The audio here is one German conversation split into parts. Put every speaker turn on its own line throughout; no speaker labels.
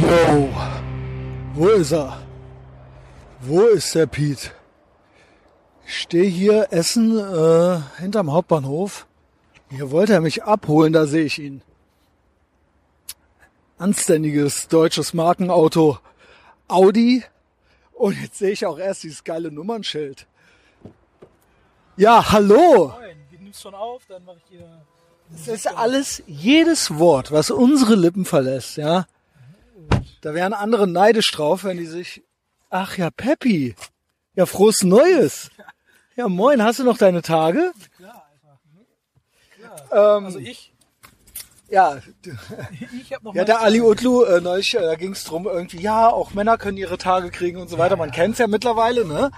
Yo, wo ist er? Wo ist der Pete? Ich stehe hier Essen äh, hinterm Hauptbahnhof. Hier wollte er mich abholen, da sehe ich ihn. Anständiges deutsches Markenauto Audi. Und jetzt sehe ich auch erst dieses geile Nummernschild. Ja, hallo.
Nein, die nimmst schon auf, dann mache ich hier.
Es ist alles, jedes Wort, was unsere Lippen verlässt, ja. Da wären andere neidisch drauf, wenn die sich, ach ja, Peppi, ja, frohes Neues. Ja, moin, hast du noch deine Tage?
Ja, einfach.
Ähm,
Also ich,
ja, d-
ich habe noch
ja,
mal-
der Ali Utlu, äh, neulich, äh, da ging es drum irgendwie, ja, auch Männer können ihre Tage kriegen und so weiter. Man kennt's ja mittlerweile, ne?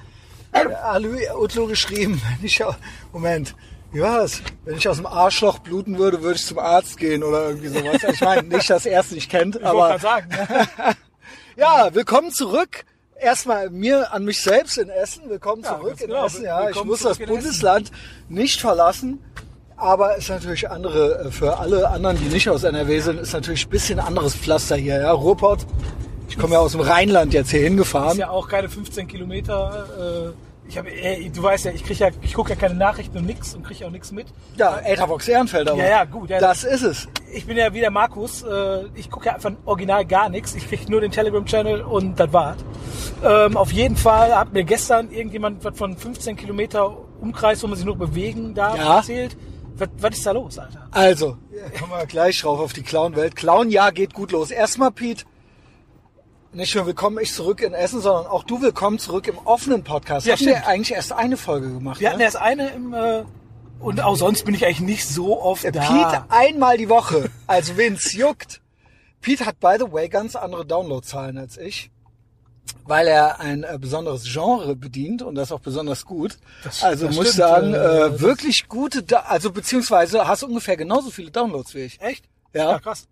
Der Ali Utlu geschrieben, wenn ich, au- Moment, wie war's? Wenn ich aus dem Arschloch bluten würde, würde ich zum Arzt gehen oder irgendwie sowas. Ich meine, nicht, dass er es nicht kennt,
ich wollte
aber
gerade sagen, ne?
Ja, willkommen zurück. Erstmal mir an mich selbst in Essen. Willkommen
Ja,
zurück
ganz
in
genau.
Essen. Ja, ich
Willkommen
muss das
zurück in Essen.
Bundesland nicht verlassen. Aber ist natürlich andere, äh, für alle anderen, die nicht aus NRW sind, ist natürlich ein bisschen anderes Pflaster hier. Ja, Ruhrpott. Ich komme ja aus dem Rheinland jetzt hier
ist
hingefahren.
ja auch keine 15 Kilometer. Äh, ich habe, ey, du weißt ja, ich krieg ja, ich gucke ja keine Nachrichten und nix und kriege auch nichts mit.
Ja, Etherbox Ehrenfeld aber.
Ja, ja, gut, ja.
das ist es.
Ich bin ja wie der Markus, äh, ich gucke ja einfach original gar nichts. Ich kriege nur den Telegram-Channel und das war's. Ähm, auf jeden Fall hat mir gestern irgendjemand was von 15 Kilometer Umkreis, wo man sich nur bewegen darf,
Ja.
erzählt. Was, was ist da los, Alter?
Also, ja, kommen wir gleich drauf auf die Clown-Welt. Clown-Jahr geht gut los. Erstmal, Pete, nicht nur willkommen ich zurück in Essen, sondern auch du willkommen zurück im offenen Podcast.
Ja,
Haben wir
stimmt.
eigentlich erst eine Folge gemacht.
Wir hatten
ne?
erst eine im äh, und auch sonst bin ich eigentlich nicht so oft da.
Pete einmal die Woche. Also, wen's juckt. Pete hat, by the way, ganz andere Downloadzahlen als ich. Weil er ein äh, besonderes Genre bedient und das auch besonders gut.
Das-
also
das
muss ich
stimmt,
sagen,
äh,
äh,
das-
wirklich gute, Da- also beziehungsweise hast ungefähr genauso viele Downloads wie ich.
Echt?
Ja.
ja krass.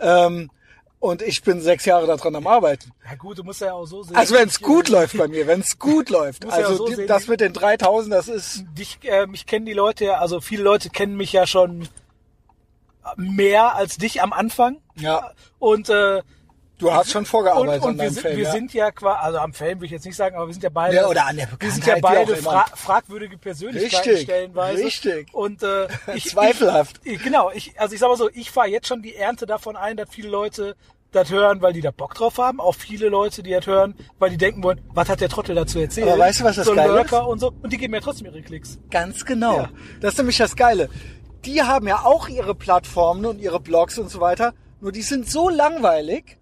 Ähm, und ich bin sechs Jahre daran am Arbeiten.
Ja gut, du musst ja auch so sehen.
Also wenn es
Ich,
gut
äh,
läuft bei mir, wenn es gut läuft.
Muss ja
Also
so
die,
sehen,
das
die-
mit den 3000, das ist
Dich, äh, mich kennen die Leute ja, also viele Leute kennen mich ja schon mehr als dich am Anfang.
Ja.
Und äh,
du hast schon
und,
vorgearbeitet
und
an
wir
deinem
sind,
Film,
wir
ja.
sind ja quasi, also am Film will ich jetzt nicht sagen, aber wir sind ja beide,
Ja, oder an der
wir sind ja
Bekanntheit, wie auch
beide
immer.
fra fragwürdige Persönlichkeiten
Richtig,
stellenweise.
richtig.
Und äh, ich,
Zweifelhaft.
Ich, genau, ich, also ich sag mal so, ich fahre jetzt schon die Ernte davon ein, dass viele Leute das hören, weil die da Bock drauf haben. Auch viele Leute, die das hören, weil die denken wollen, was hat der Trottel dazu erzählt?
Aber weißt du, was das
so ein
Geile
Lurker und so. Und die geben mir trotzdem ihre Klicks.
Ganz genau.
Ja.
Das ist nämlich das Geile. Die haben ja auch ihre Plattformen und ihre Blogs und so weiter. Nur die sind so langweilig,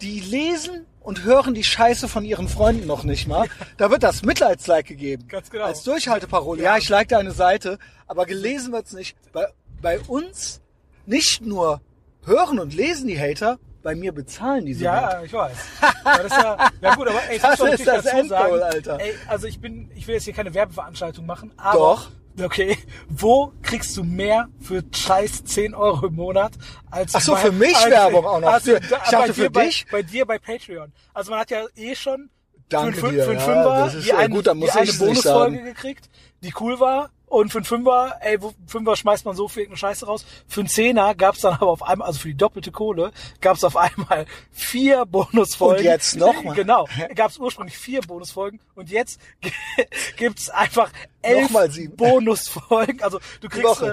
die lesen und hören die Scheiße von ihren Freunden noch nicht mal. Da wird das Mitleids-Like gegeben.
Ganz genau.
Als Durchhalteparole. Ja, ich like deine Seite, aber gelesen wird's nicht. Bei, bei uns nicht nur hören und lesen die Hater, bei mir bezahlen die sogar.
Ja, ich weiß. Aber das ist ja, ja gut, aber ey, ich
Das
muss doch
ist das
natürlich dazu
Endgoal,
sagen,
Alter.
Ey, also ich bin, ich will jetzt hier keine Werbeveranstaltung machen, aber
Doch.
Okay, wo kriegst du mehr für scheiß 10 Euro im Monat als
Ach so, für mich
als-
Werbung auch noch.
als-
Für-
da-
ich dachte,
bei dir,
für
bei,
dich.
Bei dir bei Patreon. Also man hat ja eh schon
Danke
für, einen Fün-
dir,
für einen
ja,
Fünfer
das ist
die
ja
eine,
gut, dann muss
die eine
ich's nicht
Bonusfolge
sagen.
gekriegt, die cool war. Und für einen Fünfer, ey, wo- Fünfer schmeißt man so viel irgendeine Scheiße raus. Für einen Zehner gab's dann aber auf einmal, also für die doppelte Kohle, gab's auf einmal vier Bonusfolgen.
Und jetzt noch mal.
Genau, gab's ursprünglich vier Bonusfolgen und jetzt gibt's einfach elf
Nochmal sieben.
Bonusfolgen. Also du kriegst
Woche.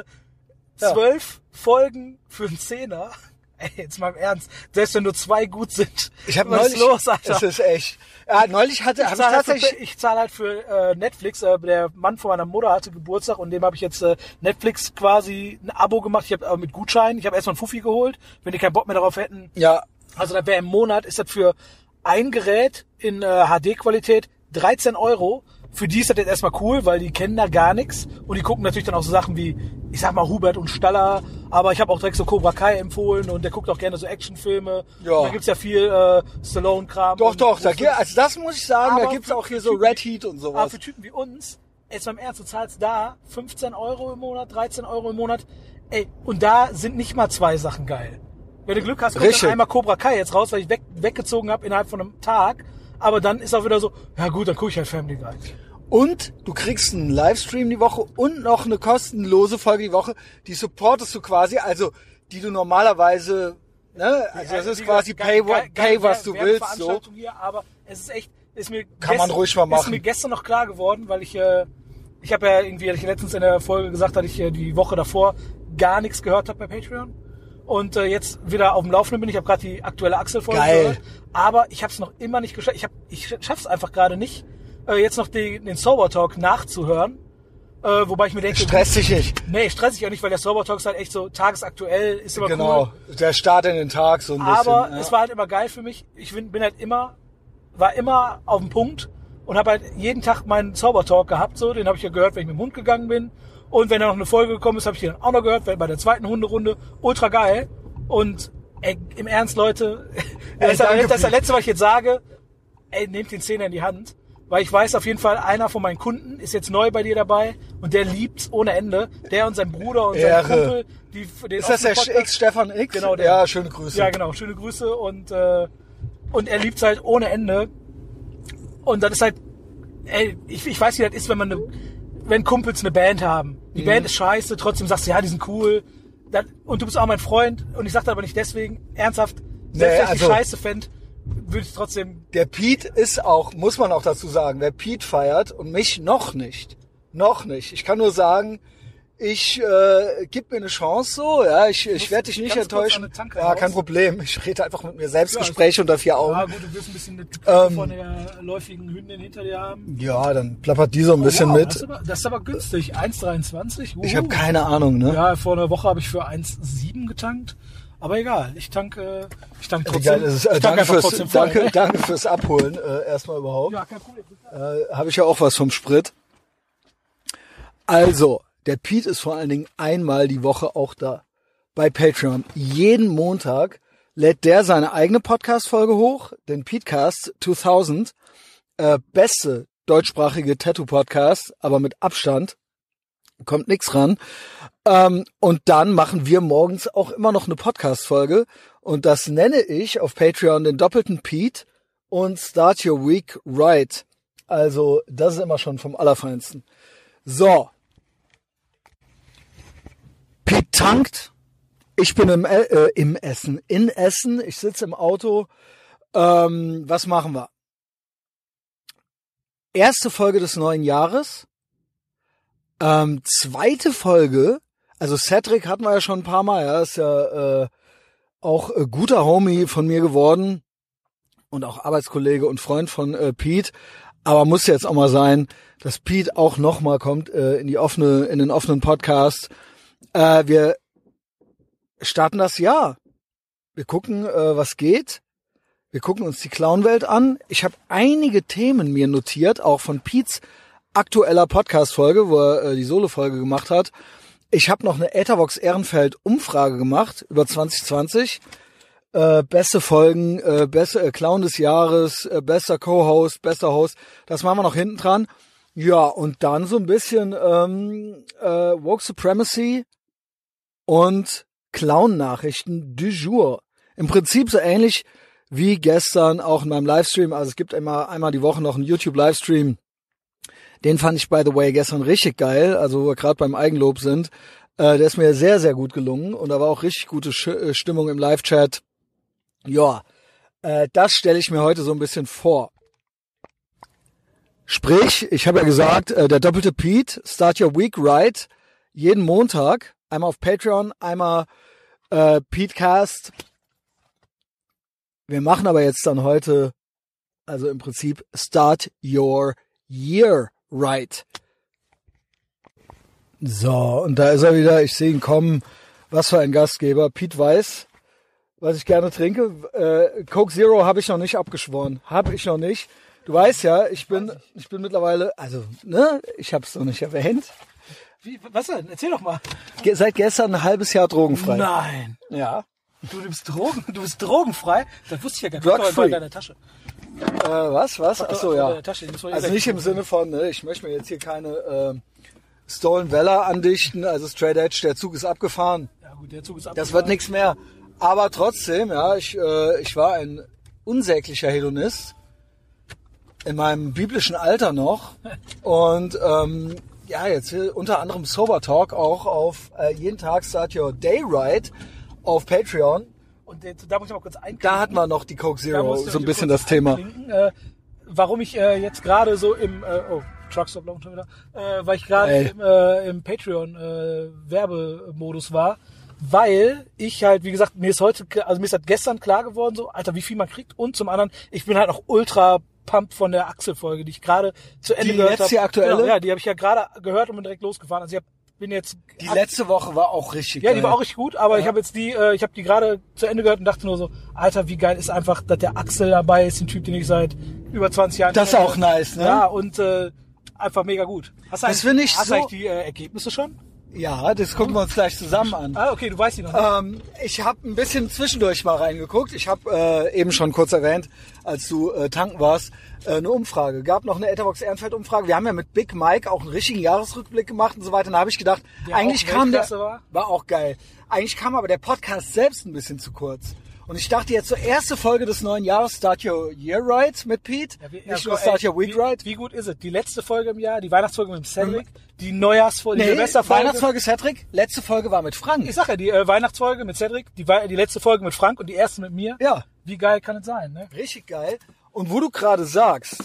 äh,
Ja.
zwölf Folgen für einen Zehner. Ey, jetzt mal im Ernst. Selbst wenn nur zwei gut sind,
Ich habe
was
neulich,
ist los, Alter?
Es ist echt. Ja, neulich hatte,
ich
habe ich
zahle halt
tatsächlich
für, ich zahl halt für äh, Netflix. Äh, der Mann von meiner Mutter hatte Geburtstag und dem habe ich jetzt äh, Netflix quasi ein Abo gemacht. Ich habe äh, mit Gutschein. Ich habe erstmal einen Fuffi geholt, wenn die keinen Bock mehr darauf hätten.
Ja,
Also da wäre im Monat ist das für ein Gerät in äh, HD-Qualität 13 Euro. Für die ist das jetzt erstmal cool, weil die kennen da gar nichts und die gucken natürlich dann auch so Sachen wie, ich sag mal, Hubert und Staller, aber ich habe auch direkt so Cobra Kai empfohlen und der guckt auch gerne so Actionfilme.
Ja.
Und Da gibt's ja viel äh, Stallone-Kram.
Doch,
und
doch, da, ge-
Bruce
also das muss ich sagen, da
Aber
gibt's
für-
auch hier
für
so
Typen-
Red Heat und
Aber
sowas.
für Typen wie uns, jetzt mal im Ernst, du zahlst da 15 Euro im Monat, 13 Euro im Monat. Ey, und da sind nicht mal zwei Sachen geil. Wenn du Glück hast, kommt
Richtig.
dann einmal Cobra Kai jetzt raus, weil ich weg, weggezogen habe innerhalb von einem Tag. Aber dann ist auch wieder so, ja gut, dann gucke ich halt Family Guy.
Und du kriegst einen Livestream die Woche und noch eine kostenlose Folge die Woche, die supportest du quasi, also die du normalerweise ne? Also das
wie
ist
gesagt,
quasi
geil-
pay, what,
geil-
pay
geile
was du willst, so.
Werbeveranstaltung Hier, aber es ist echt, ist mir
Kann man ruhig mal
Ist
machen.
mir gestern noch klar geworden, weil ich, äh, ich habe ja irgendwie, hatte ich letztens in der Folge gesagt, dass ich äh, die Woche davor gar nichts gehört habe bei Patreon. Und äh, jetzt wieder auf dem Laufenden bin. Ich habe gerade die aktuelle Axel-Folge
Geil.
gehört. Aber ich habe es noch immer nicht geschafft. Ich, hab, ich schaff's einfach gerade nicht, äh, jetzt noch den, den Sober Talk nachzuhören. Äh, wobei ich mir denke,
Stress dich nicht.
nee, stress ich auch nicht, weil der Sober Talk ist halt echt so tagesaktuell, ist immer cool.
Genau. Der Start in den Tag so ein bisschen. ne.
Aber
ja.
es war halt immer geil für mich. Ich bin, bin halt immer, war immer auf dem Punkt und habe halt jeden Tag meinen Zaubertalk gehabt. So, den habe ich ja gehört, wenn ich mit dem Hund gegangen bin. Und wenn da noch eine Folge gekommen ist, habe ich den auch noch gehört, wenn bei der zweiten Hunderunde. Ultra geil. Und ey, im Ernst, Leute, das,
danke
ist das, das ist
für-
das Letzte, was ich jetzt sage. Ey, nehmt den Zehner in die Hand. Weil ich weiß auf jeden Fall, einer von meinen Kunden ist jetzt neu bei dir dabei und der liebt's ohne Ende. Der und sein Bruder und sein
Ehre.
Kumpel, die den
ist das
offenen
der
Podcast-
X Stefan X?
Genau, der-
Ja, schöne Grüße.
ja, genau. Schöne Grüße und, äh, und er liebt halt ohne Ende. Und das ist halt, ey, ich, ich weiß, wie das ist, wenn man eine, wenn Kumpels eine Band haben. Die
Mhm.
Band ist scheiße, trotzdem sagst du, ja, die sind cool. Das, und du bist auch mein Freund. Und ich sag das aber nicht deswegen, ernsthaft, selbst wenn ich die
also-
scheiße fänd, würde ich trotzdem,
Der Pete ist auch, muss man auch dazu sagen, wer Pete feiert und mich noch nicht. Noch nicht. Ich kann nur sagen, ich äh, gib mir eine Chance so, ja, ich, ich
Muss
werde dich nicht
ganz kurz
enttäuschen.
an die Tanke
Ja,
raus.
kein Problem. Ich rede einfach mit mir selbst
Ja,
Gespräche unter vier
ah,
Augen.
gut, du wirst ein bisschen eine
Oh. Ähm.
von der läufigen Hündin hinter dir haben.
Ja, dann plappert die so ein bisschen
Oh, Wow, Das ist
mit.
aber, das ist aber günstig. Uh. 1,23.
Ich
Uhu.
habe keine Ahnung, ne?
Ja, vor einer Woche habe ich für 1,7 getankt. Aber egal, ich tanke, ich tanke
Wie
trotzdem.
geil ist es? Äh,
ich tanke
danke,
einfach
fürs,
trotzdem voll.
danke, danke fürs Abholen äh, erstmal überhaupt.
Ja, kein Problem.
Äh, habe ich ja auch was vom Sprit. Also, der Pete ist vor allen Dingen einmal die Woche auch da bei Patreon. Jeden Montag lädt der seine eigene Podcast-Folge hoch, den Petecast 2000. Äh, beste deutschsprachige Tattoo-Podcast, aber mit Abstand. Kommt nix ran. Ähm, und dann machen wir morgens auch immer noch eine Podcast-Folge. Und das nenne ich auf Patreon den doppelten Pete und Start Your Week Right. Also, das ist immer schon vom Allerfeinsten. So. Pete tankt. Ich bin im, E- äh, im Essen. In Essen. Ich sitze im Auto. Ähm, was machen wir? Erste Folge des neuen Jahres. Ähm, zweite Folge, also Cedric hatten wir ja schon ein paar Mal, ja, ist ja äh, auch äh, guter Homie von mir geworden und auch Arbeitskollege und Freund von äh, Pete. Aber muss jetzt auch mal sein, dass Pete auch nochmal kommt äh, in die offene, in den offenen Podcast. Äh, wir starten das Jahr. Wir gucken, äh, was geht. Wir gucken uns die Clownwelt an. Ich habe einige Themen mir notiert, auch von Pete's aktueller Podcast-Folge, wo er äh, die Solo-Folge gemacht hat. Ich habe noch eine Etherbox Ehrenfeld-Umfrage gemacht über 2020. Äh, beste Folgen, äh, beste äh, Clown des Jahres, äh, bester Co-Host, bester Host. Das machen wir noch hinten dran. Ja, und dann so ein bisschen ähm, äh, Woke Supremacy und Clown-Nachrichten du jour. Im Prinzip so ähnlich wie gestern auch in meinem Livestream. Also es gibt immer einmal die Woche noch einen YouTube-Livestream. Den fand ich, by the way, gestern richtig geil. Also wo wir gerade beim Eigenlob sind. Äh, der ist mir sehr, sehr gut gelungen. Und da war auch richtig gute Sch äh, Stimmung im Live-Chat. Ja, äh, das stelle ich mir heute so ein bisschen vor. Sprich, ich habe ja gesagt, äh, der doppelte Pete, Start Your Week Right, jeden Montag, einmal auf Patreon, einmal äh, Petecast. Wir machen aber jetzt dann heute, also im Prinzip, Start Your Year Right. So, und da ist er wieder, ich sehe ihn kommen. Was für ein Gastgeber, Pete Weiß was ich gerne trinke. Äh, Coke Zero habe ich noch nicht abgeschworen. Habe ich noch nicht. Du weißt ja, ich bin, ich bin mittlerweile, also, ne, ich habe es noch nicht erwähnt.
Wie, was denn? Erzähl doch mal.
Ge seit gestern ein halbes Jahr drogenfrei.
Nein.
Ja.
Du, du bist Drogen, du bist drogenfrei. Das wusste ich ja gar nicht.
Drug
Guck mal,
free.
in deiner Tasche.
Äh, was, was? Ach so,
in
ja.
der Tasche, die muss man eh
Also
weg-
nicht im Sinne von, ne, ich möchte mir jetzt hier keine ähm, Stolen Valor andichten, also Straight Edge, der Zug ist abgefahren.
Ja gut, der Zug ist ab.
Das wird nichts mehr. Aber trotzdem, ja, ich, äh, ich war ein unsäglicher Hedonist. In meinem biblischen Alter noch. Und ähm, ja, jetzt hier unter anderem Sober Talk auch auf äh, jeden Tag Start Your Day Ride auf Patreon.
Und und jetzt, da muss ich mal kurz einklinken.
Da hatten wir noch die Coke
Da
Zero,
musste
so ein
ich
bisschen
kurz
das Thema.
einklinken, Äh, warum ich äh, jetzt gerade so im äh, oh, Truckstop laufen schon wieder, äh, weil ich gerade
Ey.
im, äh, im Patreon äh, Werbemodus war, weil ich halt wie gesagt mir ist heute k- also mir ist halt gestern klar geworden so Alter wie viel man kriegt und zum anderen ich bin halt noch ultra pumped von der Axel Folge, die ich gerade zu Ende
Die
gehört
jetzt die
hab.
aktuelle?
Genau, ja, die habe ich ja gerade gehört und bin direkt losgefahren. Also ich hab, bin jetzt
Die letzte Woche war auch richtig
ja,
geil.
die war auch richtig gut, aber ich habe jetzt die, äh, ich habe die gerade zu Ende gehört und dachte nur so, Alter, wie geil ist einfach, dass der Axel dabei ist, den Typ, den ich seit über 20 Jahren
Das ist
kenne.
auch nice, ne?
Ja, und äh, einfach mega gut. Hast du
Das
eigentlich-
finde ich
Hast
so-
du eigentlich die äh, Ergebnisse schon?
Ja, das gucken wir uns gleich zusammen an.
Ah, okay, du weißt die noch. nicht.
Ähm, ich habe ein bisschen zwischendurch mal reingeguckt. Ich habe äh, eben schon kurz erwähnt, als du äh, tanken warst, äh, eine Umfrage. Gab noch eine Etherbox Ehrenfeld Umfrage. Wir haben ja mit Big Mike auch einen richtigen Jahresrückblick gemacht und so weiter. Und da habe ich gedacht,
Der
eigentlich
auch
kam der
Weltklasse war.
auch geil. Eigentlich kam aber der Podcast selbst ein bisschen zu kurz. Und ich dachte jetzt zur erste Folge des neuen Jahres Start Your Year Right mit Pete,
Ja, wie- ja,
Äh, nicht nur
ey,
Start Your Week
wie,
Right.
Wie gut ist es? Die letzte Folge im Jahr, die Weihnachtsfolge mit dem Cedric, die Neujahrsfolge, die Silvesterfolge.
Mhm. Weihnachtsfolge ist Hattrick, letzte Folge war mit Frank.
Ich sag ja, die äh, Weihnachtsfolge mit Cedric, die, Wei- die letzte Folge mit Frank und die erste mit mir.
Ja.
Wie geil kann es sein, ne?
Richtig geil. Und wo du gerade sagst,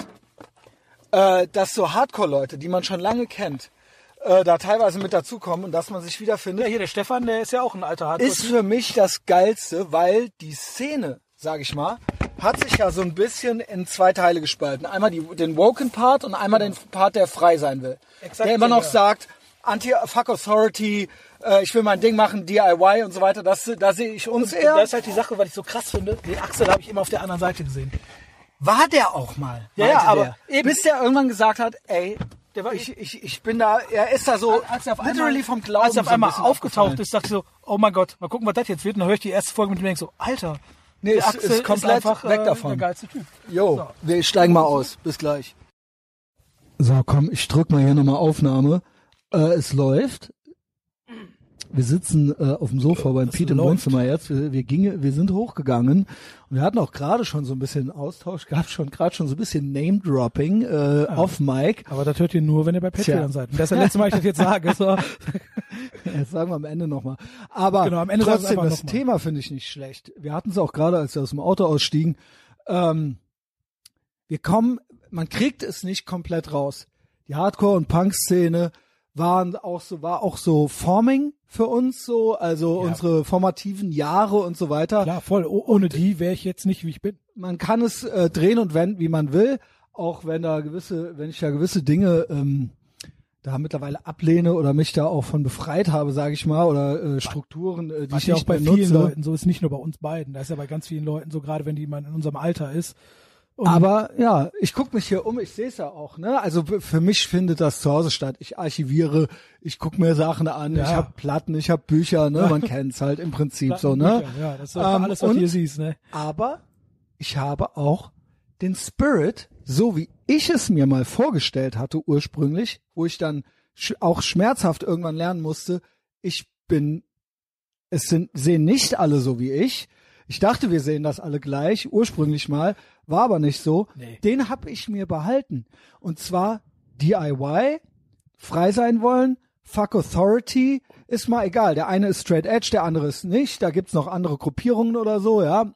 äh, dass so Hardcore-Leute, die man schon lange kennt, äh, da teilweise mit dazukommen und dass man sich
Ja,
wiederfindet,
hier, der Stefan, der ist ja auch ein alter Hardcore.
ist für mich das Geilste, weil die Szene, sag ich mal, hat sich ja so ein bisschen in zwei Teile gespalten. Einmal die, den Woken-Part und einmal den Part, der frei sein will.
Exakt
der immer
so,
noch
ja.
sagt, Anti-Fuck-Authority, äh, ich will mein Ding machen, DIY und so weiter. Das, da sehe ich uns
Und da
eher.
ist halt die Sache, weil ich so krass finde, den Axel habe ich immer auf der anderen Seite gesehen.
War der auch mal?
Ja, ja,
meinte
aber
der.
eben-
bis der irgendwann gesagt hat, ey,
Der war-
ich, ich, ich bin da, er ist da so
Äh, Als er auf
literally
einmal,
vom Glauben
als er auf
so ein
einmal
bisschen
aufgetaucht
abgefallen.
ist, dachte ich so, oh mein Gott, mal gucken, was das jetzt wird. Und dann höre ich die erste Folge mit dem denke so, Alter,
Nee,
der
es-
Axel
es kommt einfach weg
äh,
davon.
der geilste Typ.
Jo,
So.
wir steigen mal aus. Bis gleich. So, komm, ich drück mal hier nochmal Aufnahme. Äh, es läuft. Wir sitzen äh, auf dem Sofa beim Pete im
läuft.
Wohnzimmer jetzt. Wir, wir, gingen, wir sind hochgegangen und wir hatten auch gerade schon so ein bisschen Austausch, gab schon gerade schon so ein bisschen Name-Dropping äh, auf Mike.
Aber das hört ihr nur, wenn ihr bei Patreon
Tja.
seid. Und das ist das letzte Mal, ich das jetzt sage. So,
Das sagen wir am Ende nochmal. Aber
Genau, am Ende sagen wir
trotzdem,
einfach
das
noch mal.
Thema finde ich nicht schlecht. Wir hatten es auch gerade, als wir aus dem Auto ausstiegen. Ähm, wir kommen, man kriegt es nicht komplett raus. Die Hardcore- und Punk-Szene waren auch so, war auch so Forming für uns so, also
Ja.
unsere formativen Jahre und so weiter
klar, voll. Oh, ohne die wäre ich jetzt nicht, wie ich bin.
man kann es äh, drehen und wenden, wie man will, auch wenn da gewisse, wenn ich da gewisse Dinge ähm, da mittlerweile ablehne oder mich da auch von befreit habe, sage ich mal, oder äh, Strukturen, äh, die
Was
ich
ja auch
nicht
bei
mehr nutze.
vielen Leuten so ist, nicht nur bei uns beiden. Da ist ja bei ganz vielen Leuten so, gerade wenn die mal in unserem Alter ist. Und
Aber ja, ich gucke mich hier um, ich sehe es ja auch, ne? Also b- für mich findet das zu Hause statt. Ich archiviere, ich gucke mir Sachen an, ich
Ja.
habe Platten, ich habe Bücher, ne? Man kennt's halt im Prinzip so, ne?
Ja, das ist
Ähm,
alles, was
und
du hier siehst, ne?
aber ich habe auch den Spirit, so wie ich es mir mal vorgestellt hatte ursprünglich, wo ich dann sch auch schmerzhaft irgendwann lernen musste, ich bin, es sind, sehen nicht alle so wie ich. Ich dachte, wir sehen das alle gleich, ursprünglich mal, war aber nicht so.
Nee.
Den habe ich mir behalten. Und zwar DIY, frei sein wollen. Fuck Authority ist mal egal. Der eine ist Straight Edge, der andere ist nicht. Da gibt's noch andere Gruppierungen oder so, ja.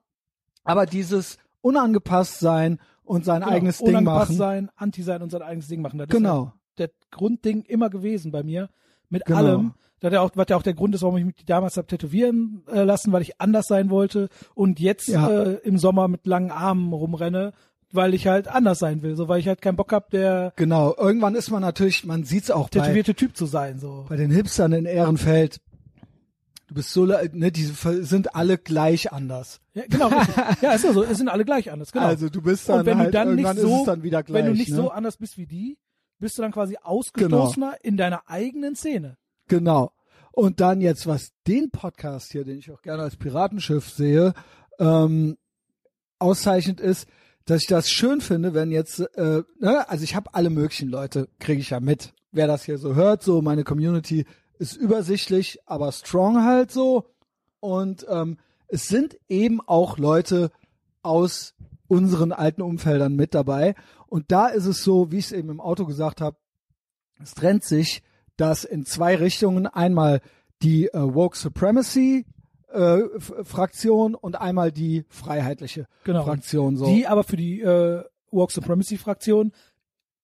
Aber dieses unangepasst sein und sein
Genau,
eigenes Ding
unangepasst
machen.
sein, anti sein und sein eigenes Ding machen. Das
Genau.
Ist ja das Grundding immer gewesen bei mir. Mit
Genau.
allem. Das ja auch, was ja auch der Grund ist, warum ich mich damals habe tätowieren äh, lassen, weil ich anders sein wollte und jetzt
Ja.
äh, im Sommer mit langen Armen rumrenne, weil ich halt anders sein will. So, weil ich halt keinen Bock habe, der
Genau. Irgendwann ist man natürlich, man sieht's auch bei,
tätowierte Typ zu sein. So.
bei den Hipstern in Ehrenfeld. Du bist so, le- ne, die sind alle gleich anders.
Ja, genau, richtig. ja, ist ja so. Es sind alle gleich anders, genau.
Also du bist dann
und wenn
halt
du dann
irgendwann
nicht so,
ist es dann wieder gleich.
wenn du nicht
ne?
so anders bist wie die, bist du dann quasi ausgestoßener in deiner eigenen Szene.
Genau. Und dann jetzt, was den Podcast hier, den ich auch gerne als Piratenschiff sehe, ähm, auszeichnend ist, dass ich das schön finde, wenn jetzt, äh, ne, also ich habe alle möglichen Leute, kriege ich ja mit. Wer das hier so hört, so meine Community ist übersichtlich, aber strong halt so. Und ähm, es sind eben auch Leute aus unseren alten Umfeldern mit dabei. Und da ist es so, wie ich es eben im Auto gesagt habe, es trennt sich das in zwei Richtungen. Einmal die äh, Woke Supremacy äh, F- Fraktion und einmal die freiheitliche
Genau.
Fraktion. So.
Die aber für die äh, Work Supremacy-Fraktion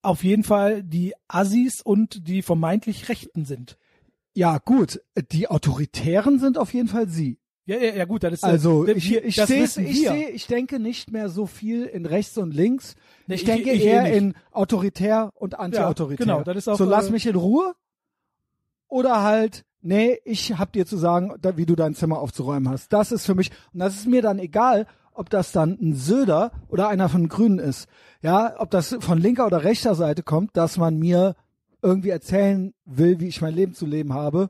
auf jeden Fall die Assis und die vermeintlich Rechten sind.
ja, gut. Die Autoritären sind auf jeden Fall sie.
Ja, ja, ja gut, das ist
Also
das,
ich, ich
das
sehe, ich
wissen wir.
sehe, ich denke nicht mehr so viel in rechts und links.
Nee,
ich
ich-
denke
ich eh
eher
nicht.
in autoritär und antiautoritär.
genau, das ist auch,
so lass
äh,
mich in Ruhe oder halt nee, ich hab dir zu sagen, da, wie du dein Zimmer aufzuräumen hast. Das ist für mich und das ist mir dann egal, ob das dann ein Söder oder einer von den Grünen ist. Ja, ob das von linker oder rechter Seite kommt, dass man mir irgendwie erzählen will, wie ich mein Leben zu leben habe.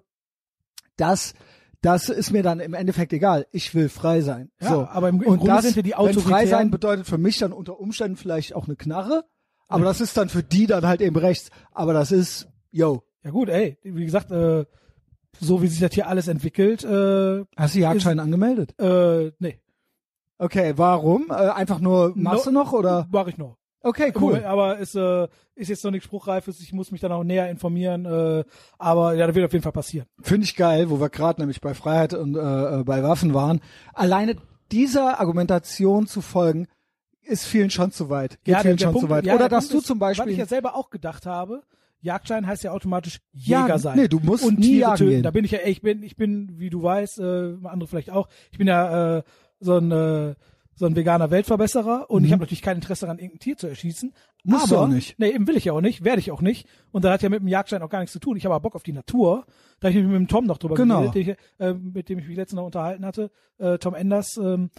Das das ist mir dann im Endeffekt egal. Ich will frei sein.
Ja,
so.
aber im- im
und
Grunde
das,
sind wir die
wenn frei
Autoritären.
sein bedeutet für mich dann unter Umständen vielleicht auch eine Knarre, aber das ist dann für die dann halt eben rechts. Aber das ist, yo,
Ja gut, ey, wie gesagt, äh, so wie sich das hier alles entwickelt, äh,
hast du Jagdschein angemeldet?
äh, nee,
Okay, warum? Äh, einfach nur machst
No.
du noch oder?
mache ich noch.
Okay,
Cool,
cool.
aber ist, äh, ist jetzt noch nichts Spruchreifes, ich muss mich dann auch näher informieren, äh, aber ja, das wird auf jeden Fall passieren.
Finde ich geil, wo wir gerade nämlich bei Freiheit und äh, äh, bei Waffen waren. Alleine dieser Argumentation zu folgen, ist vielen schon zu weit. Geht
ja,
vielen schon
Punkt-
zu weit.
ja,
oder
der
dass
Punkt
du
ist,
zum
Weil ich
Beispiel
ja selber auch gedacht habe, Jagdschein heißt ja automatisch
Ja,
Jäger sein.
nee, du musst
und
nie
Tiere
jagen
töten.
gehen.
Da bin ich ja, ich bin, ich bin, wie du weißt, äh, andere vielleicht auch, ich bin ja äh, so ein äh, so ein veganer Weltverbesserer und ich habe natürlich kein Interesse daran, irgendein Tier zu erschießen.
Mhm. Musst du
aber,
auch nicht.
Nee, eben will ich ja auch nicht, werde ich auch nicht. Und da hat ja mit dem Jagdschein auch gar nichts zu tun. Ich habe aber Bock auf die Natur. Da hab ich mich mit dem Tom noch drüber
Genau.
geredet, den ich, äh, mit dem ich mich letztens noch unterhalten hatte, äh, Tom Enders. Ähm,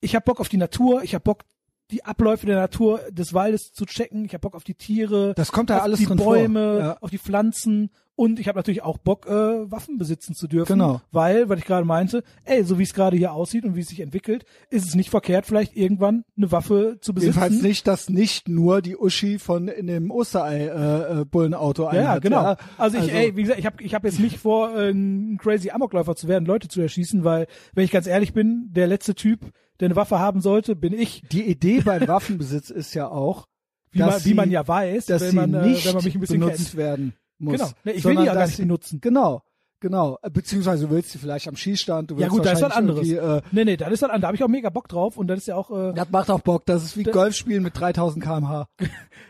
ich habe Bock auf die Natur, ich habe Bock, die Abläufe der Natur, des Waldes zu checken, ich habe Bock auf die Tiere,
Das kommt da
auf
alles
die
drin vor.
Bäume,
Ja.
auf die Pflanzen und ich habe natürlich auch Bock, äh, Waffen besitzen zu dürfen.
Genau.
Weil, was ich gerade meinte, ey, so wie es gerade hier aussieht und wie es sich entwickelt, ist es nicht verkehrt, vielleicht irgendwann eine Waffe zu besitzen.
Jedenfalls nicht, dass nicht nur die Uschi von in dem Osterei-Bullenauto äh, äh, Bullenauto
Ja, ja,
einhat,
genau.
ja.
Also ich, ey, wie gesagt, ich habe ich hab jetzt nicht vor, äh, ein crazy Amokläufer zu werden, Leute zu erschießen, weil, wenn ich ganz ehrlich bin, der letzte Typ, der eine Waffe haben sollte, bin ich.
Die Idee beim Waffenbesitz ist ja auch,
Wie,
dass
man,
sie,
wie man ja weiß,
dass
wenn
sie
man,
nicht
äh, wenn man mich ein bisschen
benutzt
kennt.
werden muss.
Genau. Nee, ich will die
sondern
ja gar
dass
nicht
sie-
benutzen.
Genau, genau. Äh, Beziehungsweise du willst sie vielleicht am Schießstand, du willst
Ja gut, da ist was anderes.
wahrscheinlich irgendwie, Äh,
nee, nee, da ist was anderes. Da habe ich auch mega Bock drauf und das ist ja auch, äh,
das macht auch Bock, das ist wie
Da- Genau.
Golfspielen mit 3000 kmh.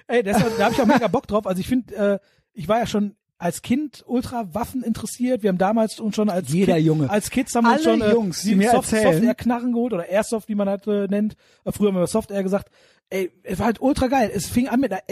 ey, das, ist- da habe ich auch mega Bock drauf. Also ich finde, äh, ich war ja schon als Kind ultra Waffen interessiert. Wir haben damals uns schon als
Jeder
Kind,
Junge.
als Kids haben wir uns
Alle
schon äh,
Jungs, die
die
mir
Soft,
erzählen.
Softair-Knarren geholt oder Airsoft, wie man halt äh, nennt. Äh, Früher haben wir Softair gesagt. Ey, es war halt ultra geil. Es fing an mit einer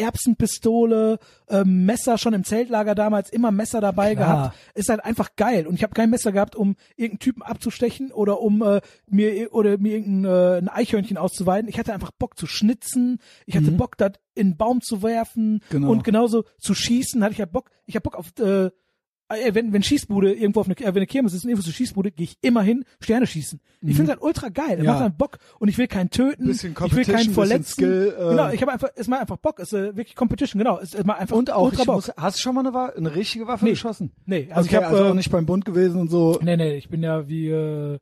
Erbsenpistole, äh, Messer schon im Zeltlager damals, immer Messer dabei
Klar.
gehabt. Ist halt einfach geil. Und ich habe kein Messer gehabt, um irgendeinen Typen abzustechen oder um äh, mir oder mir irgendein äh, ein Eichhörnchen auszuweiden. Ich hatte einfach Bock zu schnitzen. Ich hatte Bock, das in einen Baum zu werfen
Mhm. Genau.
und genauso zu schießen. Hatte ich ja Bock. Ich habe Bock auf äh, äh, wenn, wenn Schießbude irgendwo auf eine, äh, wenn eine Kirmes ist und irgendwo zur Schießbude, gehe ich immer hin, Sterne schießen. Ich finde das ultra geil, das
Mhm. Ja.
macht dann Bock und ich will keinen töten,
Bisschen
ich will
Competition,
keinen
bisschen
verletzen.
Skill, äh.
genau, ich habe einfach, ist mal einfach Bock, ist äh, wirklich Competition, genau, ist äh, mal einfach
Und auch,
ultra
ich
Bock.
muss, hast du schon mal eine, Wa- eine richtige Waffe
Nee.
geschossen?
Nee, also
okay,
ich hab,
also auch
äh,
nicht beim Bund gewesen und so.
Nee, nee, ich bin ja wie, äh,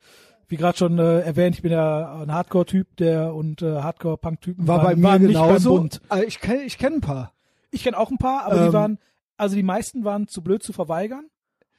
wie gerade schon äh, erwähnt, ich bin ja ein Hardcore-Typ, der und äh, Hardcore-Punk-Typen
War bei
waren,
mir
waren nicht beim
genauso.
Bund.
Äh, Ich kenne ich kenn ein paar.
Ich kenne auch ein paar, aber
Ähm.
die waren, also die meisten waren zu blöd zu verweigern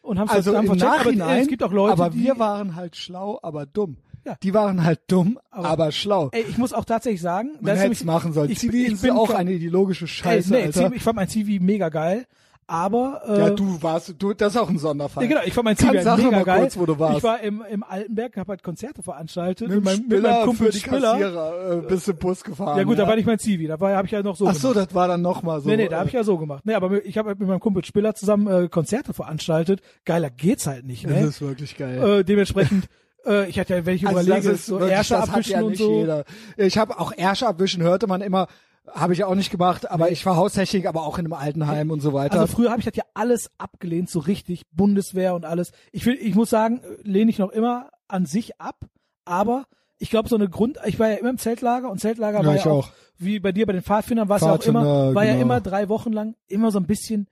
und haben
Also
haben
im
vercheckt,
Nachhinein,
aber, äh, es gibt auch Leute,
aber
die,
wir waren halt schlau, aber dumm.
Ja.
Die waren halt dumm, aber,
Aber-
schlau.
Ey, ich muss auch tatsächlich sagen,
Man
ist
hätte
nämlich-
es machen sollen.
Ich,
Zivi
ich
ist
bin
auch
kein-
eine ideologische Scheiße,
Ey, nee,
Alter.
Zivi, ich fand mein Civi mega geil, aber äh,
ja, du warst, du, das ist auch ein Sonderfall.
ja, genau, ich fand mein
Kann-
Civi
sag
halt
doch
mega
mal
geil.
kurz, wo du warst.
Ich war im, im Altenberg, habe halt Konzerte veranstaltet
Mit, dem
meinem-
Spiller
meinem Kumpel
für die
Spiller.
Kassierer äh, bist du Bus gefahren.
Ja gut, da war nicht mein Civi, da war habe ich ja noch so
Ach so,
gemacht.
das war dann nochmal so.
Nee, nee, da habe
äh,
ich ja so gemacht. Nee, aber ich habe halt mit meinem Kumpel Spiller zusammen äh, Konzerte veranstaltet. Geiler geht's halt nicht,
Das
ne?
ist wirklich geil.
Äh, dementsprechend äh, ich hatte ja welche
Also
überlege,
das ist
so
wirklich,
Ärsche
das hat
abwischen
ja
und
nicht
so.
jeder. Ich habe auch Ärsche abwischen, hörte man immer, habe ich auch nicht gemacht, aber ich war Haustechnik, aber auch in einem Altenheim und so weiter.
Also früher habe ich das ja alles abgelehnt, so richtig, Bundeswehr und alles. Ich will, ich muss sagen, lehne ich noch immer an sich ab, aber ich glaube, so eine Grund, ich war ja immer im Zeltlager und Zeltlager
Ja,
war
ich
ja auch,
auch.
wie bei dir bei den Pfadfindern, war es ja auch immer,
Pfadfinder,
war ja
genau.
immer drei Wochen lang immer so ein bisschen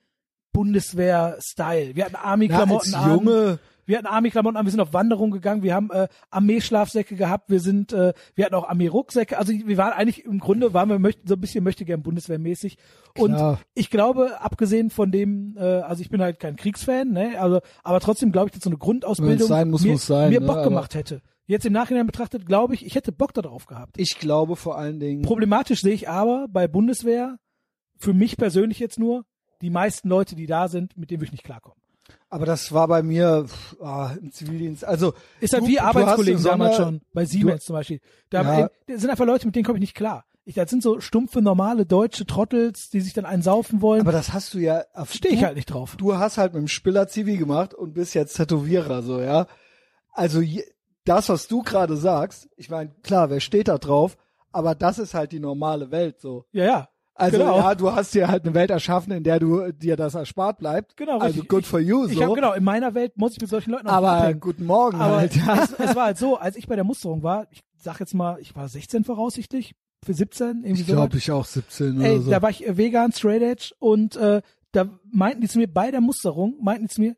Bundeswehr-Style. Wir hatten
Na,
Army-Klamotten
als Junge,
an. wir hatten Armeeklamotten an, wir sind auf Wanderung gegangen, wir haben äh, Armeeschlafsäcke gehabt, wir sind, äh, wir hatten auch Armee-Rucksäcke. Also wir waren eigentlich im Grunde waren wir möcht, so ein bisschen möchte gern Bundeswehrmäßig. Und
Klar.
ich glaube, abgesehen von dem, äh, also ich bin halt kein Kriegsfan, ne, also aber trotzdem glaube ich, dass so eine Grundausbildung
sein muss,
mir,
muss sein,
mir
ne,
Bock
aber-
gemacht hätte. Jetzt im Nachhinein betrachtet, glaube ich, ich hätte Bock darauf gehabt.
Ich glaube vor allen Dingen.
Problematisch sehe ich aber bei Bundeswehr, für mich persönlich jetzt nur, die meisten Leute, die da sind, mit denen würde ich nicht klarkommen.
aber das war bei mir pff, ah, im Zivildienst. Also
Ist halt
du-
wie
du hast eine
Arbeitskollegen damals
Sonder-
schon, bei Siemens zum Beispiel. Da
Ja.
ey, das sind einfach Leute, mit denen komme ich nicht klar. Ich, das sind so stumpfe, normale deutsche Trottels, die sich dann einen saufen wollen.
Aber das hast du ja.
Stehe ich halt nicht drauf.
Du hast halt mit dem Spiller Zivi gemacht und bist jetzt Tätowierer, so ja. Also je, das, was du gerade sagst, ich meine, klar, wer steht da drauf? Aber das ist halt die normale Welt, so.
ja, ja.
Also
genau.
ja, du hast dir halt eine Welt erschaffen, in der du dir das erspart bleibt.
Genau,
Also
richtig.
good for you, so.
ich hab, genau, in meiner Welt muss ich mit solchen Leuten auch nicht
aber
abhängen.
guten Morgen
Aber
halt. Ja.
es, es war halt so, als ich bei der Musterung war, ich sag jetzt mal, ich war 16 voraussichtlich, für 17, irgendwie so.
glaub, ich auch 17
halt Ey, da war ich äh, vegan, straight edge und äh, da meinten die zu mir bei der Musterung, meinten die zu mir,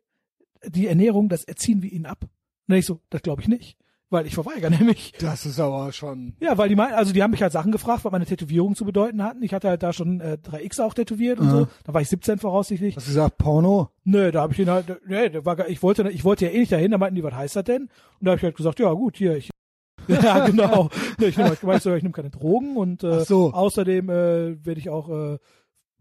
die Ernährung, das erziehen wir ihnen ab. Und ich so, das glaube ich nicht, weil ich verweigere nämlich.
Das ist aber schon.
Ja, weil die meinten, also die haben mich halt Sachen gefragt, was meine Tätowierungen zu bedeuten hatten. Ich hatte halt da schon äh, 3X auch tätowiert und
Ah.
so. Da war ich 17 voraussichtlich.
Hast du gesagt, Porno?
Nö, da habe ich den halt, nee, da war, gar- ich wollte, ich wollte ja eh nicht dahin, da meinten die, was heißt das denn? Und da habe ich halt gesagt, ja gut, hier, ich, ja genau, nee, ich nehme halt, gemeint, so, ich nehme keine Drogen und äh,
Ach so.
außerdem äh, werde ich auch, äh,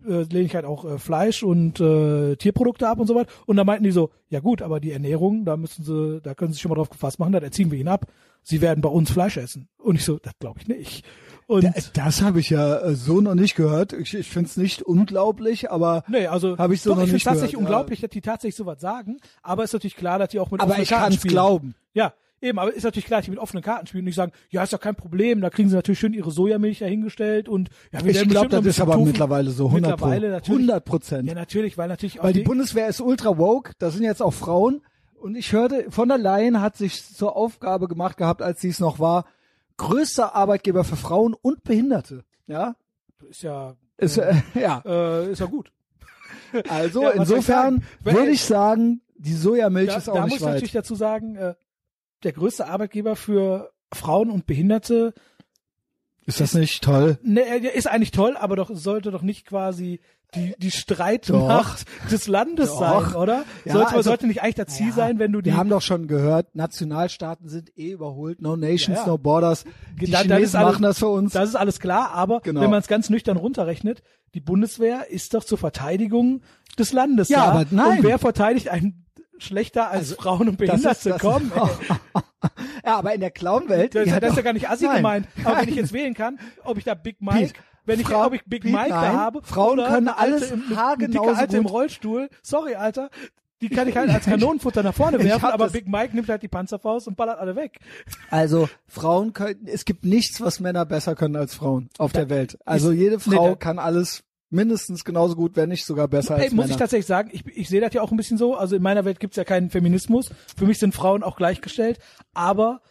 äh, lehne ich halt auch äh, Fleisch und äh, Tierprodukte ab und so weiter. Und da meinten die so, ja gut, aber die Ernährung, da müssen sie, da können sie sich schon mal drauf gefasst machen, dann erziehen wir ihn ab. Sie werden bei uns Fleisch essen. Und ich so, das glaube ich nicht. Und
Da- Das habe ich ja äh, so noch nicht gehört. Ich, ich finde es nicht unglaublich, aber
Nee, also
Hab ich so
doch,
noch
ich
nicht
find's tatsächlich
gehört, ja.
unglaublich, dass die tatsächlich sowas sagen, aber ist natürlich klar, dass die auch mit
aber
offenen
ich
Karten
kann es
spielen.
glauben.
Ja, eben, aber ist natürlich klar, dass die mit offenen Karten spielen und nicht sagen, ja, ist doch kein Problem, da kriegen sie natürlich schön ihre Sojamilch dahingestellt und ja, wir
Ich glaube,
werden bestimmt noch
das
ein
ist
bisschen
aber
Tofu-
mittlerweile so 100
Mittlerweile natürlich.
100 Prozent.
Ja, natürlich, weil natürlich auch
Weil die Bundeswehr ist ultra woke. Da sind jetzt auch Frauen. Und ich hörte, von der Leyen hat sich zur Aufgabe gemacht gehabt, als sie es noch war, größter Arbeitgeber für Frauen und Behinderte. Ja,
ist ja
ist, äh, ja.
äh, ist ja gut.
Also
Ja, was soll ich
insofern
sagen? Wenn-
würde ich sagen, die Sojamilch
Da,
ist auch
da muss
nicht
ich
weit.
natürlich dazu sagen, äh, der größte Arbeitgeber für Frauen und Behinderte
Ist das nicht toll?
ne, er ist eigentlich toll, aber doch sollte doch nicht quasi die, die Streitmacht des Landes
Doch.
sein, oder?
Ja,
sollte, man
also-
sollte nicht eigentlich das Ziel
Ja,
sein, wenn du die
Wir haben doch schon gehört, Nationalstaaten sind eh überholt. No Nations,
Ja, ja.
no Borders. Die
Da- das
Chinesen
ist alles-
machen das für uns.
Das ist alles klar, aber
Genau.
wenn man es ganz nüchtern runterrechnet, die Bundeswehr ist doch zur Verteidigung des Landes
Ja,
da.
aber nein. Also,
Und wer verteidigt einen schlechter als Frauen und
Das
Behinderte?
ist- das ist-
Komm, ey.
ja, aber in der Clown-Welt.
das,
ja,
das ist ja
doch.
gar nicht assi
Nein.
gemeint. Aber wenn ich
Nein.
jetzt wählen kann, ob ich da Big Mike,
Pete,
wenn ich,
Frau-
ob ich Big
Pete,
Mike
nein.
da habe,
Frauen
oder
können
eine
alles
alte, eine- eine
haargenauso
dicke Alte im
gut.
Rollstuhl, sorry Alter, die kann ich halt als Kanonenfutter nach vorne
Ich
werfen,
hab
aber
das-
Big Mike nimmt halt die Panzerfaust und ballert alle weg.
Also Frauen können, es gibt nichts, was Männer besser können als Frauen auf der Welt. Also jede Frau
da-
kann alles mindestens genauso gut, wenn nicht sogar besser
Ey,
als
muss ich
Männer.
tatsächlich sagen, ich, ich sehe das ja auch ein bisschen so. Also in meiner Welt gibt's ja keinen Feminismus. Für mich sind Frauen auch gleichgestellt, aber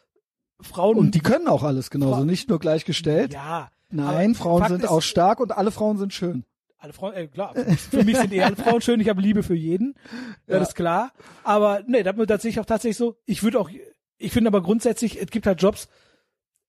Frauen
und die können auch alles genauso,
Fra-
nicht nur gleichgestellt.
ja.
Nein,
aber
Frauen
Fakt
sind
ist,
auch stark und alle Frauen sind schön.
alle Frauen, äh, klar. Für mich sind eh alle Frauen schön. Ich habe Liebe für jeden. Ja. Das ist klar. Aber nee, das, das sehe ich auch tatsächlich so. Ich würde auch, ich finde aber grundsätzlich, es gibt halt Jobs.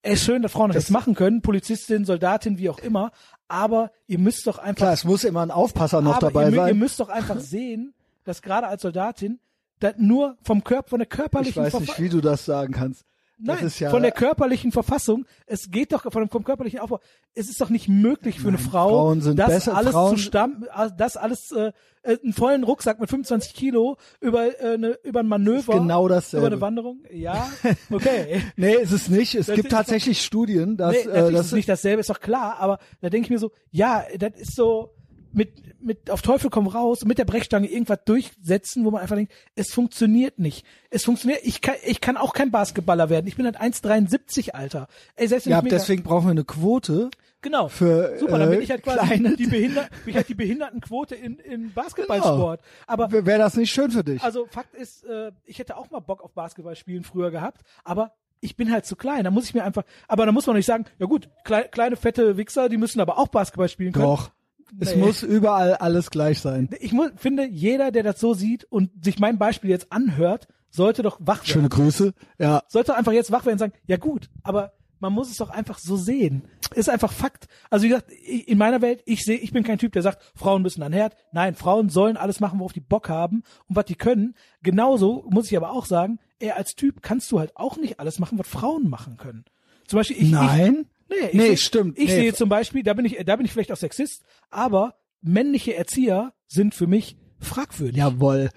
Es ist schön, dass Frauen das, machen können, Polizistin, Soldatin, wie auch immer. Aber ihr müsst doch einfach
Klar, es muss immer ein Aufpasser noch
aber
dabei
ihr, mü- Ihr
sein.
müsst doch einfach sehen, dass gerade als Soldatin das nur vom Körper, von der
Ich
körperlichen
weiß nicht, wie
Verfassung,
du das sagen kannst.
nein,
das ist ja
von der körperlichen Verfassung, es geht doch von dem vom körperlichen Aufbau. Es ist doch nicht möglich für eine Frau,
Frauen sind
das
besser,
alles
Frauen-
zu stammen, das alles äh, äh, einen vollen Rucksack mit 25 Kilo über äh, eine, über ein Manöver,
genau dasselbe.
über eine Wanderung. Ja, okay.
Nee, ist es nicht. Es
Das
gibt
ist-
tatsächlich Studien, dass
nee,
äh,
natürlich ist
das
es nicht dasselbe, ist doch klar, aber da denke ich mir so, ja, das ist so mit, mit auf Teufel komm raus, mit der Brechstange irgendwas durchsetzen, wo man einfach denkt, es funktioniert nicht. Es funktioniert, ich kann, ich kann auch kein Basketballer werden. Ich bin halt 1,73 Alter. Ey, selbst wenn
ja,
ich mega-
deswegen brauchen wir eine Quote.
genau.
für,
Super, dann bin
äh,
ich halt quasi
kleine- Genau.
die, Behinder, bin ich halt die Behindertenquote in, in Basketballsport. Aber
Wäre das nicht schön für dich?
also Fakt ist, äh, ich hätte auch mal Bock auf Basketball spielen früher gehabt, aber ich bin halt zu klein. Da muss ich mir einfach, aber da muss man nicht sagen, ja gut, klei kleine fette Wichser, die müssen aber auch Basketball spielen können.
Doch. Es
Nee.
muss überall alles gleich sein.
Ich mu- finde, jeder, der das so sieht und sich mein Beispiel jetzt anhört, sollte doch wach werden.
Schöne Grüße. Ja.
sollte einfach jetzt wach werden und sagen, ja gut, aber man muss es doch einfach so sehen. Ist einfach Fakt. Also wie gesagt, ich- in meiner Welt, ich sehe, ich bin kein Typ, der sagt, Frauen müssen an den Herd. Nein, Frauen sollen alles machen, worauf die Bock haben und was die können. Genauso muss ich aber auch sagen, er als Typ kannst du halt auch nicht alles machen, was Frauen machen können. Zum Beispiel ich,
Nein.
ich, nee, ich
Nee,
sehe-
stimmt.
Ich
Nee.
sehe zum Beispiel, da bin ich, da bin ich vielleicht auch Sexist, aber männliche Erzieher sind für mich fragwürdig.
Jawohl.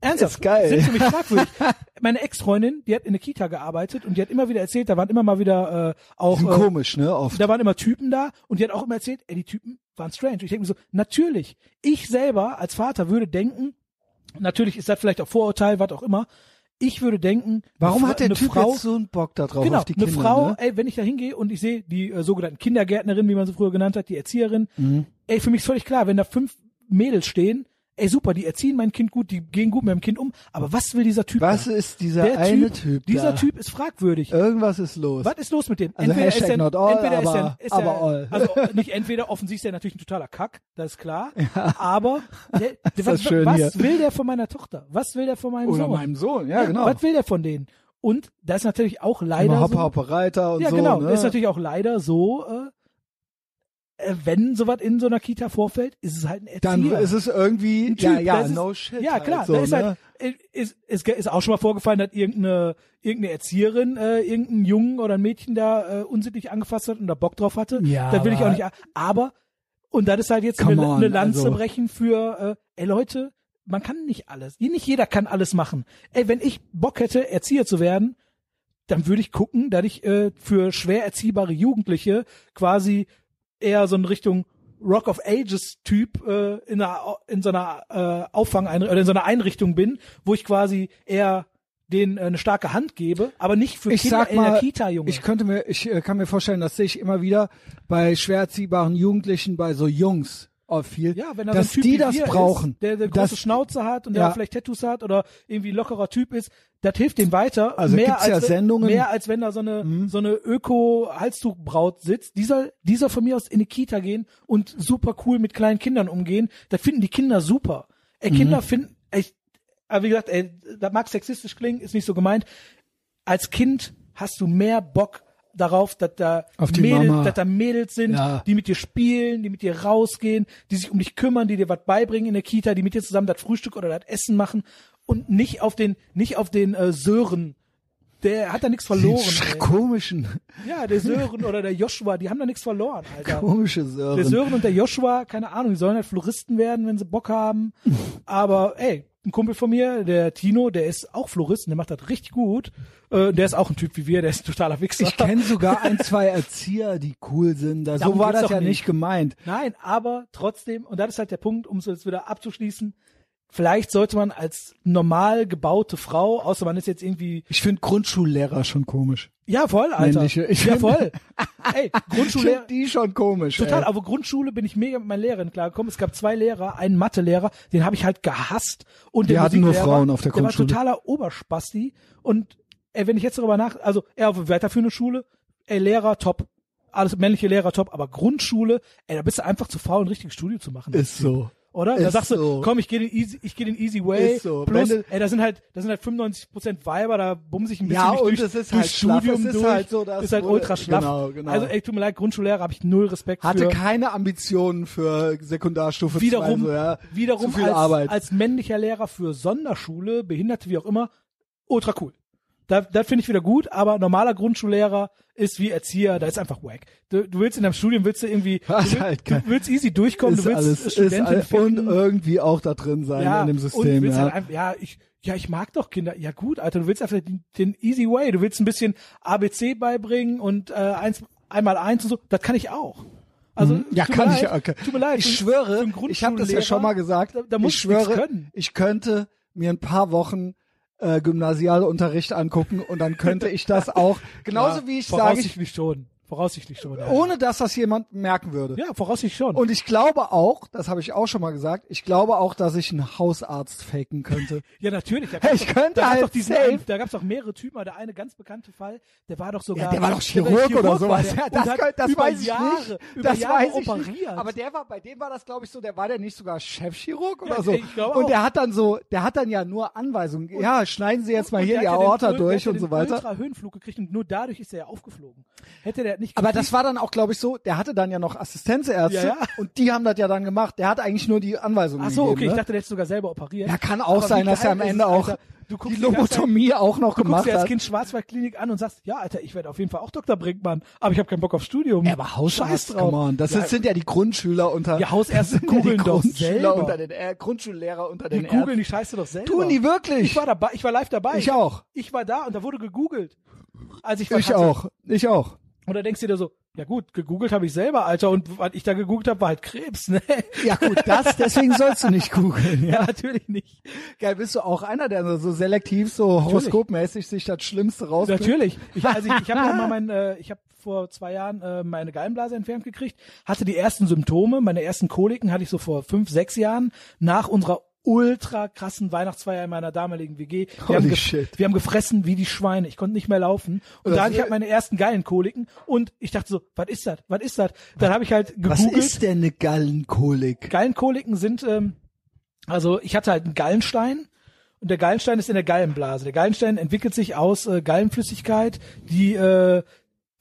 Ernsthaft?
Ist geil.
Sind für mich fragwürdig. Meine Ex-Freundin, die hat in der Kita gearbeitet und die hat immer wieder erzählt, da waren immer mal wieder äh, auch
Sind
äh,
komisch, ne? Oft.
da waren immer Typen da und die hat auch immer erzählt, ey, die Typen waren strange. Und ich denke mir so, natürlich, ich selber als Vater würde denken, natürlich ist das vielleicht auch Vorurteil, was auch immer, ich würde denken,
Warum
eine
hat der
Fra- eine
Typ
Frau,
jetzt so einen Bock da drauf
genau,
auf die
eine
Kinder?
Frau,
ne?
ey, wenn ich da hingehe und ich sehe die äh, sogenannten Kindergärtnerin, wie man sie früher genannt hat, die Erzieherin,
Mhm.
ey, für mich ist völlig klar, wenn da fünf Mädels stehen, ey, super, die erziehen mein Kind gut, die gehen gut mit dem Kind um, aber was will dieser Typ
Was
da?
ist dieser eine Typ, da?
dieser Typ ist fragwürdig.
Irgendwas ist los.
Was ist los mit dem?
Also Hashtag
er,
not all,
entweder ist er,
aber-
ist
aber
er,
all.
also nicht entweder offensichtlich ist er natürlich ein totaler Kack, das ist klar. Aber der,
Ist das
was,
schön
was
hier.
will der von meiner Tochter? Was will der von meinem
Oder
Sohn?
meinem Sohn, ja, genau.
Was will der von denen? Und das ist natürlich auch leider
Immer
so,
Hoppe, Hoppe, Reiter und
ja,
so.
genau.
Ne?
Ist natürlich auch leider so, äh, äh, wenn sowas in so einer Kita vorfällt, ist es halt ein
Dann
Erzieher.
ist es irgendwie, ja,
Typ,
ja,
das ist-
no shit.
ja,
halt
klar.
so,
da ist
ne?
halt, äh, ist, ist, ist auch schon mal vorgefallen, dass irgendeine, irgendeine Erzieherin äh, irgendeinen Jungen oder ein Mädchen da äh, unsittlich angefasst hat und da Bock drauf hatte.
Ja,
Da will ich auch
aber-
nicht. a- Aber, und das ist halt jetzt
Come
eine,
on,
eine Lanze
also-
brechen für, äh, ey Leute, man kann nicht alles. Nicht jeder kann alles machen. Ey, wenn ich Bock hätte, Erzieher zu werden, dann würde ich gucken, dass ich äh, für schwer erziehbare Jugendliche quasi eher so in Richtung Rock of Ages Typ äh, in, einer, in so einer äh, Auffang oder in so einer Einrichtung bin, wo ich quasi eher denen äh, eine starke Hand gebe, aber nicht für
ich
Kinder
sag
in
mal,
der Kita, Junge.
ich könnte mir, ich äh, kann mir vorstellen, das sehe ich immer wieder bei schwer erziehbaren Jugendlichen, bei so Jungs auch viel,
ja, wenn da
dass
so ein Typ
die
wie
das
wir
brauchen.
ist, der eine große
dass,
Schnauze hat und
Ja.
der vielleicht Tattoos hat oder irgendwie lockerer Typ ist, das hilft dem weiter.
Also
mehr
gibt's
als
ja
wenn-
Sendungen- Mhm.
mehr als wenn da so eine so eine Öko Halstuchbraut sitzt. Dieser dieser von mir aus in die Kita gehen und super cool mit kleinen Kindern umgehen. Das finden die Kinder super. Ey,
Mhm.
Kinder finden echt aber wie gesagt, ey, das mag sexistisch klingen, ist nicht so gemeint. Als Kind hast du mehr Bock darauf, dass da,
Auf die Mama.
Mädels, dass da Mädels sind,
Ja.
die mit dir spielen, die mit dir rausgehen, die sich um dich kümmern, die dir was beibringen in der Kita, die mit dir zusammen das Frühstück oder das Essen machen und nicht auf den, nicht auf den äh, Sören. Der hat da nichts
den
verloren.
sch-
Ey.
komischen,
Ja, der Sören oder der Joshua, die haben da nichts verloren, Alter.
komische
Der
Sören.
Sören und der Joshua, keine Ahnung, die sollen halt Floristen werden, wenn sie Bock haben. Aber ey, ein Kumpel von mir, der Tino, der ist auch Florist und der macht das richtig gut. Äh, der ist auch ein Typ wie wir, der ist ein totaler Wichser.
Ich kenne sogar ein, zwei Erzieher, die cool sind. Da, so
Darum
war
geht's
das
doch
ja nicht
nicht.
gemeint.
Nein, aber trotzdem, und das ist halt der Punkt, um es jetzt wieder abzuschließen, vielleicht sollte man als normal gebaute Frau, außer man ist jetzt irgendwie,
Ich finde Grundschullehrer schon komisch.
ja voll, Alter.
Männliche, ich
ja
find-
voll. Ey,
Ich
Grundschullehrer.
find die Äh. schon komisch.
Total,
ey.
aber Grundschule bin ich mega mit meinen Lehrern klargekommen. Es gab zwei Lehrer, einen Mathelehrer, den habe ich halt gehasst. Und
Wir
den
hatten nur
Musiklehrer,
Frauen auf der Grundschule.
Der war totaler Oberspasti. Und ey, wenn ich jetzt darüber nach, also er auf weiterführende Schule, ey, Lehrer top. Alles männliche Lehrer top, aber Grundschule, ey, da bist du einfach zu faul, ein richtiges Studium zu machen.
Ist so.
Oder? Da
Ist
sagst du,
so.
komm, ich gehe den easy, ich gehe den easy way.
Ist so.
Plus,
Wenn du-
ey, da sind halt, da sind halt 95 Weiber, da bumse ich ein bisschen
Ja,
nicht
und
durch,
es ist
durch
halt schlaff,
Studium
es ist
durch.
halt so das
ist halt
wurde-
ultra schlaff.
genau, genau.
Also, ey, tut mir leid, Grundschullehrer habe ich null Respekt
Hatte
für.
keine Ambitionen für Sekundarstufe
wiederum,
zwei, so, also, ja.
wiederum
Zu viel
als,
Arbeit.
als männlicher Lehrer für Sonderschule, Behinderte, wie auch immer, ultra cool. Da, da finde ich wieder gut, aber normaler Grundschullehrer ist wie Erzieher, da ist einfach wack. Du, du willst in deinem Studium, willst du irgendwie, du,
Das ist
willst,
halt geil.
du willst easy durchkommen,
ist
du willst
alles, ist
Studentin
alles und
finden.
irgendwie auch da drin sein in dem
Und
System.
willst
Ja.
Halt einfach, ja, ich, ja, ich mag doch Kinder. Ja gut, Alter, du willst einfach den, den easy way. Du willst ein bisschen ABC beibringen und äh, eins, einmal eins und so. Das kann ich auch. Also
Mhm. Ja,
tut mir
kann
leid,
ich ja. Okay.
Tut mir leid.
Ich
Für- für
schwöre,
einen
ich habe das ja
Grundschullehrer,
schon mal gesagt.
Da, da muss
ich schwöre,
können.
ich könnte mir ein paar Wochen äh, Gymnasialunterricht angucken und dann könnte ich das auch genauso
ja,
wie ich sage, ich,
voraussichtlich schon. Voraussichtlich schon. Ja,
ohne dass das jemand merken würde.
ja voraussichtlich schon.
Und ich glaube auch, das habe ich auch schon mal gesagt, ich glaube auch, dass ich einen Hausarzt faken könnte.
ja, natürlich. Da
Hey, ich
doch-
könnte
da gab's
halt
doch diesen
safe.
einen, Da gab es doch mehrere Typen, aber der eine ganz bekannte Fall, der war doch sogar.
Ja, der war doch
der
Chirurg, oder
war
sowas.
der.
Ja,
Und
das
hat
kann, das
über
weiß ich
Jahre,
nicht.
Über
das
Jahre
weiß ich nicht.
operiert.
Aber der war, bei dem war das, glaube ich, so, der war der nicht sogar Chefchirurg
Ja,
oder so.
ich glaube
Und
auch.
der hat dann so, der hat dann ja nur Anweisungen. ja, schneiden Sie jetzt mal
Und
hier
der
die
hat ja den
Aorta
Öl- der hat
durch
ja
und so
den
weiter.
Ultra-Höhenflug gekriegt und nur dadurch ist er ja aufgeflogen. Hätte der nicht
Aber das war dann auch, glaube ich, so, der hatte dann ja noch Assistenzärzte
Ja, ja.
und die haben das ja dann gemacht. Der hat eigentlich nur die Anweisungen
Ach so, okay,
gegeben.
ich
ne?
dachte, der hätte sogar selber operiert.
Ja, kann auch
Aber
sein,
wie
dass er
geil
am
ist es,
Ende auch
Alter? du
die
guckst ganze Zeit-
Lobotomie auch noch
Du guckst
gemacht
dir als
hat.
Kind Schwarzwaldklinik an und sagst, ja, Alter, ich werde auf jeden Fall auch Dr. Brinkmann, aber ich habe keinen Bock auf Studium.
Ja, aber
Scheiß
Hausarzt,
drauf.
come on. Das
ja,
ist, sind ja die Grundschüler unter.
Ja, Hausärzte
sind ja die
googeln doch
Grundschüler
selber.
Unter den, äh, Grundschullehrer unter
die
den
googeln die Scheiße doch selber.
Ärzten. Tun die wirklich?
ich war dabei, ich war live dabei.
Ich auch.
Ich war da und da wurde gegoogelt. Also ich war
ich
tatsächlich-
auch. Ich auch.
Und da denkst du dir so, ja gut, gegoogelt habe ich selber, Alter, und was ich da gegoogelt habe, war halt Krebs, ne?
Ja gut, das, deswegen sollst du nicht googeln.
Ja, natürlich nicht.
Geil, bist du auch einer, der so- so selektiv, so horoskopmäßig sich das Schlimmste rauspickt?
Natürlich. Ich, also ich, ich habe ja mal mein, äh, ich habe vor zwei Jahren äh, meine Gallenblase entfernt gekriegt, hatte die ersten Symptome, meine ersten Koliken hatte ich so vor fünf, sechs Jahren nach unserer ultra krassen Weihnachtsfeier in meiner damaligen WG. Wir,
Holy
haben, ge-
shit.
wir haben gefressen wie die Schweine. Ich konnte nicht mehr laufen. Und
Das
da hatte
ist-
ich halt meine ersten geilen Koliken und ich dachte so, was ist das? Was ist das? Dann habe ich halt gegoogelt.
Was ist denn eine Gallenkolik?
Gallenkoliken sind, ähm, also ich hatte halt einen Gallenstein und der Gallenstein ist in der Gallenblase. Der Gallenstein entwickelt sich aus äh, Gallenflüssigkeit, die, äh,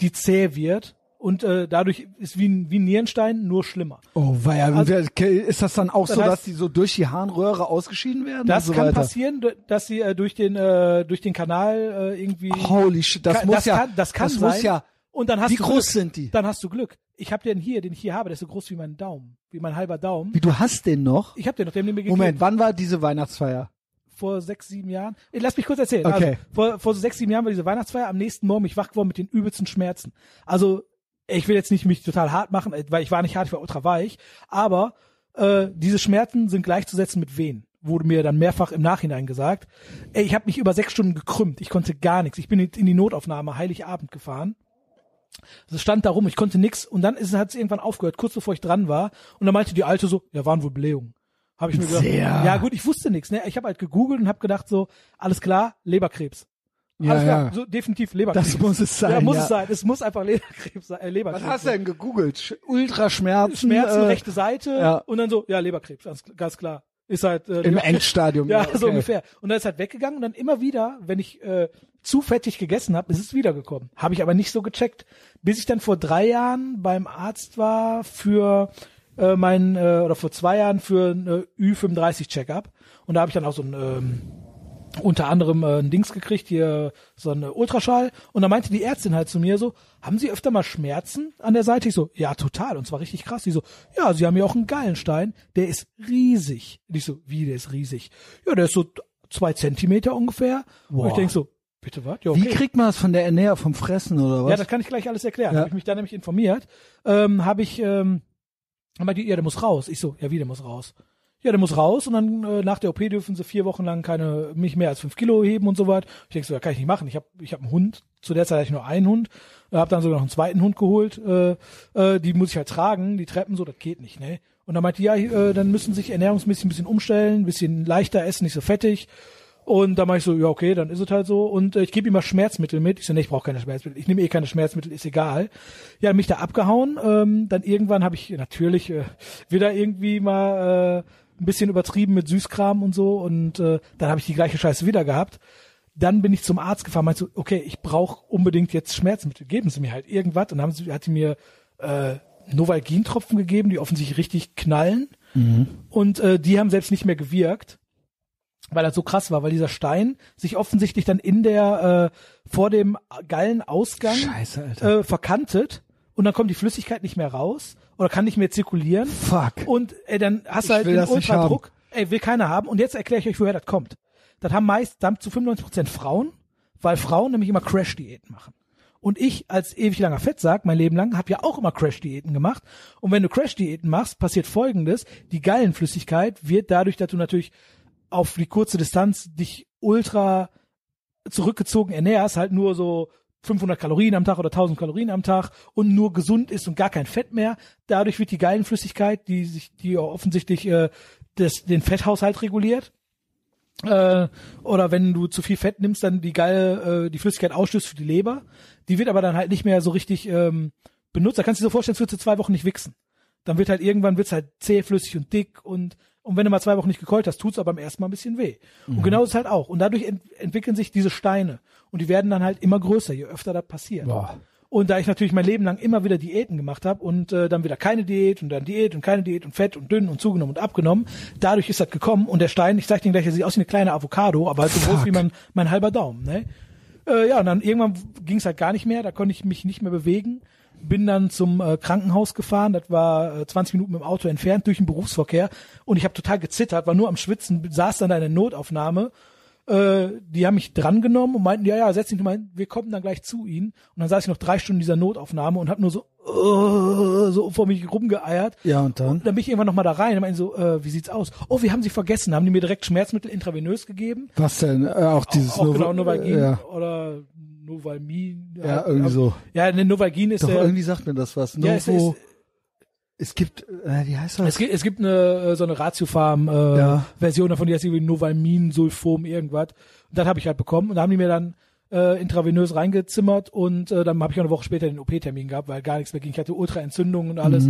die zäh wird und äh, dadurch ist wie ein, wie ein Nierenstein nur schlimmer.
Oh, weia,
Also-
ist das dann auch
Das
so,
heißt-
dass die so durch die Harnröhre ausgeschieden werden
Das
und so
kann
weiter?
passieren, d- dass sie äh, durch den äh, durch den Kanal äh, irgendwie
Holy shit, oh, das
Ka-
muss
das
ja,
kann, das kann sein.
muss ja,
und dann hast
wie
du
groß
Glück.
sind die?
Dann hast du Glück. Ich habe den hier, den ich hier habe, der ist so groß wie mein Daumen, wie mein halber Daumen.
Wie, du hast den noch?
Ich habe den noch, den haben die mir gegeben.
Moment, wann war diese Weihnachtsfeier?
vor sechs, sieben Jahren. Äh, Lass mich kurz erzählen.
Okay.
Also, vor, vor so sechs, sieben Jahren war diese Weihnachtsfeier. Am nächsten Morgen bin ich wach geworden mit den übelsten Schmerzen. Also, ich will jetzt nicht mich total hart machen, äh, weil ich war nicht hart, ich war ultra weich. Aber äh, diese Schmerzen sind gleichzusetzen mit wehen. Wurde mir dann mehrfach im Nachhinein gesagt. Ey, ich habe mich über sechs Stunden gekrümmt. Ich konnte gar nichts. Ich bin in die Notaufnahme Heiligabend gefahren. Also es stand da rum, ich konnte nix und dann ist hat es irgendwann aufgehört, kurz bevor ich dran war und dann meinte die alte so, ja, waren wohl Blähungen. Habe ich mir gedacht,
Sehr.
ja gut, ich wusste nichts, ne? Ich habe halt gegoogelt und habe gedacht so, alles klar, Leberkrebs.
Ja,
alles klar,
ja.
so definitiv Leberkrebs.
Das muss es sein.
ja, muss
ja.
es sein, es muss einfach Leberkrebs sein, äh,
Was
Leberkrebs.
hast du
sein.
denn gegoogelt? Sch Ultraschmerzen.
Schmerzen
äh,
rechte Seite
ja.
und dann so, ja, Leberkrebs, ganz, ganz klar. Ist halt äh,
Im
Leberkrebs.
Endstadium.
Ja, so
okay.
ungefähr. Und dann ist halt weggegangen und dann immer wieder, wenn ich äh, zu fettig gegessen habe, ist es wiedergekommen. Habe ich aber nicht so gecheckt, bis ich dann vor drei Jahren beim Arzt war für äh, mein äh, oder vor zwei Jahren für ein äh, Ü35 Checkup und da habe ich dann auch so ein ähm, unter anderem äh, ein Dings gekriegt, hier so ein Ultraschall. Und da meinte die Ärztin halt zu mir so, haben Sie öfter mal Schmerzen an der Seite? Ich so, ja, total. Und zwar richtig krass. Die so, ja, Sie haben ja auch einen Gallenstein, der ist riesig. Und ich so, wie, der ist riesig? Ja, der ist so zwei Zentimeter ungefähr. Und ich
Boah.
denk so, bitte was? Ja,
Wie
okay.
kriegt man das von der Ernährung, vom Fressen oder was?
Ja, das kann ich gleich alles erklären.
Ja.
Habe ich mich da nämlich informiert. Ähm, habe ich, ähm, dann meinte die, ja, der muss raus. Ich so, ja, wie, der muss raus? Ja, der muss raus und dann äh, nach der OP dürfen sie vier Wochen lang keine, nicht mehr als fünf Kilo heben und so was. Ich denk so, ja, kann ich nicht machen. Ich habe ich hab einen Hund. Zu der Zeit hatte ich nur einen Hund. Habe dann sogar noch einen zweiten Hund geholt. Äh, äh, die muss ich halt tragen, die Treppen so, das geht nicht, ne? Und dann meinte die, ja, äh, dann müssen sie sich ernährungsmäßig ein bisschen umstellen, ein bisschen leichter essen, nicht so fettig. Und da mache ich so, ja, okay, dann ist es halt so. Und äh, ich gebe ihm mal Schmerzmittel mit. Ich so, nee, ich brauche keine Schmerzmittel. Ich nehme eh keine Schmerzmittel, ist egal. Ja, mich da abgehauen. Ähm, dann irgendwann habe ich natürlich äh, wieder irgendwie mal äh, ein bisschen übertrieben mit Süßkram und so. Und äh, dann habe ich die gleiche Scheiße wieder gehabt. Dann bin ich zum Arzt gefahren, meinte so, okay, ich brauche unbedingt jetzt Schmerzmittel. Geben Sie mir halt irgendwas. Und dann haben sie, hat sie mir äh, Novalgin-Tropfen gegeben, die offensichtlich richtig knallen. Und äh, die haben selbst nicht mehr gewirkt weil das so krass war, weil dieser Stein sich offensichtlich dann in der äh, vor dem Gallenausgang
Scheiße, Alter.
äh, verkantet und dann kommt die Flüssigkeit nicht mehr raus oder kann nicht mehr zirkulieren
Fuck.
und ey, dann hast du
Ich
halt
will
den
das nicht
Ultradruck. Ey, will keiner haben und jetzt erkläre ich euch, woher das kommt. Das haben meist dann zu 95% Frauen, weil Frauen nämlich immer Crash-Diäten machen. Und ich als ewig langer Fettsack, mein Leben lang, habe ja auch immer Crash-Diäten gemacht. Und wenn du Crash-Diäten machst, passiert folgendes. Die Gallenflüssigkeit wird dadurch, dass du natürlich auf die kurze Distanz dich ultra zurückgezogen ernährst, halt nur so 500 Kalorien am Tag oder 1000 Kalorien am Tag und nur gesund ist und gar kein Fett mehr. Dadurch wird die Gallenflüssigkeit, die sich, die ja offensichtlich äh, das, den Fetthaushalt reguliert, äh, oder wenn du zu viel Fett nimmst, dann die Galle, äh, die Flüssigkeit ausstößt für die Leber. Die wird aber dann halt nicht mehr so richtig ähm, benutzt. Da kannst du dir so vorstellen, es wird zu zwei Wochen nicht wichsen. Dann wird halt irgendwann wird's halt zähflüssig und dick und und wenn du mal zwei Wochen nicht gekeult hast, tut's aber beim ersten Mal ein bisschen weh. Und genau ist halt auch. Und dadurch ent entwickeln sich diese Steine und die werden dann halt immer größer, je öfter das passiert.
Boah.
Und da ich natürlich mein Leben lang immer wieder Diäten gemacht habe und äh, dann wieder keine Diät und dann Diät und keine Diät und fett und dünn und zugenommen und abgenommen, dadurch ist das gekommen und der Stein, ich sag dir gleich, der sieht aus wie eine kleine Avocado, aber halt so groß wie mein, mein halber Daumen. Ne? Äh, ja, und dann irgendwann ging es halt gar nicht mehr, da konnte ich mich nicht mehr bewegen. Bin dann zum äh, Krankenhaus gefahren, das war äh, 20 Minuten mit dem Auto entfernt durch den Berufsverkehr und ich habe total gezittert, war nur am Schwitzen, saß dann da in der Notaufnahme äh, die haben mich drangenommen und meinten, ja, ja, setz dich mal hin, wir kommen dann gleich zu ihnen. Und dann saß ich noch drei Stunden in dieser Notaufnahme und habe nur so, äh, so vor mich rumgeeiert.
Ja, und dann?
Und dann bin ich irgendwann nochmal da rein und meinte so, äh, wie sieht's aus? Oh, wir haben sie vergessen, haben die mir direkt Schmerzmittel intravenös gegeben.
Was denn? Äh, auch dieses
Auch genau, Novalgin
Ja.
oder Novalmin.
Ja, irgendwie so.
Ja, ne, Novalgin ist
Doch,
der,
irgendwie sagt mir das was.
Ja, es
Novo, es, gibt, äh, wie heißt das?
Es gibt, es gibt eine äh, so eine Ratiofarm äh,
Ja.
Version davon, die heißt irgendwie Novalmin, Sulfom, irgendwas. Und das habe ich halt bekommen und da haben die mir dann äh, intravenös reingezimmert und äh, dann habe ich auch eine Woche später den OP-Termin gehabt, weil gar nichts mehr ging. Ich hatte Ultraentzündungen und alles.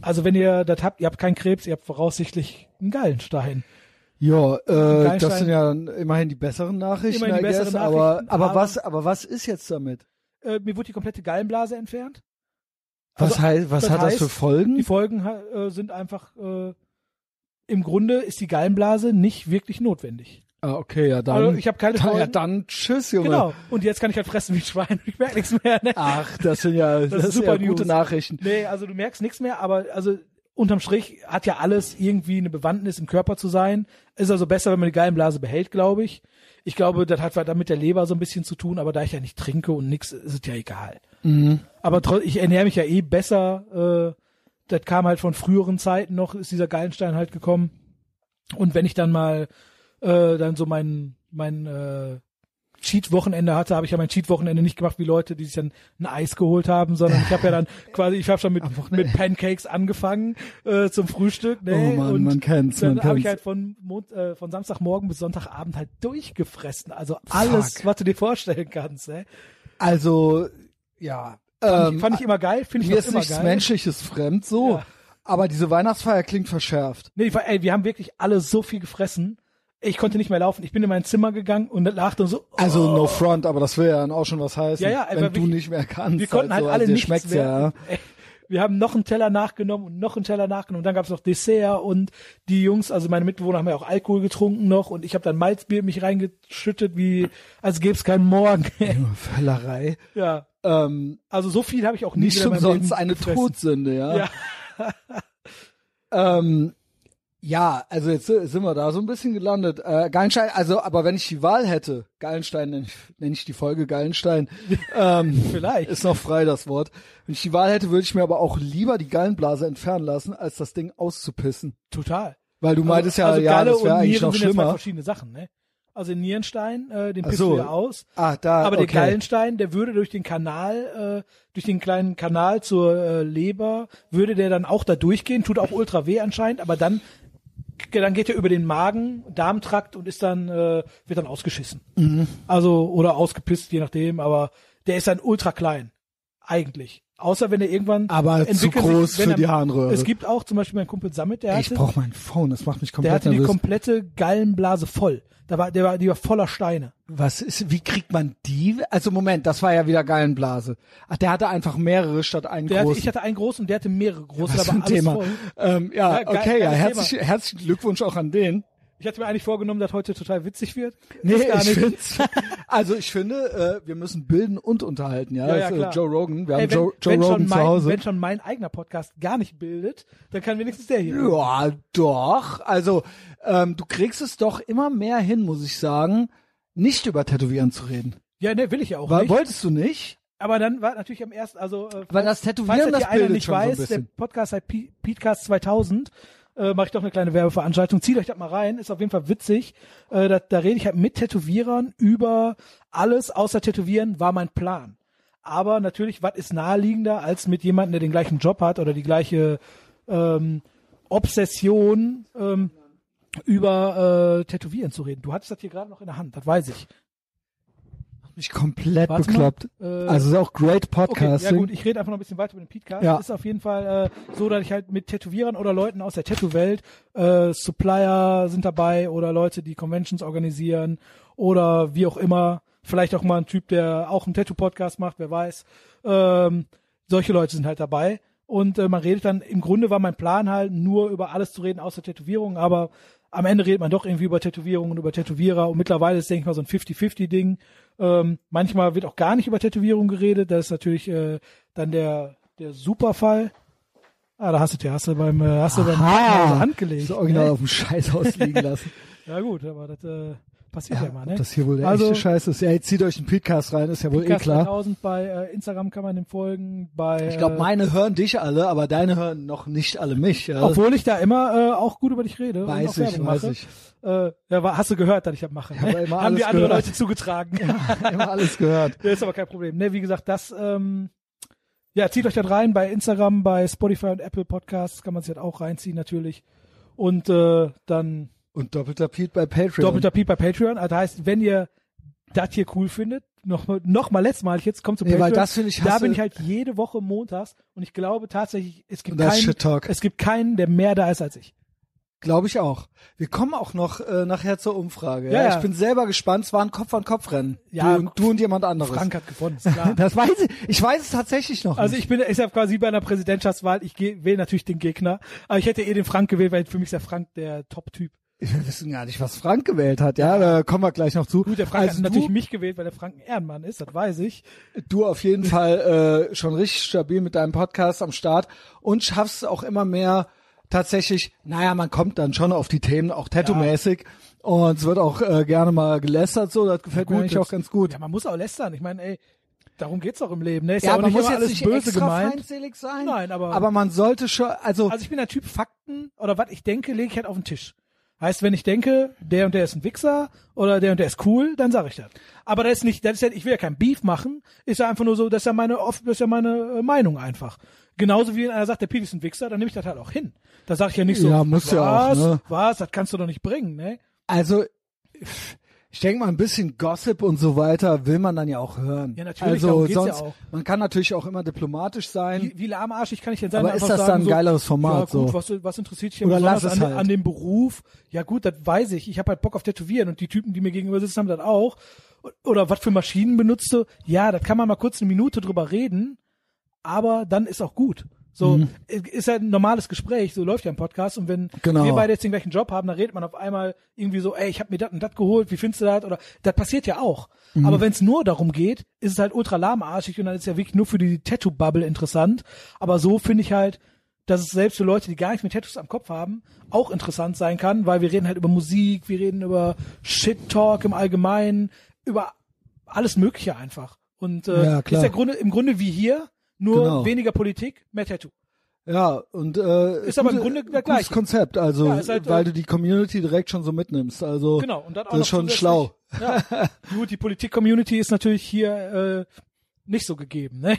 Also wenn ihr das habt, ihr habt keinen Krebs, ihr habt voraussichtlich einen Gallenstein.
Ja, äh, das
Kleinstein-
sind ja dann immerhin die besseren Nachrichten,
Immerhin die
I guess,
besseren
aber,
Nachrichten,
aber
aber-
was, aber was ist jetzt damit?
Äh, mir wurde die komplette Gallenblase entfernt.
Was
Also,
heißt, was
das
hat das
heißt,
für Folgen?
Die Folgen äh, sind einfach äh, im Grunde ist die Gallenblase nicht wirklich notwendig.
Ah, okay, ja, dann,
Also ich habe keine
dann, ja,
Folgen.
dann tschüss, Junge.
Genau. Und jetzt kann ich halt fressen wie ein Schwein. Ich merke nichts mehr. Ne?
Ach, das sind ja, das
ist
sind
super
ja gute
News.
Nachrichten.
Nee, also du merkst nichts mehr, aber also unterm Strich hat ja alles irgendwie eine Bewandtnis im Körper zu sein. Ist also besser, wenn man die Gallenblase behält, glaube ich. Ich glaube, das hat was mit der Leber so ein bisschen zu tun, aber da ich ja nicht trinke und nix, ist es ja egal. Aber tro- ich ernähre mich ja eh besser. Äh, das kam halt von früheren Zeiten noch, ist dieser Gallenstein halt gekommen. Und wenn ich dann mal äh, dann so mein mein äh, Cheat-Wochenende hatte, habe ich ja mein Cheat-Wochenende nicht gemacht wie Leute, die sich dann ein Eis geholt haben, sondern ich habe ja dann quasi, ich habe schon mit, mit Pancakes angefangen äh, zum Frühstück. Ne?
Oh Mann,
und
man kennt's, man
Dann habe ich
kennt's.
halt von, Mond, äh, von Samstagmorgen bis Sonntagabend halt durchgefressen. Also alles,
Fuck.
was du dir vorstellen kannst. Ne?
Also, ja,
Fand, ich,
ähm,
fand ich immer geil, finde ich
mir
noch
ist
immer
nichts
geil.
Menschliches fremd, so.
Ja.
Aber diese Weihnachtsfeier klingt verschärft.
Nee, war- ey, wir haben wirklich alle so viel gefressen. Ich konnte nicht mehr laufen. Ich bin in mein Zimmer gegangen und lag dann so. oh,
Also no front, aber das will ja dann auch schon was heißen,
Ja, ja, aber
wenn du
wir-
nicht mehr kannst.
wir konnten halt
also,
alle
also, dir
nichts
schmeckt's
mehr.
ja.
Ey, Wir haben noch einen Teller nachgenommen und noch einen Teller nachgenommen. Und dann gab's noch Dessert und die Jungs, also meine Mitbewohner haben ja auch Alkohol getrunken noch und ich habe dann Malzbier in mich reingeschüttet, wie als gäbe es keinen Morgen.
Nur Völlerei.
ja,
Ähm,
also so viel habe ich auch nie
nicht
wieder in meinem
umsonst
Leben
eine
gefressen.
Todsünde, ja.
Ja.
Ähm, ja, also jetzt äh, sind wir da so ein bisschen gelandet. Äh, Gallenstein, also, aber wenn ich die Wahl hätte, Gallenstein nenne ich, nenn ich die Folge Gallenstein, ähm,
Vielleicht.
ist noch frei das Wort. Wenn ich die Wahl hätte, würde ich mir aber auch lieber die Gallenblase entfernen lassen, als das Ding auszupissen.
Total.
Weil du meintest ja,
also
ja,
Galle
das wäre
und
eigentlich
Nieren
noch
sind jetzt mal
schlimmer.
verschiedene Sachen, ne? Also den Nierenstein, äh, den
Ach
pisst
so.
du ja aus.
Ah, da,
Aber
okay.
der Gallenstein, der würde durch den Kanal, äh, durch den kleinen Kanal zur äh, Leber, würde der dann auch da durchgehen, tut auch ultra weh anscheinend, aber dann, dann geht er über den Magen, Darmtrakt und ist dann, äh, wird dann ausgeschissen.
Mhm.
Also, oder ausgepisst, je nachdem, aber der ist dann ultra klein. Eigentlich. Außer wenn er irgendwann.
Aber zu
entwickelt
groß
wenn
für
er-
die Harnröhre.
Es gibt auch zum Beispiel meinen Kumpel Sammet, der
Ey, ich
hatte,
brauch mein Phone, das macht mich
der
komplett
hatte die
nervös.
komplette Gallenblase voll. Da war, der war, die war voller Steine.
Was ist, wie kriegt man die? Also Moment, das war ja wieder Gallenblase. Ach, der hatte einfach mehrere statt einen
Der hatte,
großen.
ich hatte einen großen und der hatte mehrere
Was
große, da
für
war
ein
alles
Thema.
voll.
Ähm, ja,
Ja, geil-
okay, ja,
geiles
herzlich, herzlichen Glückwunsch auch an den.
Ich hatte mir eigentlich vorgenommen, dass heute total witzig wird.
Nee,
Ist gar
ich
nicht.
find's, also ich finde, äh, wir müssen bilden und unterhalten, ja.
Ja, ja,
Also
klar.
Joe Rogan, wir haben
Ey, wenn,
Joe, Joe
wenn
Rogan
schon
zu
mein,
Hause.
Wenn schon mein eigener Podcast gar nicht bildet, dann kann wenigstens der hier.
Ja, doch. Also, ähm, du kriegst es doch immer mehr hin, muss ich sagen, nicht über Tätowieren zu reden.
Ja, ne, will ich ja auch
Wa-
nicht.
Wolltest du nicht?
Aber dann war natürlich am ersten, also
Weil
äh, falls-
das
falls
Tätowieren,
das
das
hier einer
bildet
nicht
schon
weiß,
so ein
der
bisschen.
Podcast heißt P- Petecast 2000. Äh, Mache ich doch eine kleine Werbeveranstaltung. Zieht euch das mal rein, ist auf jeden Fall witzig. Äh, da, da rede ich halt mit Tätowierern über alles außer Tätowieren war mein Plan. Aber natürlich, was ist naheliegender, als mit jemandem, der den gleichen Job hat oder die gleiche ähm, Obsession ähm, über äh, Tätowieren zu reden. Du hattest das hier gerade noch in der Hand, das weiß ich.
Mich komplett
Warte mal.
bekloppt.
Äh,
also es ist auch great
Okay, ja
Podcasting.
gut, ich rede einfach noch ein bisschen weiter über den Podcast.
Ja.
Ist auf jeden Fall äh, so, dass ich halt mit Tätowierern oder Leuten aus der Tattoo-Welt, äh, Supplier sind dabei oder Leute, die Conventions organisieren oder wie auch immer, vielleicht auch mal ein Typ, der auch einen Tattoo-Podcast macht, wer weiß. Ähm, solche Leute sind halt dabei. Und äh, man redet dann, im Grunde war mein Plan halt, nur über alles zu reden, außer Tätowierungen, aber am Ende redet man doch irgendwie über Tätowierungen, über Tätowierer und mittlerweile ist, denke ich mal, so ein 50-50-Ding. Ähm, manchmal wird auch gar nicht über Tätowierung geredet, das ist natürlich äh, dann der, der Superfall. Ah, da hast du, hast du beim, äh, hast du beim
Aha.
hast du Hand gelegt.
das Original
ne?
auf dem Scheißhaus liegen lassen.
Ja gut, aber das äh, passiert ja,
ja,
mal,
ob
ne?
das hier wohl der
Also-
echte Scheiß ist. Ja, jetzt zieht euch einen Podcast rein, ist ja wohl eh
Podcast
klar.
2000 bei äh, Instagram kann man dem folgen, bei
Ich glaube,
äh,
meine hören dich alle, aber deine hören noch nicht alle mich. Ja.
obwohl ich da immer äh, auch gut über dich rede und auch
weiß ich,
Werbung
weiß
mache.
ich.
Äh, ja, wa- hast du gehört, dass ich das mache? ne?
aber immer
Haben
alles
die andere
gehört.
Leute zugetragen.
Immer alles gehört.
Ja, ist aber kein Problem. Ne, wie gesagt, das, ähm, ja, zieht euch das rein bei Instagram, bei Spotify und Apple Podcasts kann man sich das auch reinziehen natürlich. Und äh, dann
Und doppelter Piet bei Patreon.
doppelter Piep bei Patreon. Also Das heißt, wenn ihr das hier cool findet, noch, noch mal letztes Mal jetzt kommt zu
Nee,
Patreon.
weil das finde ich
da
hasse-
bin ich halt jede Woche montags und ich glaube tatsächlich, es gibt
Und das ist
keinen,
Shit Talk.
es gibt keinen, der mehr da ist als ich.
Glaube ich auch. Wir kommen auch noch äh, nachher zur Umfrage.
Ja,
Ja,
ja.
Ich bin selber gespannt. Es war ein Kopf an Kopf Rennen.
Ja,
du, und, du und jemand anderes.
Frank hat gewonnen, ist klar.
Das weiß ich. Ich weiß es tatsächlich noch.
Also
nicht.
ich bin, ist ja quasi bei einer Präsidentschaftswahl. Ich geh, wähle natürlich den Gegner. Aber ich hätte eh den Frank gewählt, weil für mich ist der Frank der Top-Typ.
wir wissen gar nicht, was Frank gewählt hat. Ja, da kommen wir gleich noch zu.
Gut, der Frank
also
hat natürlich
du,
mich gewählt, weil der Frank ein Ehrenmann ist, das weiß ich.
du auf jeden Fall äh, schon richtig stabil mit deinem Podcast am Start und schaffst auch immer mehr tatsächlich. Naja, man kommt dann schon auf die Themen auch tattoo-mäßig und es wird auch äh, gerne mal gelästert. So, das gefällt mir eigentlich
das-
auch ganz gut.
Ja, man muss auch lästern. Ich meine, ey, darum geht's doch im Leben. Ne? Ist
Ja,
ja, auch
man
nicht
muss
immer
jetzt
alles
nicht
böse
extra
gemeint.
feindselig sein.
Nein, aber-
aber man sollte schon, also,
Also ich bin der Typ Fakten oder was ich denke, lege ich halt auf den Tisch. Heißt, wenn ich denke, der und der ist ein Wichser oder der und der ist cool, dann sage ich das. Aber das ist nicht, das ist ja, ich will ja kein Beef machen, ist ja einfach nur so, das ist ja meine, oft, das ist ja meine äh, Meinung einfach. Genauso wie wenn einer sagt, der Piet ist ein Wichser, dann nehme ich das halt auch hin. Da sage ich ja nicht so,
Ja, muss
was,
ja auch, ne?
was, das kannst du doch nicht bringen, ne?
also ich denke mal, ein bisschen Gossip und so weiter will man dann ja auch hören.
Ja, natürlich, darum
Also
geht's ja
sonst,
auch.
man kann natürlich auch immer diplomatisch sein.
Wie, wie lahmarschig kann ich denn sein?
Aber
und
ist
einfach
das
sagen,
dann ein
so,
geileres Format,
Ja, gut,
so?
was, was interessiert dich denn
Oder
besonders
lass es
an,
halt.
an dem Beruf? Ja gut, das weiß ich. Ich habe halt Bock auf Tätowieren und die Typen, die mir gegenüber sitzen, haben das auch. Oder was für Maschinen benutzt du? Ja, da kann man mal kurz eine Minute drüber reden, aber dann ist auch gut. So,
Mhm.
ist halt ein normales Gespräch, so läuft ja ein Podcast und wenn
Genau.
wir beide jetzt den gleichen Job haben, dann redet man auf einmal irgendwie so, ey, ich habe mir das und das geholt, wie findest du das? Oder das passiert ja auch.
Mhm.
Aber wenn es nur darum geht, ist es halt ultra lahmarschig und dann ist ja wirklich nur für die Tattoo-Bubble interessant. Aber so finde ich halt, dass es selbst für Leute, die gar nicht mit Tattoos am Kopf haben, auch interessant sein kann, weil wir reden halt über Musik, wir reden über Shit-Talk im Allgemeinen, über alles Mögliche einfach. Und äh,
Ja,
ist
klar.
der Grunde, im Grunde wie hier, nur
Genau.
weniger Politik, mehr Tattoo.
Ja, und äh,
Ist aber im Grunde das
gutes
Gleiche.
Konzept, also
Ja, ist halt,
weil
äh,
du die Community direkt schon so mitnimmst. Also
Genau, und dann auch
das
noch
ist schon
zusätzlich-
schlau.
Ja. Gut, die Politik-Community ist natürlich hier äh, nicht so gegeben, ne?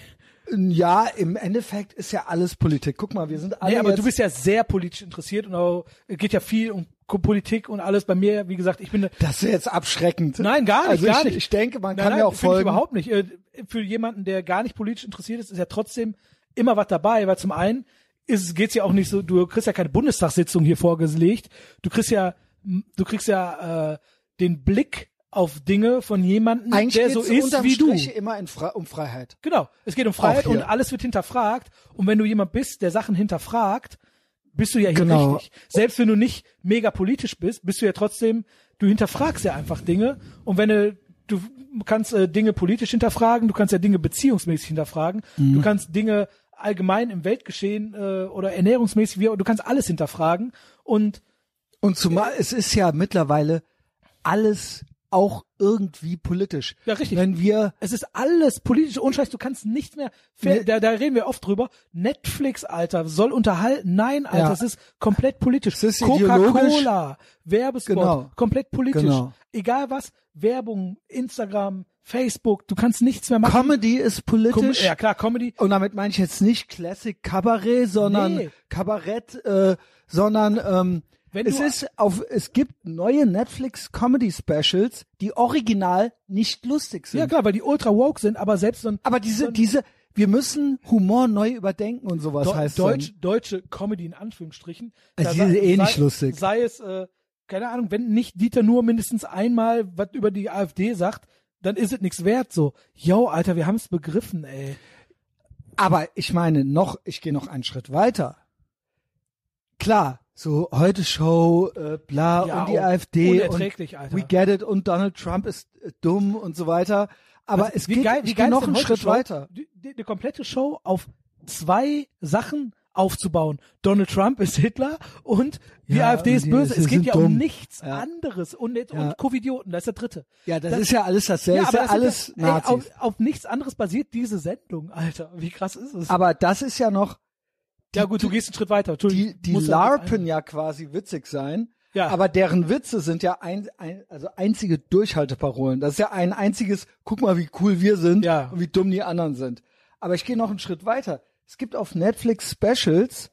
Ja, im Endeffekt ist ja alles Politik. Guck mal, wir sind alle
Nee, aber
jetzt,
du bist ja sehr politisch interessiert und auch, es geht ja viel um Ko- Politik und alles. Bei mir, wie gesagt, ich bin
das ist jetzt abschreckend.
Nein, gar nicht,
also
gar
ich,
nicht.
ich denke, man
Nein,
kann
nein,
ja auch
finde ich
folgen.
überhaupt nicht. Äh, Für jemanden, der gar nicht politisch interessiert ist, ist ja trotzdem immer was dabei, weil zum einen ist, geht's ja auch nicht so, du kriegst ja keine Bundestagssitzung hier vorgelegt, du kriegst ja, du kriegst ja äh, den Blick auf Dinge von jemandem,
Eigentlich
der
geht's
so ist
unterm
wie du.
Strich immer in Fre um Freiheit.
Genau, es geht um Freiheit
Auch hier.
und alles wird hinterfragt. Und wenn du jemand bist, der Sachen hinterfragt, bist du ja hier
Genau.
richtig. Selbst wenn du nicht mega politisch bist, bist du ja trotzdem, du hinterfragst ja einfach Dinge. Und wenn du, du kannst äh, Dinge politisch hinterfragen, du kannst ja Dinge beziehungsmäßig hinterfragen,
Mhm.
du kannst Dinge allgemein im Weltgeschehen äh, oder ernährungsmäßig, wie, du kannst alles hinterfragen. Und
Und zumal es ist ja mittlerweile alles auch irgendwie politisch.
Ja, richtig.
Wenn wir
Es ist alles politisch Unscheiß, du kannst nichts mehr. Fer-
Nee.
Da, da reden wir oft drüber. Netflix, Alter, soll unterhalten. Nein, Alter,
Ja.
es ist komplett politisch.
Es ist
Coca-Cola, Werbespot,
Genau.
komplett politisch.
Genau.
Egal was, Werbung, Instagram, Facebook, du kannst nichts mehr machen.
Comedy ist politisch.
Komisch. Ja klar, Comedy.
Und damit meine ich jetzt nicht Classic Kabarett, sondern
Nee.
Kabarett, äh, sondern ähm,
Wenn
es
du-
ist auf es gibt neue Netflix Comedy Specials, die original nicht lustig sind.
Ja klar, weil die ultra woke sind, aber selbst so ein
Aber diese diese wir müssen Humor neu überdenken und sowas
Deu-
heißt
Deutsch,
Dann.
deutsche Comedy in Anführungsstrichen.
Also
Da
die sind eh
sei,
nicht lustig.
Sei es, äh, keine Ahnung, wenn nicht Dieter nur mindestens einmal was über die AfD sagt, dann ist es nichts wert. So, yo, Alter, wir haben es begriffen, ey.
Aber ich meine noch, ich gehe noch einen Schritt weiter. Klar, so heute Show, äh, bla
Ja,
und die
un-
AfD
unerträglich,
und
Alter.
We Get It und Donald Trump ist äh, dumm und so weiter. Aber
Also,
es geht, es geht
ist
noch
denn
einen
heute
Schritt
Show,
weiter.
die- die- Eine komplette Show auf zwei Sachen aufzubauen. Donald Trump ist Hitler und die
Ja,
AfD ist
und die-
böse.
sie
Es geht
sind
ja um
dumm.
nichts
Ja.
anderes. Und, und
Ja.
Covidioten, das ist der dritte.
Ja, das,
Das-
ist ja alles dasselbe, ist ja
das sind
alles
ja- ey,
Nazis.
Auf, auf nichts anderes basiert diese Sendung, Alter. Wie krass ist es?
aber das ist ja noch,
ja gut, du gehst einen Schritt weiter. Entschuldigung,
die, die
ich muss da kurz
LARPen ja quasi witzig sein,
Ja.
aber deren Witze sind ja ein, ein, also einzige Durchhalteparolen. Das ist ja ein einziges, guck mal, wie cool wir sind
Ja.
und wie dumm die anderen sind. Aber ich gehe noch einen Schritt weiter. Es gibt auf Netflix Specials,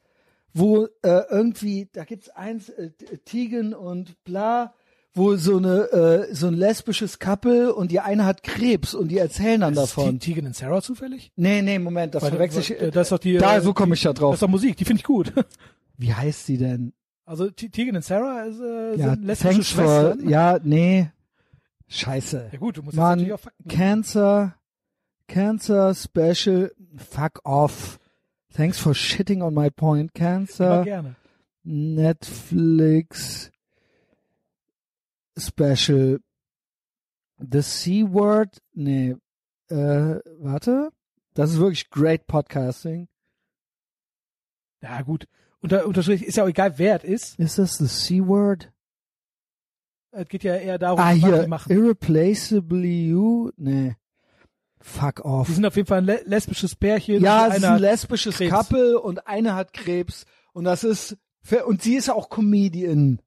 wo äh, irgendwie, da gibt's eins, äh, Tigen und bla, wo so eine äh, so ein lesbisches Couple und die eine hat Krebs und die erzählen dann
einhaken.
davon.
Ist T- Tegan und Sarah zufällig?
Nee, nee, Moment, das
Warte,
verwechsel ich.
warte, das ist doch die,
Da,
äh,
so komme ich da
Das
drauf.
ist doch Musik, die finde ich gut.
Wie heißt sie denn?
Also T- Tegan und Sarah äh, sind
Ja,
lesbische
thanks for,
Schwestern.
ja, nee. Scheiße.
Ja gut, du musst jetzt
Mann,
natürlich auch Fakten.
Cancer, Cancer Special, fuck off. Thanks for shitting on my point.
Immer
Cancer,
gerne.
Netflix Special. The C-Word, nee, äh, warte. Das ist wirklich great Podcasting.
Ja gut. Unter, unterstrich ist ja auch egal, wer es ist.
Ist das the C-Word?
Es geht ja eher darum,
Ah,
was
hier,
die Oh, machen.
Irreplaceably You, nee. Fuck off.
Die sind auf jeden Fall ein le lesbisches Pärchen.
Ja,
und
es ist
einer
ein lesbisches
Krebs.
Couple und eine hat Krebs und das ist für, und sie ist auch Comedian.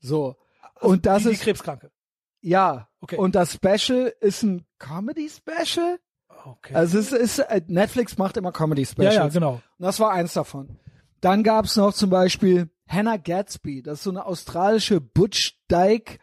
So. Und das
Also die, die
ist
Krebskranke.
ja.
Okay.
Und das Special ist ein Comedy Special?
Okay.
Also es ist äh, Netflix macht immer Comedy
ja,
Specials.
ja, genau.
Und das war eins davon. Dann gab's noch zum Beispiel Hannah Gadsby. Das ist so eine australische Butch Dyke.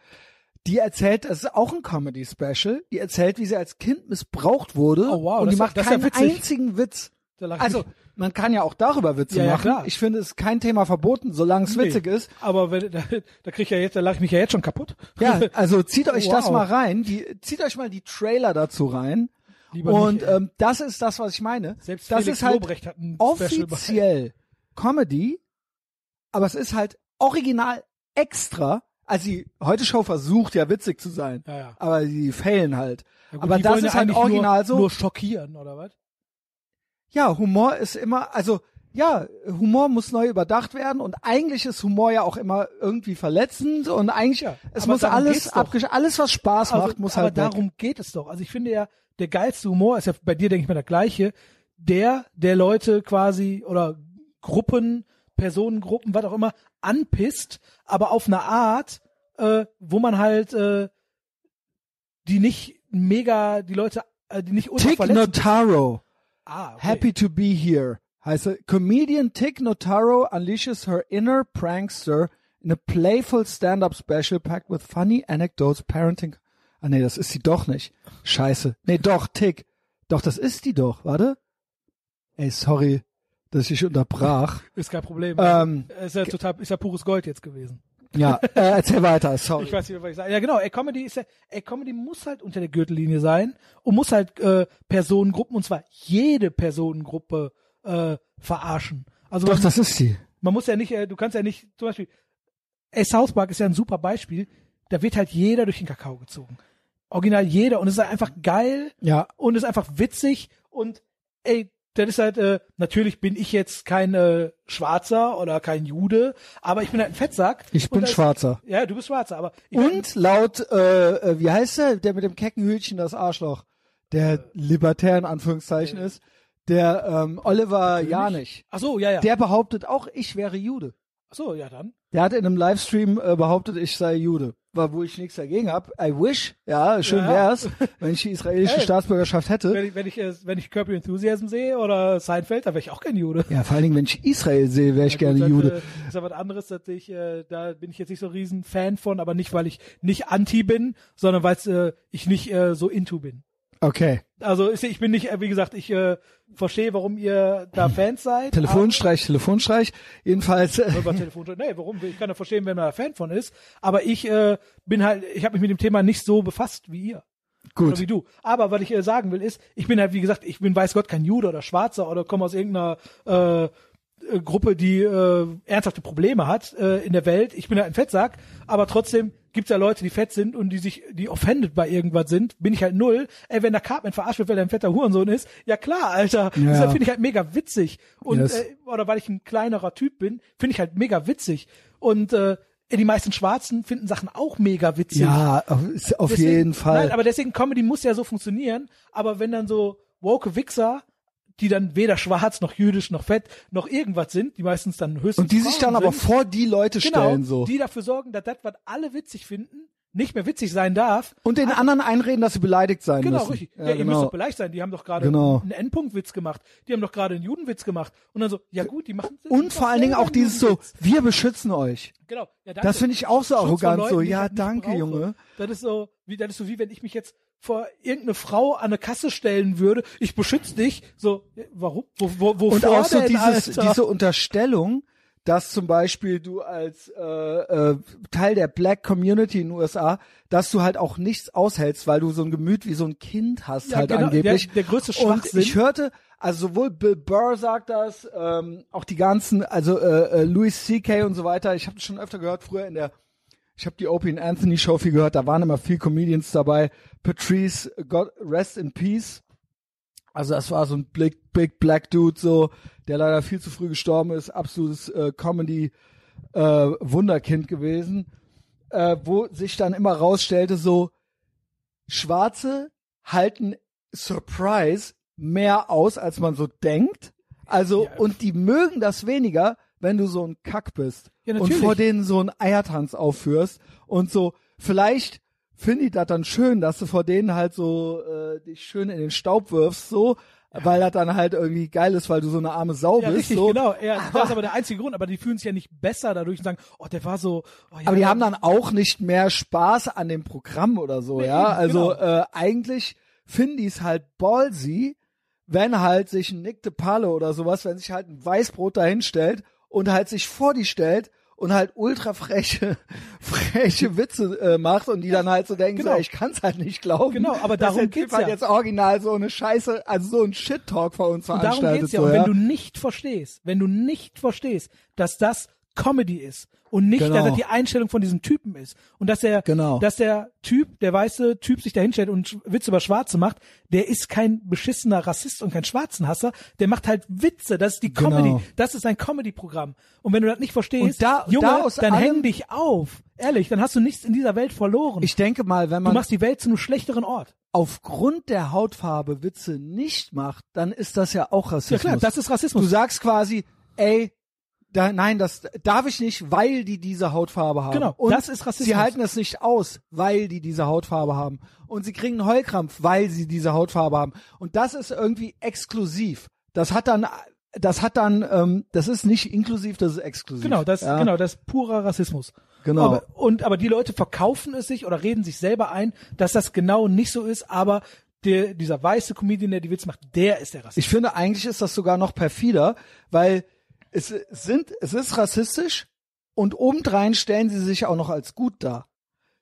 Die erzählt, das ist auch ein Comedy-Special. Die erzählt, wie sie als Kind missbraucht wurde.
Oh, wow,
und die
das ist-
macht
das ist ja
keinen
witzig.
einzigen Witz.
Da lach ich
Also,
nicht.
man kann ja auch darüber Witze
Ja, ja,
machen.
klar.
Ich finde, es ist kein Thema verboten, solange es witzig
Nee.
ist.
Aber wenn, da, da krieg ich ja jetzt, da lache ich mich ja jetzt schon kaputt.
Ja, also zieht euch
Wow.
das mal rein. Die, zieht euch mal die Trailer dazu rein.
Lieber
und
nicht, ey.
ähm, das ist das, was ich meine.
Selbst
das
Felix
ist halt
Lobrecht hat ein Special bei-
offiziell Comedy, aber es ist halt original extra. Also die heute Show versucht ja witzig zu sein,
Ja, ja.
aber die failen halt.
Ja, gut,
aber
die
das
wollen ja
ist halt
eigentlich nur-
original so.
Nur schockieren, oder was?
Ja, Humor ist immer, also ja, Humor muss neu überdacht werden und eigentlich ist Humor ja auch immer irgendwie verletzend und eigentlich
Ja,
es
aber
muss
darum
alles
geht's doch.
abgesch alles was Spaß
Also,
macht muss
aber
halt weg.
darum geht es doch. Also ich finde ja, der geilste Humor ist ja bei dir, denke ich mal, der gleiche. Der, der Leute quasi oder Gruppen, Personengruppen, was auch immer, anpisst, aber auf eine Art, äh, wo man halt äh, die nicht mega, die Leute, äh, die nicht
Tick ne,
unverletzt.
Notaro,
Ah, okay.
happy to be here. Heißt er, Comedian Tick Notaro unleashes her inner prankster in a playful stand-up special packed with funny anecdotes, parenting. Ah nee, das ist sie doch nicht. Scheiße. Nee, doch, Tick. Doch, das ist die doch, warte. Ey, sorry, dass ich unterbrach.
Ist kein Problem.
Ähm,
ist ja total, ist ja pures Gold jetzt gewesen.
Ja, äh, erzähl weiter, sorry.
Ich weiß nicht, was ich sage. Ja, genau. Ey, Comedy ist ja, ey, Comedy muss halt unter der Gürtellinie sein und muss halt äh, Personengruppen und zwar jede Personengruppe äh, verarschen. Also
Doch,
man,
das ist sie.
man muss ja nicht, äh, du kannst ja nicht, zum Beispiel, ey, South Park ist ja ein super Beispiel. Da wird halt jeder durch den Kakao gezogen. Original jeder und es ist halt einfach geil
Ja.
und ist einfach witzig und ey, das ist halt, äh, natürlich bin ich jetzt kein äh, Schwarzer oder kein Jude, aber ich bin halt ein Fettsack.
Ich
Und
bin
das-
Schwarzer.
Ja, du bist Schwarzer, aber ich
Und laut, äh, äh, wie heißt der, der mit dem kecken Hütchen das Arschloch, der libertär in Anführungszeichen ist, der ähm, Oliver Janich,
Ach so, ja, ja.
der behauptet auch, ich wäre Jude.
Ach so, ja dann.
Der hat in einem Livestream äh, behauptet, ich sei Jude. War, wo ich nichts dagegen hab. I wish, ja, schön
Ja.
wär's, wenn ich die israelische
Ey.
Staatsbürgerschaft hätte.
Wenn ich, wenn ich, äh, wenn ich Curb Your Enthusiasm sehe oder Seinfeld, da wäre ich auch kein Jude.
Ja, vor allen Dingen, wenn ich Israel sehe, wäre ich
Ja,
gerne
gut, das,
Jude.
äh, Ist ja was anderes, dass ich, äh, da bin ich jetzt nicht so ein riesen Fan von, aber nicht, weil ich nicht anti bin, sondern weil äh, ich nicht äh, so into bin.
Okay.
Also ist, ich bin nicht, äh, wie gesagt, ich äh, verstehe, warum ihr da Fans seid.
Telefonstreich, Telefonstreich. Jedenfalls, äh,
aber- Über Telefon. Nee, warum? Ich kann ja verstehen, wenn man da Fan von ist. Aber ich äh, bin halt, ich habe mich mit dem Thema nicht so befasst wie ihr. Oder
gut.
wie du. Aber was ich äh, sagen will ist, ich bin halt, wie gesagt, ich bin weiß Gott kein Jude oder Schwarzer oder komme aus irgendeiner äh, äh, Gruppe, die äh, ernsthafte Probleme hat äh, in der Welt. Ich bin halt ein Fettsack, aber trotzdem gibt's ja Leute, die fett sind und die sich, die offended bei irgendwas sind, bin ich halt null. Ey, wenn der Cartman verarscht wird, weil er ein fetter Hurensohn ist, ja klar, Alter.
Ja.
Deshalb finde ich halt mega witzig. Und
Yes.
äh, oder weil ich ein kleinerer Typ bin, finde ich halt mega witzig. Und äh, die meisten Schwarzen finden Sachen auch mega witzig.
Ja, auf, ist auf
Deswegen-
jeden Fall.
Nein, aber deswegen Comedy muss ja so funktionieren. Aber wenn dann so woke Wichser, die dann weder schwarz noch jüdisch noch fett noch irgendwas sind, die meistens dann höchstens
Und die sich
Frauen
dann aber
sind,
vor die Leute
genau,
stellen so.
die dafür sorgen, dass das, was alle witzig finden, nicht mehr witzig sein darf.
Und den anderen einreden, dass sie beleidigt sein
Genau,
müssen.
richtig. Ja,
Ja,
ihr müsst doch
genau.
beleidigt sein. Die haben doch gerade
Genau.
einen Endpunktwitz gemacht. Die haben doch gerade einen Judenwitz gemacht. Und dann so, ja gut, die machen
Und vor allen Dingen auch dieses so, wir beschützen euch.
Genau. Ja, danke.
Das finde ich auch so
Schutz von
arrogant
Leuten,
so.
die ich
Ja,
halt nicht
danke,
brauche.
Junge.
Das ist so, wie, das ist so wie wenn ich mich jetzt vor irgendeine Frau an eine Kasse stellen würde. Ich beschütze dich. So, warum? Wo, wo, wovor
Und auch so
denn,
dieses,
Alter?
diese Unterstellung, dass zum Beispiel du als äh, äh, Teil der Black Community in den USA, dass du halt auch nichts aushältst, weil du so ein Gemüt wie so ein Kind hast
Ja,
halt
genau,
angeblich.
der- der größte
Und
Schwachsinn.
ich hörte, also sowohl Bill Burr sagt das, ähm, auch die ganzen, also äh, äh, Louis C.K. und so weiter. Ich habe das schon öfter gehört früher in der ich habe die Opie und Anthony Show viel gehört, da waren immer viel Comedians dabei. Patrice, God rest in peace. Also das war so ein big, big black Dude so, der leider viel zu früh gestorben ist, absolutes äh, Comedy äh, Wunderkind gewesen, äh, wo sich dann immer rausstellte so Schwarze halten Surprise mehr aus, als man so denkt. Also und die mögen das weniger, wenn du so ein Kack bist
Ja,
und
natürlich.
vor denen so einen Eiertanz aufführst und so vielleicht finde ich das dann schön, dass du vor denen halt so äh, dich schön in den Staub wirfst, so, weil das dann halt irgendwie geil ist, weil du so eine arme Sau
ja,
bist.
richtig,
so.
genau. Ja, das ist aber der einzige Grund. Aber die fühlen sich ja nicht besser dadurch und sagen, oh, der war so. Oh, ja,
Aber die haben dann auch nicht mehr Spaß an dem Programm oder so, ja.
eben,
Also
genau.
äh, eigentlich finden die es halt ballsy, wenn halt sich ein Nick de Palle oder sowas, wenn sich halt ein Weißbrot dahinstellt und halt sich vor die stellt und halt ultra freche, freche Witze äh, macht und die dann halt so denken,
Genau.
so, ich kann's halt nicht glauben.
Genau, aber
dass der
darum
typ
geht's
halt
ja.
jetzt original so eine Scheiße, also so ein Shit-Talk vor uns
Und darum
veranstaltet.
geht's ja.
so,
Und
ja.
wenn du nicht verstehst, wenn du nicht verstehst, dass das Comedy ist und nicht,
Genau.
dass das die Einstellung von diesem Typen ist und dass der,
Genau.
dass der Typ, der weiße Typ sich da hinstellt und Sch- Witze über Schwarze macht, der ist kein beschissener Rassist und kein Schwarzenhasser, der macht halt Witze, das ist die
Genau.
Comedy, das ist ein Comedy-Programm. Und wenn du das nicht verstehst,
Und da-
Junge,
da aus
dann
allem-
häng dich auf. Ehrlich, dann hast du nichts in dieser Welt verloren.
ich denke mal, wenn
du
man
machst die Welt zu einem schlechteren Ort.
aufgrund der Hautfarbe Witze nicht macht, dann ist das ja auch
Ja
Rassismus.
klar, das ist Rassismus.
du sagst quasi, ey, da, nein, das darf ich nicht, weil die diese Hautfarbe haben.
Genau,
und
das ist Rassismus.
Sie halten es nicht aus, weil die diese Hautfarbe haben. Und sie kriegen einen Heulkrampf, weil sie diese Hautfarbe haben. Und das ist irgendwie exklusiv. Das hat dann, das hat dann, ähm, das ist nicht inklusiv, das ist exklusiv.
Genau, das,
ja?
genau, das ist purer Rassismus.
Genau.
Aber, und, aber die Leute verkaufen es sich oder reden sich selber ein, dass das genau nicht so ist, aber der, dieser weiße Comedian, der die Witze macht, der ist der Rassist.
Ich finde, eigentlich ist das sogar noch perfider, weil es sind, es ist rassistisch und obendrein stellen sie sich auch noch als gut dar.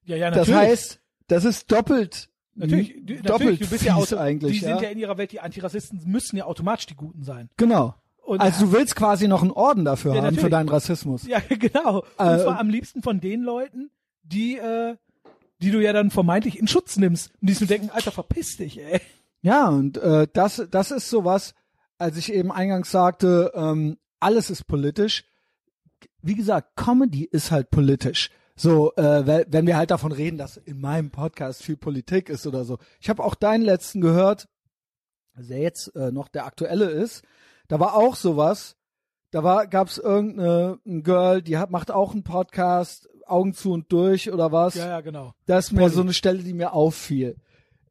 ja, ja,
Das heißt, das ist doppelt,
natürlich, du,
doppelt
natürlich, du bist ja
fies
auto-
eigentlich.
Die
ja.
sind ja in ihrer Welt, die Antirassisten müssen ja automatisch die Guten sein.
genau.
Und-
also du willst quasi noch einen Orden dafür
Ja,
haben für
natürlich.
deinen Rassismus.
Ja, genau. Und
Äh,
zwar am liebsten von den Leuten, die, äh, die du ja dann vermeintlich in Schutz nimmst und die sich nur denken, Alter, verpiss dich, ey.
Ja, und äh, das, das ist sowas, als ich eben eingangs sagte, ähm, alles ist politisch. Wie gesagt, Comedy ist halt politisch. So, äh, we- wenn wir halt davon reden, dass in meinem Podcast viel Politik ist oder so. Ich habe auch deinen letzten gehört, also der jetzt äh, noch der aktuelle ist. Da war auch sowas, Da war, gab's irgendeine ein Girl, die hat, macht auch einen Podcast, Augen zu und durch oder was.
Ja, ja, genau.
Das ist mir so eine Stelle, die mir auffiel.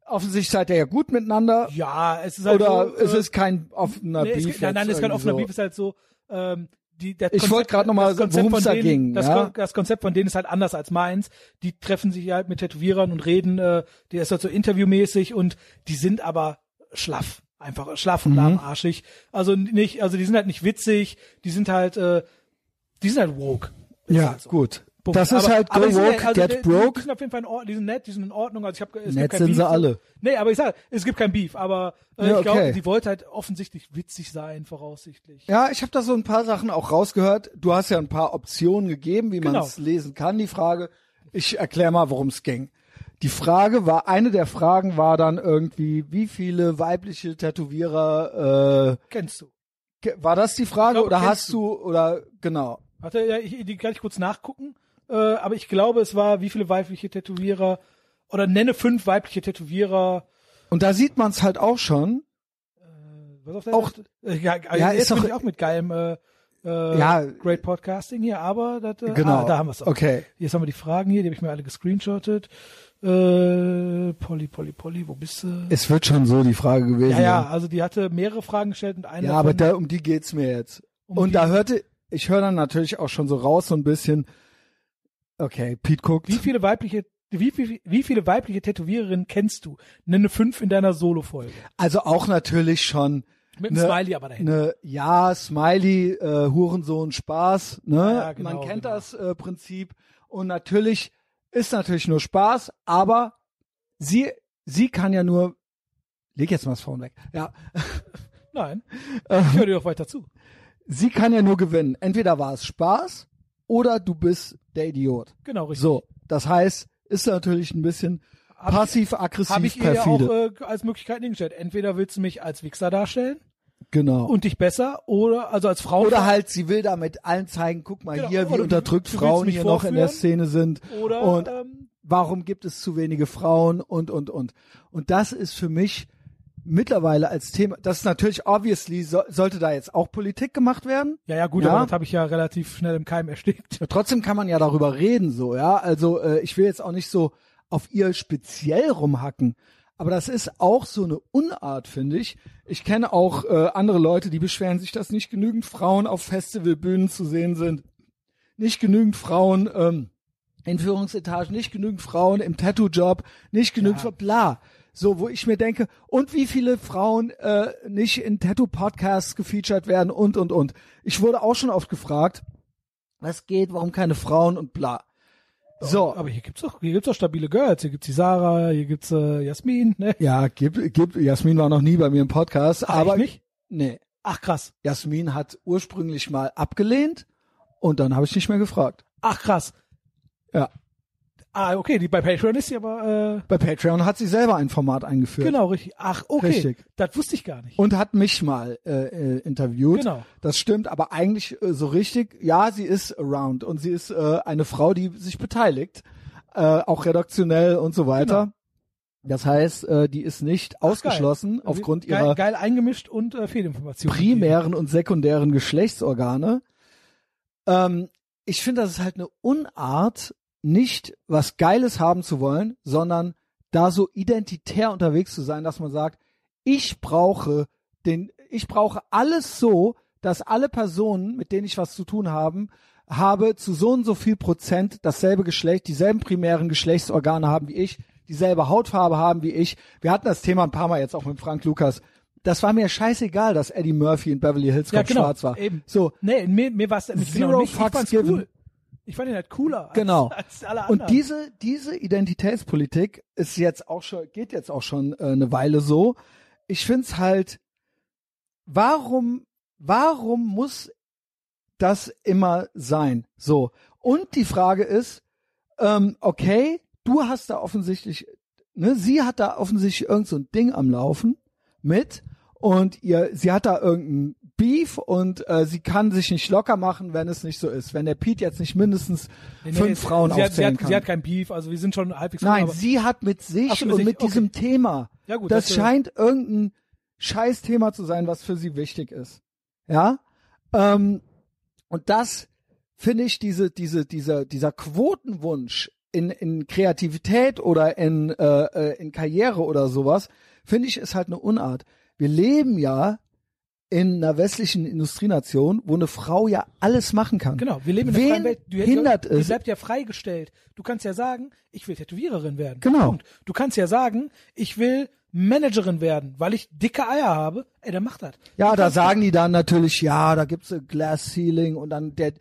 Offensichtlich seid ihr ja gut miteinander.
Ja, es ist halt
Oder
so,
ist
äh,
es kein offener
nee, es,
Beef?
gibt- Nein, nein,
jetzt
es ist kein
irgendwie
offener
so?
Beef, es ist halt so, ähm, die, der
Ich
Konzept-
wollte gerade noch mal
das Konzept
worum
von
es da
denen-
ging,
Das,
ja.
Kon- das Konzept von denen ist halt anders als meins. Die treffen sich halt mit Tätowierern und reden, äh, die ist halt so interviewmäßig und die sind aber schlaff. Einfach schlaff
Mhm.
und lahmarschig. Also nicht, also die sind halt nicht witzig, die sind halt, äh, die sind halt woke. Ist
Ja,
halt so.
gut.
Punkt.
Das ist
Aber-
halt
aber
go
es sind ja-
woke,
also
get
die- Die
broke.
sind auf jeden Fall in Ordnung, die sind nett, die sind in Ordnung. Also ich hab, es
Nett
gibt kein
sind
Beef.
sie alle.
Nee, aber ich sag, es gibt kein Beef, aber äh,
Ja,
ich glaube,
okay.
die wollte halt offensichtlich witzig sein, voraussichtlich.
Ja, ich habe da so ein paar Sachen auch rausgehört. Du hast ja ein paar Optionen gegeben, wie
Genau.
man es lesen kann, die Frage. Ich erkläre mal, worum es ging. Die Frage war, eine der Fragen war dann irgendwie, wie viele weibliche Tätowierer,
Kennst du.
äh, ke- war das die Frage
glaube,
oder
kennst
hast du, oder genau.
Warte, ja, ich, die kann ich kurz nachgucken. Äh, aber ich glaube, es war, wie viele weibliche Tätowierer oder nenne fünf weibliche Tätowierer.
Und da sieht man es halt auch schon.
Was auf der
Auch-
Seite? Äh, ja,
Ja,
ja,
ist
ist bin
doch-
ich auch mit geilem äh, äh,
Ja.
Great Podcasting hier, aber das, äh,
Genau.
ah, da haben wir es auch.
Okay.
Jetzt haben wir die Fragen hier, die habe ich mir alle gescreenshottet. Äh, Polly, Polly, Polly, wo bist du?
Es wird schon so die Frage gewesen.
Ja, ja, also die hatte mehrere Fragen gestellt und eine
Ja, aber
davon-
da, um die geht's mir jetzt.
Um
und
die-
da hörte, ich höre dann natürlich auch schon so raus so ein bisschen, okay, Pete guckt.
wie viele weibliche wie, wie, wie viele weibliche Tätowiererinnen kennst du? Nenne fünf in deiner Solo-Folge.
Also auch natürlich schon
Mit einem
Ne-
Smiley aber dahinter.
eine, ja, Smiley, äh, Hurensohn, Spaß, ne?
Ja, genau,
Man kennt
genau.
das äh, Prinzip. Und natürlich ist natürlich nur Spaß, aber sie, sie kann ja nur, leg jetzt mal das Phone weg, ja,
Nein.
Ähm.
Ich höre dir doch weiter zu.
sie kann ja nur gewinnen. Entweder war es Spaß oder du bist der Idiot.
Genau, richtig.
So, das heißt, ist natürlich ein bisschen
Hab ich- Habe
passiv-aggressiv
ich ihr ja auch
perfide.
äh, als Möglichkeit hingestellt. Entweder willst du mich als Wichser darstellen
genau.
äh, und dich besser oder also als Frau
oder halt, sie will damit allen zeigen, guck mal
Genau,
hier, wie
oder du-
unterdrückt
du willst
Frauen
mich
hier noch in der
vorführen?
Szene sind.
oder
und
ähm,
warum gibt es zu wenige Frauen und, und, und. Und das ist für mich mittlerweile als Thema, das ist natürlich, obviously, so, sollte da jetzt auch Politik gemacht werden.
ja ja gut,
Ja.
aber das habe ich ja relativ schnell im Keim erstickt.
Trotzdem kann man ja darüber reden, so, ja. Also, äh, ich will jetzt auch nicht so auf ihr speziell rumhacken. Aber das ist auch so eine Unart, finde ich. Ich kenne auch äh, andere Leute, die beschweren sich, dass nicht genügend Frauen auf Festivalbühnen zu sehen sind. Nicht genügend Frauen ähm, in Führungsetagen, nicht genügend Frauen im Tattoo-Job, nicht genügend Fra- bla. So, wo ich mir denke, und wie viele Frauen äh, nicht in Tattoo-Podcasts gefeatured werden und, und, und. Ich wurde auch schon oft gefragt, was geht, warum keine Frauen und bla. So.
Aber hier gibt's doch hier gibt's doch stabile Girls, hier gibt's die Sarah, hier gibt's äh, Jasmin, ne?
Ja, gib, gib, Jasmin war noch nie bei mir im Podcast,
Ah,
aber
echt nicht?
nee,
Ach krass.
Jasmin hat ursprünglich mal abgelehnt und dann habe ich nicht mehr gefragt.
Ach krass.
Ja,
Ah, okay, die bei Patreon ist sie aber
bei Patreon hat sie selber ein Format
äh,
eingeführt
genau richtig. Ach, okay.
Richtig.
Das wusste ich gar nicht.
und hat mich mal äh, äh, interviewt.
Genau.
Das stimmt, aber eigentlich äh, so richtig, ja, sie ist around und sie ist äh, eine Frau, die sich beteiligt, äh, auch redaktionell und so weiter.
Genau.
Das heißt, äh, die ist nicht ausgeschlossen
Also
aufgrund
geil,
ihrer
geil eingemischt und äh, Fehlinformationen.
primären und sekundären Geschlechtsorgane. Ähm, ich finde, das ist halt eine Unart, nicht was Geiles haben zu wollen, sondern da so identitär unterwegs zu sein, dass man sagt, ich brauche den, ich brauche alles so, dass alle Personen, mit denen ich was zu tun haben, habe zu so und so viel Prozent dasselbe Geschlecht, dieselben primären Geschlechtsorgane haben wie ich, dieselbe Hautfarbe haben wie ich. Wir hatten das Thema ein paar Mal jetzt auch mit Frank Lukas. Das war mir scheißegal, dass Eddie Murphy in Beverly Hills
Ja,
Cop
genau,
schwarz war.
eben.
So,
Nee, mir, mir war es damit
Zero
genau nicht. Ich
fucks
fand's
given.
cool. Ich fand ihn halt cooler als,
Genau.
als alle anderen.
Und diese, diese Identitätspolitik ist jetzt auch schon, geht jetzt auch schon äh, eine Weile so. Ich find's halt, warum, warum muss das immer sein? So. Und die Frage ist, ähm, okay, du hast da offensichtlich, ne, sie hat da offensichtlich irgend so ein Ding am Laufen mit und ihr, sie hat da irgendein Beef und äh, sie kann sich nicht locker machen, wenn es nicht so ist. Wenn der Pete jetzt nicht mindestens
Nee, nee,
fünf
es-
Frauen
sie hat, sie
aufzählen
hat,
kann.
Sie hat kein Beef, also wir sind schon halbwegs cool,
Nein,
aber
sie hat mit sich
Ach so, mit
und
sich,
mit
okay.
diesem Thema.
Ja, gut,
das
das, äh,
scheint irgendein Scheißthema zu sein, was für sie wichtig ist. Ja? Ähm, und das finde ich diese, diese, dieser, dieser Quotenwunsch in, in Kreativität oder in, äh, äh, in Karriere oder sowas, finde ich, ist halt eine Unart. Wir leben ja in einer westlichen Industrienation, wo eine Frau ja alles machen kann.
Genau, wir leben in
Wen
einer freien Welt. Du hättest-
hindert
du
es?
bleibt ja freigestellt. Du kannst ja sagen, ich will Tätowiererin werden.
Genau.
Punkt. Du kannst ja sagen, ich will Managerin werden, weil ich dicke Eier habe. Ey, dann mach das.
Ja, da sagen die dann natürlich, ja, da gibt's äh, Glass Ceiling und dann der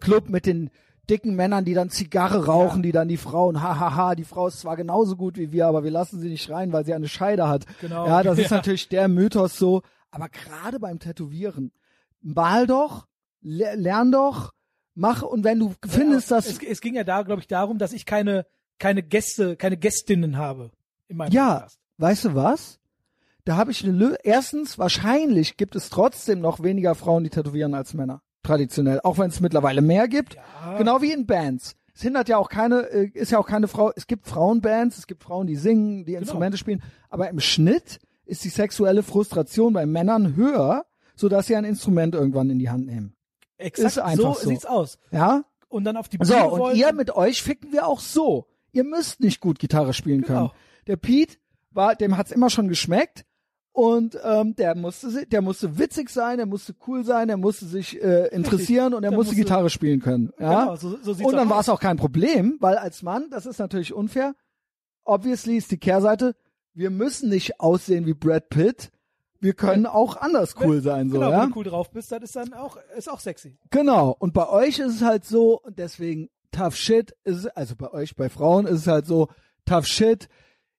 Club mit den dicken Männern, die dann Zigarre rauchen, die dann die Frauen, hahaha, die Frau ist zwar genauso gut wie wir, aber wir lassen sie nicht schreien, weil sie eine Scheide hat.
Genau.
Ja, das ist
Ja.
natürlich der Mythos so, aber gerade beim Tätowieren, mal doch, le lern doch, mach und wenn du findest, dass
es, es ging ja da, glaube ich, darum, dass ich keine, keine Gäste, keine Gästinnen habe in meinem
Ja,
Podcast.
weißt du was? Da habe ich eine Lösung. Erstens, wahrscheinlich gibt es trotzdem noch weniger Frauen, die tätowieren als Männer. Traditionell. Auch wenn es mittlerweile mehr gibt. Genau wie in Bands. Es hindert ja auch keine, äh, ist ja auch keine Frau. Es gibt Frauenbands, es gibt Frauen, die singen, die Instrumente spielen. Aber im Schnitt ist die sexuelle Frustration bei Männern höher, sodass sie ein Instrument irgendwann in die Hand nehmen.
Exakt
ist einfach so.
sieht's aus.
Ja?
Und dann auf die Bühne
So, und
wollen-
ihr mit euch ficken wir auch so. Ihr müsst nicht gut Gitarre spielen können.
Genau.
Der Pete war, dem hat's immer schon geschmeckt. Und ähm, der musste si- der musste witzig sein, der musste cool sein, der musste sich äh, interessieren und er
Der
musste
musste-
Gitarre spielen können. Ja?
Genau, so- so sieht's
und dann
auch
war es auch kein Problem, weil als Mann, das ist natürlich unfair. Obviously ist die Kehrseite, wir müssen nicht aussehen wie Brad Pitt. Wir können auch anders cool sein, so,
genau,
ja?
wenn du cool drauf bist, dann ist dann auch, ist auch sexy.
Genau. Und bei euch ist es halt so, und deswegen tough shit ist, es- also bei euch, bei Frauen ist es halt so, tough shit.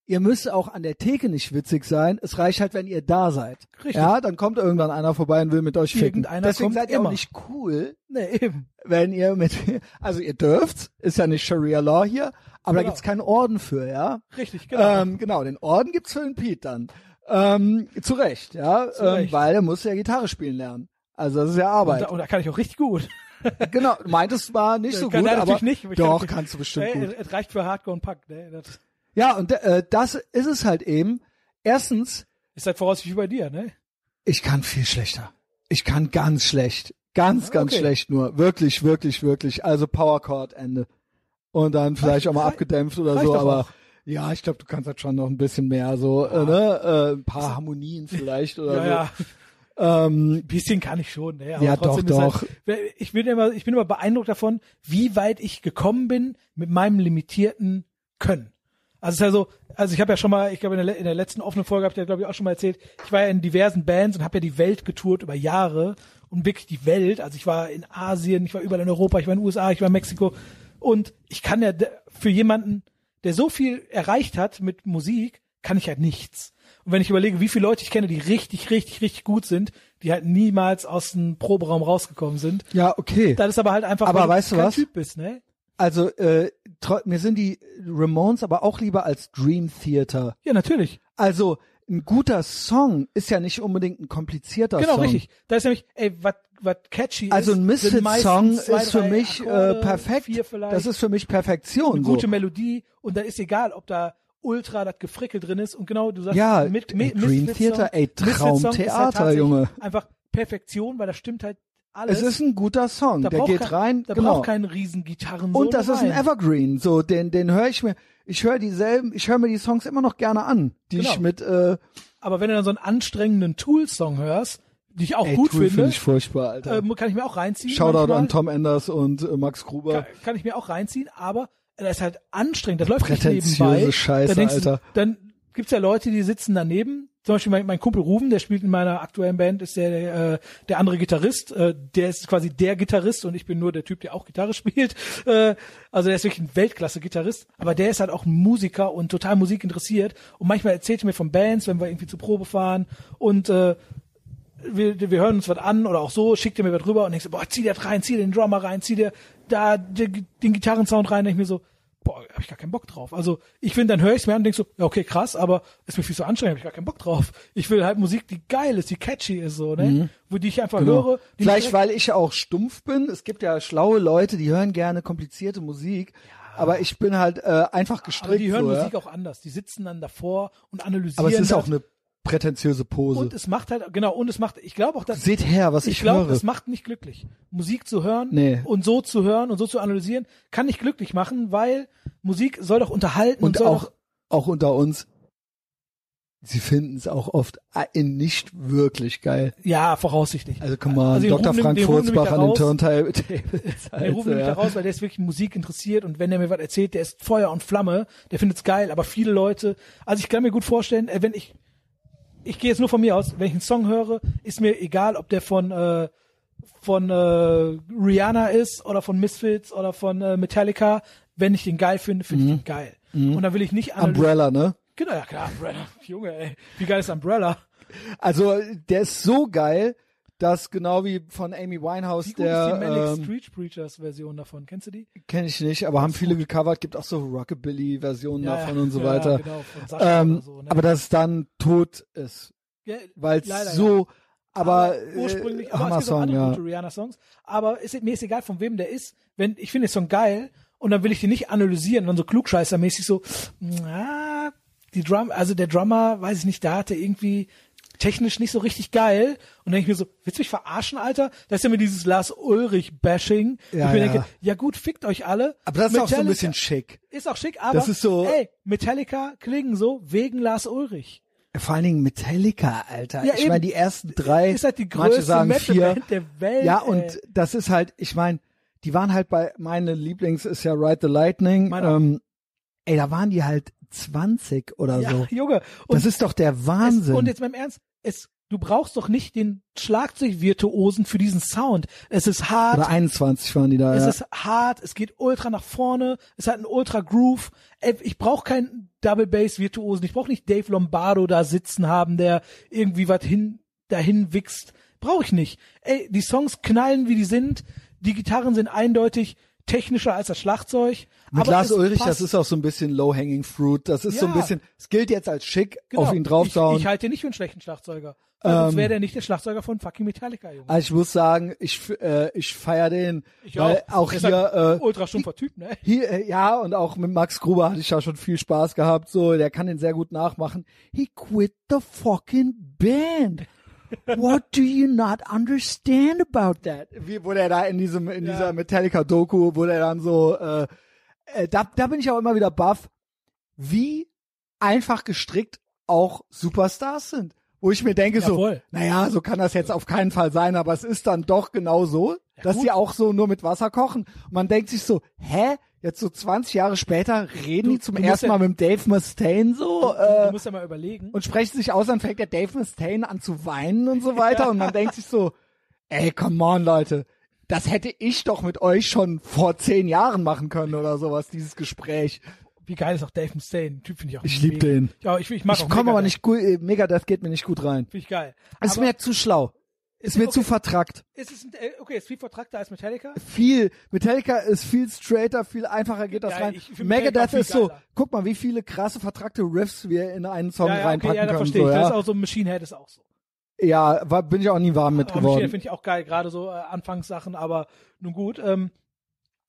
Ihr müsst auch an der Theke nicht witzig sein. Es reicht halt, wenn ihr da seid.
Richtig.
Ja, dann kommt irgendwann einer vorbei und will mit euch ficken.
Irgendeiner
Deswegen
kommt
seid ihr auch
immer.
nicht cool,
Nee, eben.
wenn ihr mit, also ihr dürft, ist ja nicht Sharia Law hier, aber da
Genau.
gibt's keinen Orden für, ja.
Richtig, genau.
Ähm, genau, den Orden gibt's für den Pete dann. Ähm, zu Recht, ja,
Zu
ähm,
Recht.
weil er muss ja Gitarre spielen lernen. Also das ist ja Arbeit.
und, da, und da kann ich auch richtig gut.
Genau, du meintest mal nicht so
kann
gut,
er natürlich
aber
nicht. äh, aber ich
doch,
kann-
kannst du bestimmt
Ey,
gut.
Es reicht für Hardcore und Punk. Ne? Das
Ja, und äh, das ist es halt eben. Erstens,
ist halt voraussichtlich wie bei dir, ne?
ich kann viel schlechter. Ich kann ganz schlecht. Ganz, ganz
Ah, okay.
schlecht nur. Wirklich, wirklich, wirklich. Also Power Chord Ende. Und dann vielleicht auch mal
reicht-
abgedämpft oder
reicht
so,
doch
aber
auch.
ja, ich glaube, du kannst halt schon noch ein bisschen mehr so, äh, ne? Äh, ein paar Harmonien vielleicht oder
Ja,
so.
ja.
Ähm,
Ein bisschen kann ich schon, ne? Aber
Ja,
trotzdem
doch,
ist Halt, ich, bin immer, ich bin immer beeindruckt davon, wie weit ich gekommen bin mit meinem limitierten Können. Also es ist ja so, also ich habe ja schon mal, ich glaube in der, le- in der letzten offenen Folge habe ich ja glaube ich auch schon mal erzählt, ich war ja in diversen Bands und habe ja die Welt getourt über Jahre und wirklich die Welt, also ich war in Asien, ich war überall in Europa, ich war in den USA, ich war in Mexiko und ich kann ja de- für jemanden, der so viel erreicht hat mit Musik, kann ich halt nichts. Und wenn ich überlege, wie viele Leute ich kenne, die richtig, richtig, richtig gut sind, die halt niemals aus dem Proberaum rausgekommen sind,
ja, okay.
das ist aber halt einfach,
Aber
weil
weißt du
kein
was?
Typ bist, ne?
Also äh, tro- mir sind die Ramones aber auch lieber als Dream Theater.
Ja, natürlich.
Also ein guter Song ist ja nicht unbedingt ein komplizierter
Genau,
Song.
richtig. Da ist nämlich, ey, was catchy
Also
ist.
ein
sind
Misfit-Song
meistens zwei,
ist für
drei
mich
Akkorde,
äh, perfekt.
Vier vielleicht,
Das ist für mich
eine
Perfektion. So.
gute Melodie und dann ist egal, ob da ultra das Gefrickel drin ist und genau, du sagst,
Ja,
mit,
ey,
mit
Dream Theater, ey, Traumtheater, Junge.
halt Einfach Perfektion, weil da stimmt halt alles.
Es ist ein guter Song.
da
Der
braucht
geht
kein,
rein.
Da
genau.
braucht kein riesen Gitarren
Und das ist ein
rein.
Evergreen. So, den, den höre ich mir. Ich höre dieselben. Ich höre mir die Songs immer noch gerne an, die
Genau.
ich mit. Äh,
Aber wenn du dann so einen anstrengenden Tool-Song hörst, die ich auch
ey,
gut
Tool
finde,
ich furchtbar, Alter.
äh, kann ich mir auch reinziehen.
Shoutout
manchmal.
an Tom Enders und äh, Max Gruber.
kann, kann ich mir auch reinziehen, aber das ist halt anstrengend. Das läuft nicht
Prätentiöse
nebenbei.
Scheiße,
dann denkst
Alter.
Du, dann gibt's ja Leute, die sitzen daneben. Zum Beispiel mein, mein Kumpel Ruven, der spielt in meiner aktuellen Band, ist der äh, der andere Gitarrist. Äh, der ist quasi der Gitarrist und ich bin nur der Typ, der auch Gitarre spielt. Äh, also der ist wirklich ein Weltklasse-Gitarrist. Aber der ist halt auch ein Musiker und total Musik interessiert. Und manchmal erzählt er mir von Bands, wenn wir irgendwie zur Probe fahren und äh, wir, wir hören uns was an oder auch so, schickt ihr mir was rüber und denkst, so, boah, zieh das rein, zieh den Drummer rein, zieh dir da den den Gitarrensound rein, denk ich mir so, boah, hab ich gar keinen Bock drauf. Also ich finde, dann höre ich es mir an und denk so, ja, okay, krass, aber ist mir viel zu anstrengend, hab ich gar keinen Bock drauf. Ich will halt Musik, die geil ist, die catchy ist so, ne? Wo die ich einfach höre. Die mich
Mhm. Genau. Vielleicht,
direkt-
weil ich auch stumpf bin. Es gibt ja schlaue Leute, die hören gerne komplizierte Musik. Aber ich bin halt äh, einfach gestrickt.
aber die hören
so, ja?
Musik auch anders. Die sitzen dann davor und analysieren.
Aber es ist
das.
auch eine prätentiöse Pose.
Und es macht halt, genau, und es macht, ich glaube auch, dass
Seht her, was ich,
ich glaube,
höre.
das macht nicht glücklich. Musik zu hören
Nee.
und so zu hören und so zu analysieren, kann nicht glücklich machen, weil Musik soll doch unterhalten und,
und
soll
auch,
doch,
auch unter uns, sie finden es auch oft äh, nicht wirklich geil.
ja, voraussichtlich.
Also komm mal,
den
Dr.
Ruhm nimmt-
Frank
den Ruhm nimmt
Furzbach
er
an den
raus.
Turntable. Tables
Den
halt,
rufen
so,
mich da
ja.
raus, weil der ist wirklich Musik interessiert und wenn der mir was erzählt, der ist Feuer und Flamme, der findet's geil, aber viele Leute, also ich kann mir gut vorstellen, äh, wenn ich, ich gehe jetzt nur von mir aus, wenn ich einen Song höre, ist mir egal, ob der von, äh, von äh, Rihanna ist oder von Misfits oder von äh, Metallica, wenn ich den geil finde, finde
Mhm.
ich den geil. Und dann will ich nicht analysieren.
Umbrella, ne?
Genau, ja klar, Umbrella. Junge, ey. Wie geil ist Umbrella?
Also der ist so geil, dass genau wie von Amy Winehouse,
Wie gut ist
der
die Manic
ähm,
Street Preachers Version davon? Kennst du die?
kenne ich nicht, aber haben viele gecovert, gibt auch so Rockabilly-Versionen
Ja,
davon und so
ja,
weiter.
genau, von Sascha
ähm,
oder so, ne?
Aber dass es dann tot ist,
Ja,
weil
leider,
es so, aber
ursprünglich,
äh,
aber es gibt auch
Hammer-Song,
andere
ja.
gute Rihanna-Songs. Aber ist, mir ist egal, von wem der ist. Wenn, ich finde den Song geil und dann will ich den nicht analysieren, dann so klugscheißermäßig so, na, die Drum, also der Drummer, weiß ich nicht, da hatte irgendwie technisch nicht so richtig geil. Und dann denke ich mir so, willst du mich verarschen, Alter? Das ist ja mir dieses Lars Ulrich-Bashing. wo
Ja,
ich mir
ja.
denke, ja gut, fickt euch alle.
Aber das ist auch so ein
Metallica-
bisschen schick.
Ist auch schick, aber
Das ist so-
ey, Metallica klingen so wegen Lars Ulrich.
Vor allen Dingen Metallica, Alter.
Ja,
ich
eben.
meine, die ersten drei,
Ist halt die
manche
größte
sagen vier.
Metal-Band der Welt,
ja,
ey.
und das ist halt, ich meine, die waren halt bei, meine Lieblings ist ja Ride the Lightning.
Meine auch.
Ähm, ey, da waren die halt 20 oder
Ja,
so.
Junge.
Also, das ist doch der Wahnsinn.
Es, und jetzt mal im Ernst, es, du brauchst doch nicht den Schlagzeugvirtuosen für diesen Sound. Es ist hart,
oder 21 waren die da.
es
ja.
ist hart, es geht ultra nach vorne, es hat einen ultra Groove. Ey, ich brauche keinen Double Bass Virtuosen, ich brauche nicht Dave Lombardo da sitzen haben, der irgendwie was hin dahin wichst. Brauche ich nicht. Ey, die Songs knallen, wie die sind. Die Gitarren sind eindeutig technischer als das Schlagzeug.
Mit
aber
Lars
es
Ulrich,
passt.
das ist auch so ein bisschen low-hanging fruit. Das ist so ein
Ja.
bisschen, es gilt jetzt als schick,
Genau.
auf ihn Ähm, draufsauen.
Ich, ich halte ihn nicht für einen schlechten Schlagzeuger. Weil sonst wäre der nicht der Schlagzeuger von fucking Metallica, Junge.
also ich muss sagen, ich, f- äh, ich feier den.
Ich
weil auch
Ist
hier,
halt
äh,
ultra stumpfer Typ, ne?
Hier, äh, ja, und auch mit Max Gruber hatte ich ja schon viel Spaß gehabt. So, der kann den sehr gut nachmachen. He quit the fucking band. What do you not understand about that? Wie, wo der da in diesem, in dieser Metallica-Doku, wo der dann so, äh, äh, da, da bin ich auch immer wieder baff, wie einfach gestrickt auch Superstars sind. Wo ich mir denke
Jawohl.
so, naja, so kann das jetzt auf keinen Fall sein, aber es ist dann doch genau so, dass sie auch so nur mit Wasser kochen. Und man denkt sich so, hä? Jetzt so 20 Jahre später reden die zum
du musst
ersten
ja-
Mal mit dem Dave Mustaine so
du
äh,
musst ja mal überlegen.
und sprechen sich aus, dann fängt der Dave Mustaine an zu weinen und so weiter. Und man denkt sich so, ey, come on, Leute. Das hätte ich doch mit euch schon vor zehn Jahren machen können oder sowas, dieses Gespräch.
wie geil ist auch Dave Mustaine? Typ finde ich auch.
Ich lieb
mega.
den.
Ja, ich, ich mag
Ich
auch
komme aber
Megadeth.
nicht gut, äh, Megadeth geht mir nicht gut rein.
Finde ich geil.
Ist
aber
mir zu schlau. Ist mir
okay.
zu vertrackt.
ist es, ein- äh, okay, ist viel vertrackter als Metallica.
viel, Metallica ist viel straighter, viel einfacher geht das
Ja,
rein.
ich find Metallica
Megadeth
viel
ist so,
geiler.
guck mal, wie viele krasse vertrackte Riffs wir in einen Song
ja, ja, okay,
reinpacken
ja, da
können.
verstehe
So,
ich. Das ist
ja,
auch so ein Machine Head ist auch so.
ja war, bin ich auch nie warm mit
Aber Machine Head
geworden.
finde ich auch geil, gerade so äh, Anfangssachen, aber nun gut. Ähm,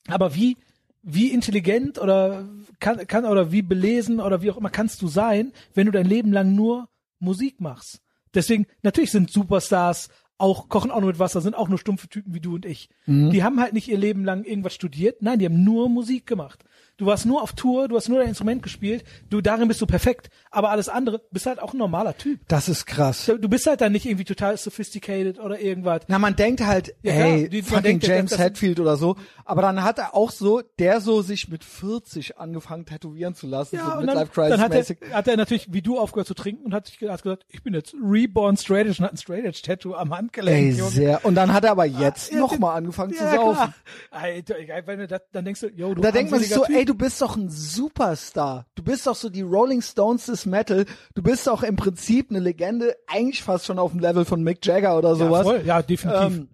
aber wie, wie intelligent oder kann, kann oder wie belesen oder wie auch immer kannst du sein, wenn du dein Leben lang nur Musik machst? Deswegen, natürlich sind Superstars auch, kochen auch nur mit Wasser, sind auch nur stumpfe Typen wie du und ich.
Mhm.
Die haben halt nicht ihr Leben lang irgendwas studiert, nein, die haben nur Musik gemacht. Du warst nur auf Tour, du hast nur dein Instrument gespielt, du, darin bist du perfekt, aber alles andere, bist halt auch ein normaler Typ.
Das ist krass.
Du bist halt dann nicht irgendwie total sophisticated oder irgendwas.
Na, man denkt halt,
Ja,
hey,
klar, die- man
fucking
denkt, dass
James
das-
Hetfield oder so. Aber dann hat er auch so, der so sich mit 40 angefangen tätowieren zu lassen,
Ja,
so
und dann,
Midlife
dann hat,
Crisis-mäßig.
er, hat er natürlich wie du aufgehört zu trinken und hat sich ge- hat gesagt, ich bin jetzt reborn straight edge und hat ein straight edge Tattoo am
Ey,
Handgelenk. Junge.
sehr. Und dann hat er aber jetzt
Ah, ja,
nochmal angefangen zu
Ja,
saufen.
klar. Alter, egal, wenn du das, dann denkst du, yo, du
Da denkt man sich so,
armseliger
ey,
Typ.
du bist doch ein Superstar. Du bist doch so die Rolling Stones des Metal. Du bist doch im Prinzip eine Legende, eigentlich fast schon auf dem Level von Mick Jagger oder
ja,
sowas.
voll, ja, definitiv.
ähm,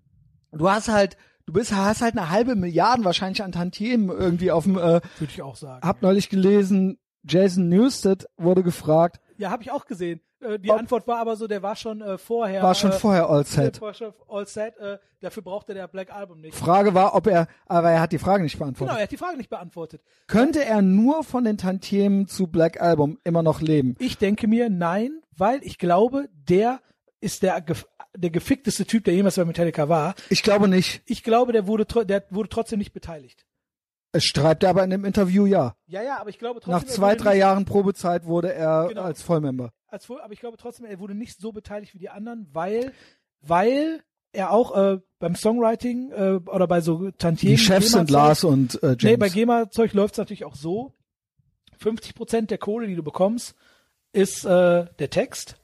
du hast halt, du bist, hast halt eine halbe Milliarde wahrscheinlich an Tantiemen irgendwie auf dem, äh,
Würde ich auch sagen.
hab neulich gelesen, Jason Newsted wurde gefragt,
ja, habe ich auch gesehen. Äh, die
Ob-
Antwort war aber so, der war schon äh, vorher.
war schon
äh,
vorher all set.
der war schon all set. Äh, dafür brauchte der Black Album nicht.
Frage war, ob er, aber er hat die Frage nicht beantwortet.
Genau, er hat die Frage nicht beantwortet.
Könnte er nur von den Tantiemen zu Black Album immer noch leben?
Ich denke mir, nein, weil ich glaube, der ist der, gef- der gefickteste Typ, der jemals bei Metallica war.
Ich glaube nicht.
Ich glaube, der wurde, tro- der wurde trotzdem nicht beteiligt.
Es schreibt er aber in dem Interview ja.
Ja, ja, aber ich glaube trotzdem.
Nach
er
zwei,
wurde
drei
nicht-
Jahren Probezeit wurde er
Genau.
als Vollmember.
als vor, aber ich glaube trotzdem, er wurde nicht so beteiligt wie die anderen, weil, weil er auch äh, beim Songwriting äh, oder bei so Tantiemen.
Die Chefs sind
GEMA-Zeug-
Lars und äh, James.
Nee, bei GEMA-Zeug läuft es natürlich auch so. 50 Prozent der Kohle, die du bekommst, ist äh, der Text,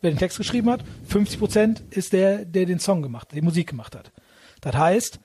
wer den Text geschrieben hat. 50 Prozent ist der, der den Song gemacht, die Musik gemacht hat. Das heißt,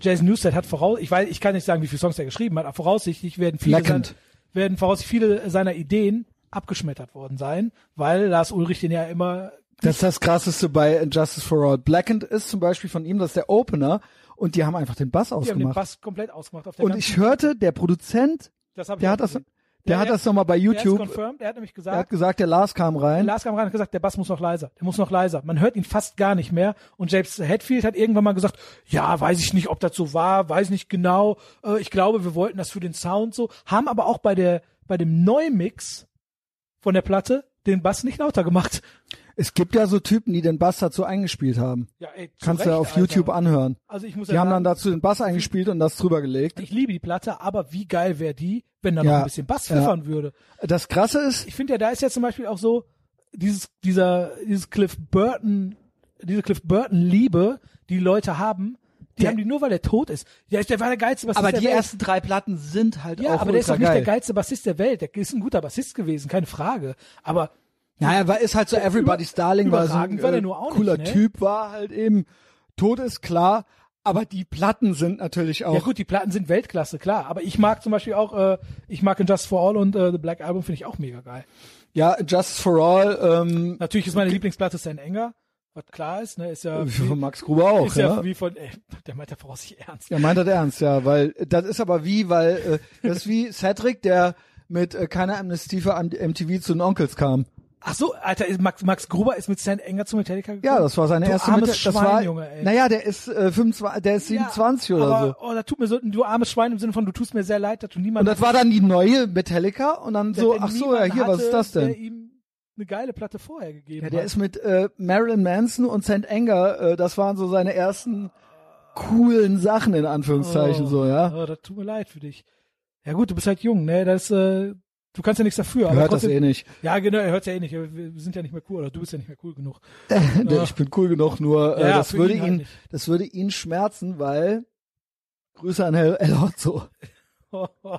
Jason Newsted hat voraus, ich weiß, ich kann nicht sagen, wie viele Songs er geschrieben hat, aber voraussichtlich werden viele, sein,
Leckend.
werden voraussichtlich viele seiner Ideen abgeschmettert worden sein, weil Lars Ulrich den ja immer
Das ist das krasseste bei Injustice for All. Blackened ist zum Beispiel von ihm, das ist der Opener und die haben einfach den Bass
die haben den
ausgemacht.
Bass komplett ausgemacht auf der
und
ganzen-
ich hörte, der Produzent,
das hab ich
der
auch
hat das, der
gesehen. Ja,
hat
der-
das nochmal bei
Der, hat's
YouTube,
confirmed, er hat nämlich
der
gesagt,
hat gesagt, der Lars kam rein.
Lars kam rein und hat gesagt, der Bass muss noch leiser, der muss noch leiser. Man hört ihn fast gar nicht mehr. Und James Hetfield hat irgendwann mal gesagt, ja, weiß ich nicht, ob das so war, weiß nicht genau. Äh, ich glaube, wir wollten das für den Sound so. Haben aber auch bei der, bei dem Neumix von der Platte den Bass nicht lauter gemacht.
Es gibt ja so Typen, die den Bass dazu eingespielt haben.
Ja, ey, zu
Kannst du
Recht,
ja auf
Alter.
YouTube anhören.
Also ich muss
Die
ja
haben dann
sagen,
dazu den Bass eingespielt und das drüber gelegt.
ich liebe die Platte, aber wie geil wäre die, wenn da noch
Ja,
ein bisschen Bass
ja.
pfeffern würde.
Das krasse ist,
ich finde ja, da ist ja zum Beispiel auch so dieses, dieser, dieses Cliff Burton, diese Cliff Burton Liebe, die Leute haben, die
Der-
haben die nur, weil er tot ist. Ja, ist- der war der geilste Bassist
aber
der
die
Welt.
ersten drei Platten sind halt
ja,
auch
aber der ist
ultra
doch nicht
geil.
der geilste Bassist der Welt. Der ist ein guter Bassist gewesen, keine Frage. Aber
Naja, war, ist halt so Everybody's Darling, weil so ein
überragend war der
äh,
nur auch
cooler
nicht, ne?
Typ war halt eben. Tod ist klar, aber die Platten sind natürlich auch.
ja gut, die Platten sind Weltklasse, klar. Aber ich mag zum Beispiel auch, äh, ich mag Just for All und äh, The Black Album finde ich auch mega geil.
Ja, Just for All, ähm,
Natürlich ist meine Lieblingsplatte Stan Enger, was klar ist, ne, ist ja,
von Max Gruber auch,
ist ja,
Äh, ja.
wie von, ey, der meint ja voraussichtlich ernst.
Ja, meint das ernst, ja, weil äh, das ist aber wie, weil äh, das ist wie Cedric, der mit äh, keiner Amnestie für Am- MTV zu den Onkels kam.
Ach so, Alter, ist Max, Max Gruber ist mit Stan Enger zu Metallica gekommen?
Ja, das war seine
du
erste
armes
Mitte-
Schwein,
das war,
Junge, ey.
Naja, der ist äh, 25, der ist 27
ja,
oder
aber,
so.
Oh, da tut mir so, du armes Schwein im Sinne von, du tust mir sehr leid, dass du
Und
niemanden...
das war dann die neue Metallica und dann
dass
so,
er
ach so, ja,
niemanden
hier, was
hatte,
ist das denn?
Der ihm eine geile Platte vorher gegeben
Ja, der
hat.
ist mit äh, Marilyn Manson und St. Anger, äh, das waren so seine ersten coolen Sachen in Anführungszeichen
oh,
so, ja.
Oh, das tut mir leid für dich. Ja gut, du bist halt jung, ne, das, äh, du kannst ja nichts dafür. aber
Hört das
trotzdem,
eh nicht.
Ja, genau, er hört's ja eh nicht, aber wir sind ja nicht mehr cool, oder du bist ja nicht mehr cool genug.
Denn Ich bin cool genug, nur äh,
Ja,
das
für
würde ihn,
ihn halt nicht.
das würde ihn schmerzen, weil Grüße an El, El Hotzo.
Boah, Oh,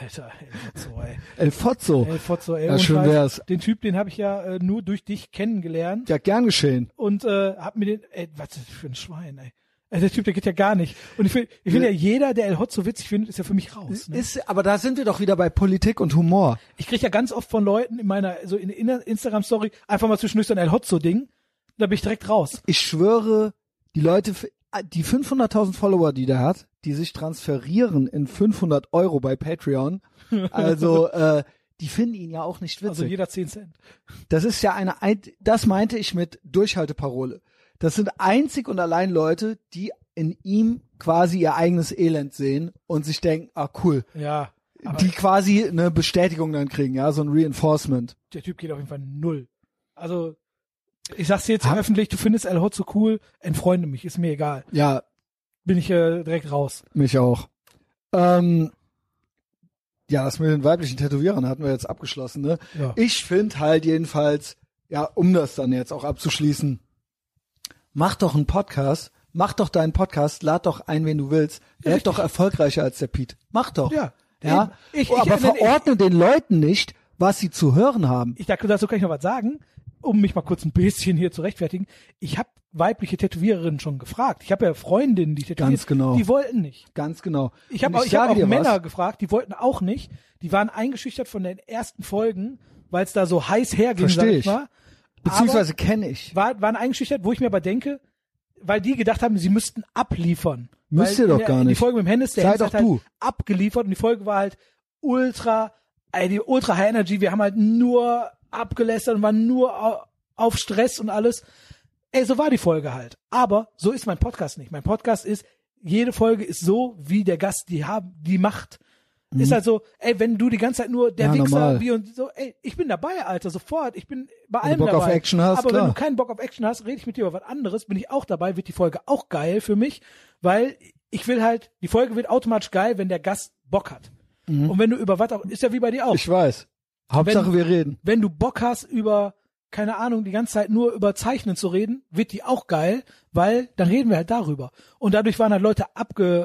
Alter, ey, so, ey.
El Fotzo.
Ey, Fotzo, ey,
Ja,
ohne
schön
Scheiß.
wär's.
Den Typ, den habe ich ja äh, nur durch dich kennengelernt.
Ja, gern geschehen.
und äh, hab mir den, ey, was ist das für ein Schwein, ey. Also der Typ, der geht ja gar nicht. Und ich finde ich find ja, jeder, der El Hot so witzig findet, ist ja für mich raus. Ne?
Ist, aber da sind wir doch wieder bei Politik und Humor.
Ich krieg ja ganz oft von Leuten in meiner, so in der Instagram-Story, einfach mal zwischendurch so ein El Hot so Ding. Da bin ich direkt raus.
Ich schwöre, die Leute, ah, die 500.000 Follower, die der hat, die sich transferieren in 500 Euro bei Patreon, also äh, die finden ihn ja auch nicht
Also
witzig.
jeder 10 Cent.
das ist ja eine, ein- das meinte ich mit Durchhalteparole. Das sind einzig und allein Leute, die in ihm quasi ihr eigenes Elend sehen und sich denken, ah cool,
Ja. Aber
die quasi eine Bestätigung dann kriegen, ja, so ein Reinforcement.
der Typ geht auf jeden Fall null. Also, ich sag's dir jetzt
Ha-
öffentlich, du findest El Hot so cool, entfreunde mich, ist mir egal.
Ja,
Bin ich äh, direkt raus.
Mich auch. Ähm, ja, das mit den weiblichen Tätowierern hatten wir jetzt abgeschlossen, ne?
Ja.
Ich finde halt jedenfalls, ja, um das dann jetzt auch abzuschließen, mach doch einen Podcast, mach doch deinen Podcast, lad doch ein, wen du willst, werd doch erfolgreicher als der Pete. Mach doch.
Ja,
ja?
eben. Ich-
oh,
ich-
aber
ich-
verordne den Leuten nicht, was sie zu hören haben.
ich dachte, dazu kann ich noch was sagen, um mich mal kurz ein bisschen hier zu rechtfertigen. Ich habe weibliche Tätowiererinnen schon gefragt. Ich habe ja Freundinnen, die tätowieren.
Ganz genau.
Die wollten nicht.
Ganz genau.
Ich habe
Und
auch, ich hab
sag
auch
dir was,
Männer gefragt, die wollten auch nicht. Die waren eingeschüchtert von den ersten Folgen, weil es da so heiß herging, sag
Versteh
ich
ich.
mal.
Beziehungsweise kenne ich.
War, waren eingeschüchtert, wo ich mir aber denke, weil die gedacht haben, sie müssten abliefern.
Müsst
Weil
ihr doch
in der,
gar
in Die
nicht.
Folge mit dem Hennis, der
Sei
Hennis
doch
hat halt
du.
abgeliefert und die Folge war halt ultra, ey, die ultra high energy. Wir haben halt nur abgelästert und waren nur au- auf Stress und alles. Ey, so war die Folge halt. Aber so ist mein Podcast nicht. Mein Podcast ist, jede Folge ist so, wie der Gast die haben, die macht. Ist halt so, ey, wenn du die ganze Zeit nur der
Mhm. Ja,
Wichser,
normal.
wie und so, ey, ich bin dabei, Alter, sofort. Ich bin bei
Wenn du
allem
Bock
dabei.
auf Action hast,
Aber
klar.
wenn du keinen Bock auf Action hast, rede ich mit dir über was anderes, bin ich auch dabei, wird die Folge auch geil für mich, weil ich will halt, die Folge wird automatisch geil, wenn der Gast Bock hat. Und wenn du über was auch, ist ja wie bei dir auch.
Mhm. Ich weiß. Hauptsache, wir reden.
wenn du Bock hast, über, keine Ahnung, die ganze Zeit nur über Zeichnen zu reden, wird die auch geil, weil dann reden wir halt darüber. Und dadurch waren halt Leute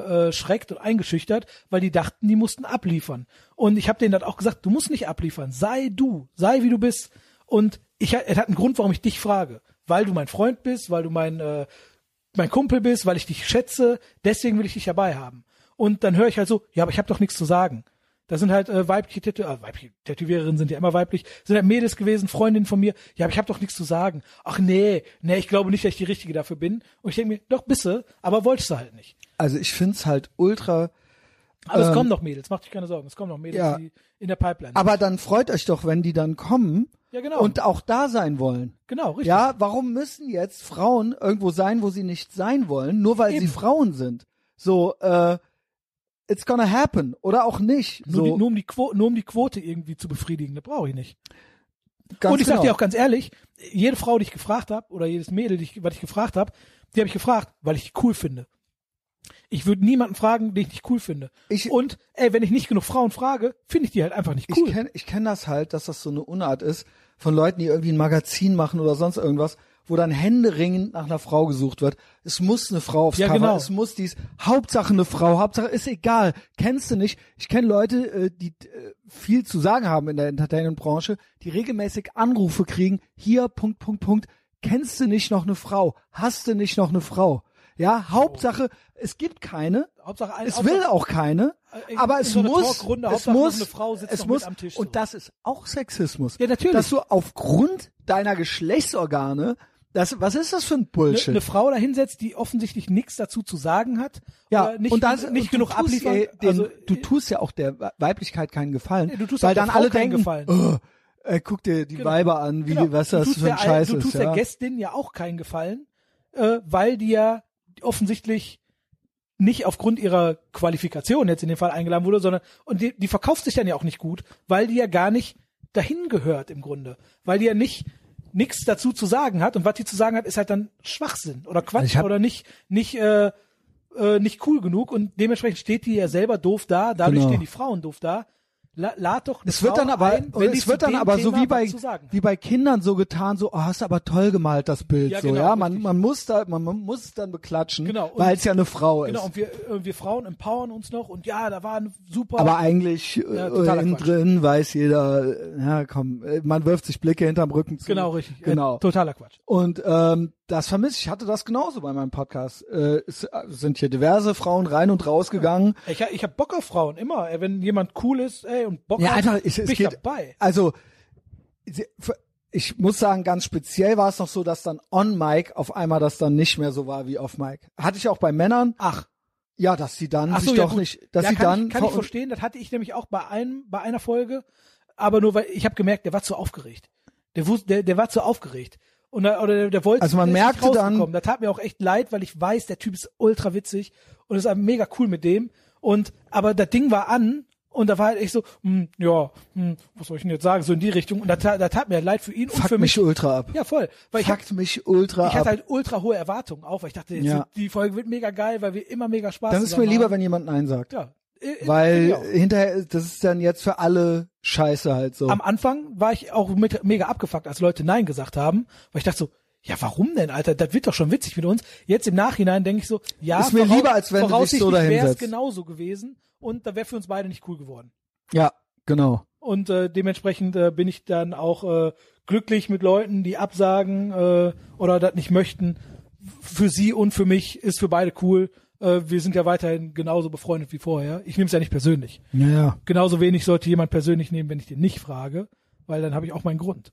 abgeschreckt und eingeschüchtert, weil die dachten, die mussten abliefern. Und ich habe denen dann auch gesagt, du musst nicht abliefern, sei du, sei wie du bist. Und ich, es hat einen Grund, warum ich dich frage. Weil du mein Freund bist, weil du mein äh, mein Kumpel bist, weil ich dich schätze, deswegen will ich dich dabei haben. Und dann höre ich halt so, ja, aber ich habe doch nichts zu sagen. Da sind halt äh, weibliche, Tätow äh, weibliche Tätowiererinnen sind ja immer weiblich, sind halt Mädels gewesen, Freundinnen von mir, ja, aber ich habe doch nichts zu sagen. Ach nee, nee, ich glaube nicht, dass ich die Richtige dafür bin. Und ich denke mir, doch bist du, aber wolltest du halt nicht.
Also ich find's halt ultra.
Aber es
Ähm,
kommen noch Mädels, mach dich keine Sorgen, es kommen noch Mädels,
ja.
die in der Pipeline sind.
Aber dann freut euch doch, wenn die dann kommen
Ja, genau.
und auch da sein wollen.
Genau, richtig.
Ja, warum müssen jetzt Frauen irgendwo sein, wo sie nicht sein wollen, nur weil sie
Eben.
Frauen sind? So, äh, it's gonna happen oder auch nicht.
nur,
so,
die, nur, um die Quo nur um die Quote irgendwie zu befriedigen, das brauche ich nicht.
ganz
und ich
genau.
sag dir auch ganz ehrlich, jede Frau, die ich gefragt habe, oder jedes Mädel, die ich, was ich gefragt habe, die habe ich gefragt, weil ich die cool finde. Ich würde niemanden fragen, den ich nicht cool finde.
Ich-
und ey, wenn ich nicht genug Frauen frage, finde ich die halt einfach nicht cool.
Ich kenne ich kenn das halt, dass das so eine Unart ist von Leuten, die irgendwie ein Magazin machen oder sonst irgendwas, wo dann händeringend nach einer Frau gesucht wird. Es muss eine Frau aufs
Ja,
Cover,
genau.
es muss dies. Hauptsache eine Frau, Hauptsache ist egal. Kennst du nicht? Ich kenne Leute, äh, die äh, viel zu sagen haben in der Entertainment-Branche, die regelmäßig Anrufe kriegen. Hier, Punkt, Punkt, Punkt. Kennst du nicht noch eine Frau? Hast du nicht noch eine Frau? Ja, Hauptsache, es gibt keine.
Hauptsache ein-
Es
Hauptsache-
will auch keine,
In-
aber
in
es
so einer
muss,
Talkrunde,
es
Hauptsache noch
muss,
eine Frau sitzt
es
noch mit
muss,
am Tisch, so.
und das ist auch Sexismus.
Ja, natürlich.
Dass du aufgrund deiner Geschlechtsorgane, das, was ist das für ein Bullshit?
Eine, eine Frau da hinsetzt, die offensichtlich nichts dazu zu sagen hat,
ja,
oder nicht,
und das, und
nicht
du
genug
tust
abliefern.
ihr Den,
also,
du tust ja auch der Weiblichkeit keinen Gefallen,
Nee, du tust auch
weil
der
dann
Frau
alle
keinen
denken,
Gefallen.
Oh, äh, guck dir die
Genau.
Weiber an, wie
Genau.
was
Du
das
tust
für ein
der-
Scheiß
Du
ist.
tust
ja.
der Gästin ja auch keinen Gefallen, äh, weil die ja offensichtlich nicht aufgrund ihrer Qualifikation jetzt in dem Fall eingeladen wurde, sondern und die, die verkauft sich dann ja auch nicht gut, weil die ja gar nicht dahin gehört im Grunde, weil die ja nicht nichts dazu zu sagen hat und was die zu sagen hat, ist halt dann Schwachsinn oder Quatsch
ich hab-
oder nicht nicht äh, äh, nicht cool genug und dementsprechend steht die ja selber doof da, dadurch
Genau.
stehen die Frauen doof da. La, lad doch eine
Es wird
Frau
dann aber,
ein,
und
wenn die
es
zu
wird dann
dem
aber so
Thema
wie
was
bei,
zu sagen hat.
wie bei Kindern so getan, so, oh, hast du aber toll gemalt, das Bild,
Ja,
so,
genau,
ja, man,
richtig.
man muss da, man, man muss es dann beklatschen,
Genau, und-
weil es ja eine Frau ist.
Genau, und wir, äh, wir Frauen empowern uns noch und ja, da waren super.
aber eigentlich,
Ja,
äh,
totaler
innen
Quatsch.
drin weiß jeder, äh, ja, komm, äh, man wirft sich Blicke hinterm Rücken zu.
genau, richtig.
Genau.
Äh, totaler Quatsch.
Und ähm, das vermisse ich. Ich hatte das genauso bei meinem Podcast. Äh, es äh, sind hier diverse Frauen rein und rausgegangen.
Ich, ha- ich habe Bock auf Frauen, immer. Ey, Wenn jemand cool ist ey, und Bock
Ja,
hat,
einfach, es,
bin
es
ich
geht,
dabei.
also sie- für- ich muss sagen, ganz speziell war es noch so, dass dann on Mic auf einmal das dann nicht mehr so war wie auf Mic. Hatte ich auch bei Männern.
Ach,
Ja, dass sie dann
ach so,
sich
ja,
doch
gut.
nicht, dass
ja,
sie
kann
dann
Ich, kann ich verstehen, das hatte ich nämlich auch bei, einem, bei einer Folge, aber nur weil ich habe gemerkt, der war zu aufgeregt. Der, wus- der, der war zu aufgeregt. Und da, oder der, der wollte
Also man
der ist nicht
merkte dann-
rausgekommen. Das tat mir auch echt leid, weil ich weiß, der Typ ist ultra witzig und ist mega cool mit dem. Und aber das Ding war an und da war halt echt so, hm, ja, hm, was soll ich denn jetzt sagen, so in die Richtung. Und da, tat- da tat mir leid für ihn und
fuckt
für mich.
mich ultra ab.
Ja, voll. Weil ich, hab,
fuckt mich ultra
ich hatte
ab.
halt ultra hohe Erwartungen auch, weil ich dachte, jetzt
Ja.
wird- die Folge wird mega geil, weil wir immer mega Spaß
Dann ist mir
zusammen
lieber,
haben.
wenn jemand Nein sagt.
ja, Äh, äh,
Weil
finde ich auch.
hinterher, das ist dann jetzt für alle Scheiße halt so.
am Anfang war ich auch mit, mega abgefuckt, als Leute Nein gesagt haben, weil ich dachte so, ja, warum denn, Alter? Das wird doch schon witzig mit uns. Jetzt im Nachhinein denke ich so, ja,
Ist mir
vorau-
lieber, als wenn du dich so
voraussichtlich
dahin
wär's
setzt.
genauso gewesen und da wäre für uns beide nicht cool geworden.
ja, genau.
Und äh, dementsprechend äh, bin ich dann auch äh, glücklich mit Leuten, die absagen äh, oder das nicht möchten. Für sie und für mich ist für beide cool. Äh, wir sind ja weiterhin genauso befreundet wie vorher. Ich nehme es ja nicht persönlich.
Ja, ja.
Genauso wenig sollte jemand persönlich nehmen, wenn ich den nicht frage, weil dann habe ich auch meinen Grund.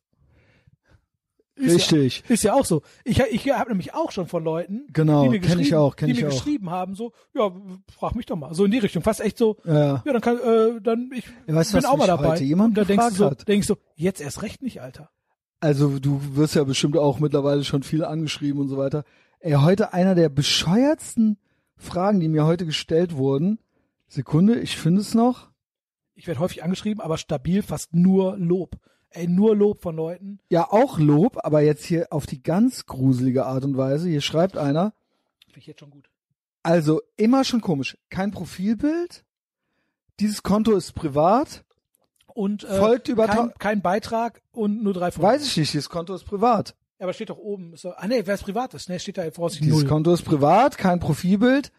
Richtig.
Ist ja auch so. Ich, ich habe nämlich auch schon von Leuten,
Genau,
die mir,
kenn ich
geschrieben-
auch, kenn
die
ich
mir
auch.
geschrieben haben, so, ja, frag mich doch mal. So in die Richtung. Fast echt so,
Ja.
ja, dann kann, äh, dann, ich
Ja, weißt du,
bin
was
auch
mich
mal dabei.
heute jemand
Und da denkst du
gefragt
so,
hat?
denkst du, jetzt erst recht nicht, Alter.
Also du wirst ja bestimmt auch mittlerweile schon viel angeschrieben und so weiter. Ey, heute einer der bescheuertsten Fragen, die mir heute gestellt wurden. Sekunde, ich finde es noch.
ich werde häufig angeschrieben, aber stabil fast nur Lob. Ey, nur Lob von Leuten.
Ja, auch Lob, aber jetzt hier auf die ganz gruselige Art und Weise. Hier schreibt einer,
Finde ich jetzt schon gut.
also immer schon komisch, kein Profilbild, dieses Konto ist privat,
Und äh,
folgt über,
kein,
ta-
kein Beitrag und nur drei Folgen.
weiß ich nicht, dieses Konto ist privat.
Aber steht doch oben. Ist doch, ah nee, wer es privat ist. Nee, steht da vorsichtig
Dieses
null.
Konto ist privat, kein Profilbild,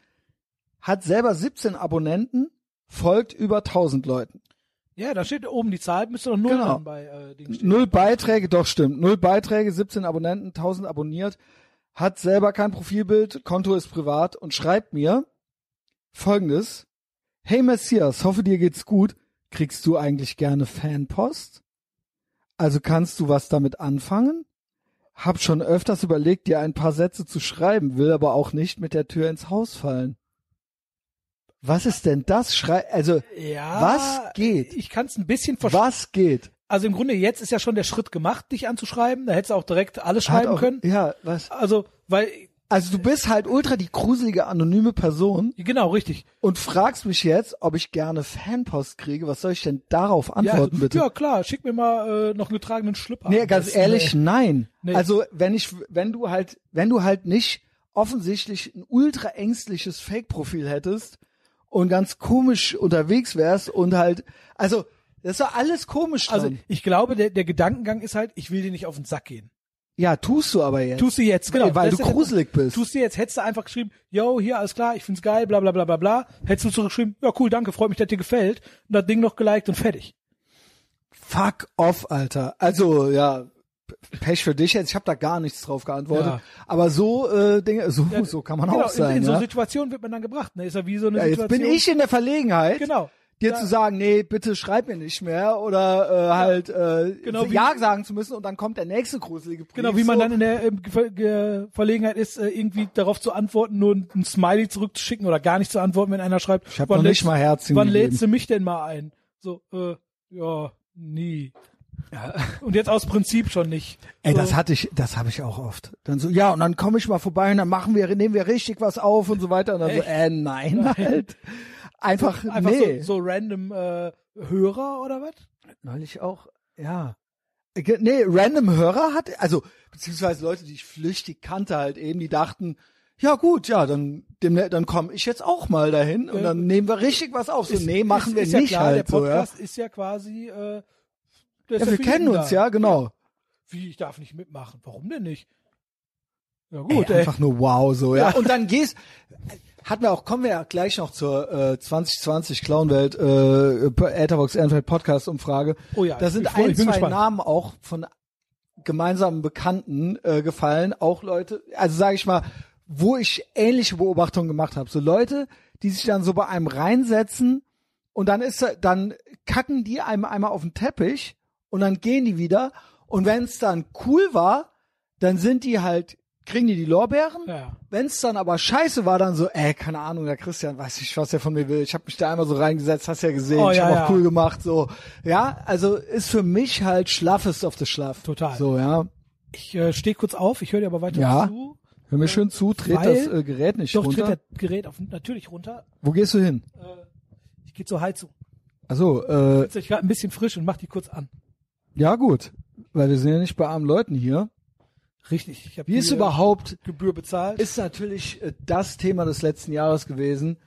hat selber 17 Abonnenten, folgt über 1000 Leuten.
Ja, da steht oben die Zahl, müsste doch null
Genau.
dann bei äh, Ding stehen.
Null Beiträge, doch stimmt. Null Beiträge, 17 Abonnenten, 1000 abonniert, hat selber kein Profilbild, Konto ist privat und schreibt mir folgendes. Hey Messias, hoffe dir geht's gut. Kriegst du eigentlich gerne Fanpost? Also kannst du was damit anfangen? Hab schon öfters überlegt, dir ein paar Sätze zu schreiben, will aber auch nicht mit der Tür ins Haus fallen. Was ist denn das? Schrei also,
Ja.
Was geht?
Ich kann es ein bisschen verstehen.
was geht?
Also im Grunde jetzt ist ja schon der Schritt gemacht, dich anzuschreiben. Da hättest du auch direkt alles
Hat
schreiben
auch-
können.
Ja, was?
Also, weil
Also du bist halt ultra die gruselige anonyme Person
genau, richtig.
und fragst mich jetzt, ob ich gerne Fanpost kriege. Was soll ich denn darauf antworten
ja,
bitte?
ja, klar, schick mir mal äh, noch einen getragenen Schlüpper.
nee,
Am
ganz
besten,
ehrlich,
ey.
nein.
Nee.
Also wenn ich, wenn du halt, wenn du halt nicht offensichtlich ein ultra ängstliches Fake-Profil hättest und ganz komisch unterwegs wärst und halt, also das ist doch alles komisch dran.
Also ich glaube, der, der Gedankengang ist halt, ich will dir nicht auf den Sack gehen.
ja, tust du aber jetzt,
Tust du jetzt, genau.
weil
das
du
ist der-
gruselig bist.
Tust du jetzt, hättest du einfach geschrieben, yo, hier, alles klar, ich find's geil, bla bla bla bla bla. Hättest du zurückgeschrieben, ja cool, danke, freut mich, dass dir gefällt. Und das Ding noch geliked und fertig.
Fuck off, Alter. Also ja, Pech für dich jetzt. Ich habe da gar nichts drauf geantwortet.
Ja.
Aber so äh, Dinge, so,
Ja,
so kann man
genau,
auch sein.
in, in so
ja.
Situationen wird man dann gebracht. Ne? Ist ja wie so eine
ja, jetzt
Situation.
bin ich in der Verlegenheit,
Genau.
dir
Ja.
zu sagen, nee, bitte schreib mir nicht mehr oder äh, halt äh,
Genau, wie-
ja sagen zu müssen und dann kommt der nächste gruselige Brief.
Genau, wie man
so.
dann in der ähm, Ver Ge- Verlegenheit ist, äh, irgendwie darauf zu antworten, nur ein ein Smiley zurückzuschicken oder gar nicht zu antworten, wenn einer schreibt,
Ich hab
wann
noch
lädst-
nicht mal Herzchen
wann
gegeben.
lädst du mich denn mal ein? So, äh, ja, nie. Und jetzt aus Prinzip schon nicht.
Ey,
so,
das hatte ich, das habe ich auch oft. Dann so, ja, und dann komme ich mal vorbei und dann machen wir, nehmen wir richtig was auf und so weiter. Und dann so,
Echt?
äh, nein, halt. Einfach,
einfach
nee.
so, so random äh, Hörer oder was?
Neulich auch, ja. Äh, Ge- Nee, random Hörer hat, also, beziehungsweise Leute, die ich flüchtig kannte halt eben, die dachten, ja gut, ja, dann, dem, dann komme ich jetzt auch mal dahin und
Ja.
dann nehmen wir richtig was auf. So,
Ist-
nee, machen
ist,
wir
ist
nicht
ja klar,
halt
Der
so, ja.
Podcast ist ja quasi. Äh, der ist
ja
für
wir kennen
jeden
uns,
da.
ja, genau.
Wie, ich darf nicht mitmachen. Warum denn nicht? Ja
Gut,
gut,
ey,
ey.
einfach nur wow so, ja. Und dann gehst, hatten wir auch, kommen wir ja gleich noch zur äh, 2020 Clownwelt äh, Etherbox Ehrenfeld Podcast Umfrage.
Oh ja,
da
ich
sind
bin froh,
ein,
ich bin
zwei
gespannt.
Namen auch von gemeinsamen Bekannten äh, gefallen, auch Leute, also sage ich mal, wo ich ähnliche Beobachtungen gemacht habe, so Leute, die sich dann so bei einem reinsetzen und dann ist da- dann kacken die einem einmal auf den Teppich und dann gehen die wieder und wenn es dann cool war, dann sind die halt kriegen die die Lorbeeren.
Ja.
Wenn es dann aber scheiße war, dann so, ey, keine Ahnung, der Christian weiß nicht, was er von mir will. Ich habe mich da einmal so reingesetzt, hast ja gesehen,
Oh,
ich
ja,
habe auch
ja.
cool gemacht, so. Ja, also ist für mich halt schlaffest auf das Schlaff.
Total.
So, ja.
Ich äh, stehe kurz auf, ich höre dir aber weiter
Ja.
zu.
Hör mir schön zu, dreht
Weil-
das äh, Gerät nicht
Doch,
runter.
tritt das Gerät auf, natürlich runter.
Wo gehst du hin?
Ich gehe zur Heizung.
Also, äh,
Jetzt ist gerade ein bisschen frisch und mach die kurz an.
ja gut, weil wir sind ja nicht bei armen Leuten hier.
Richtig. Ich hab
Wie ist
die, äh,
überhaupt
Gebühr bezahlt?
ist natürlich äh, das Thema des letzten Jahres gewesen.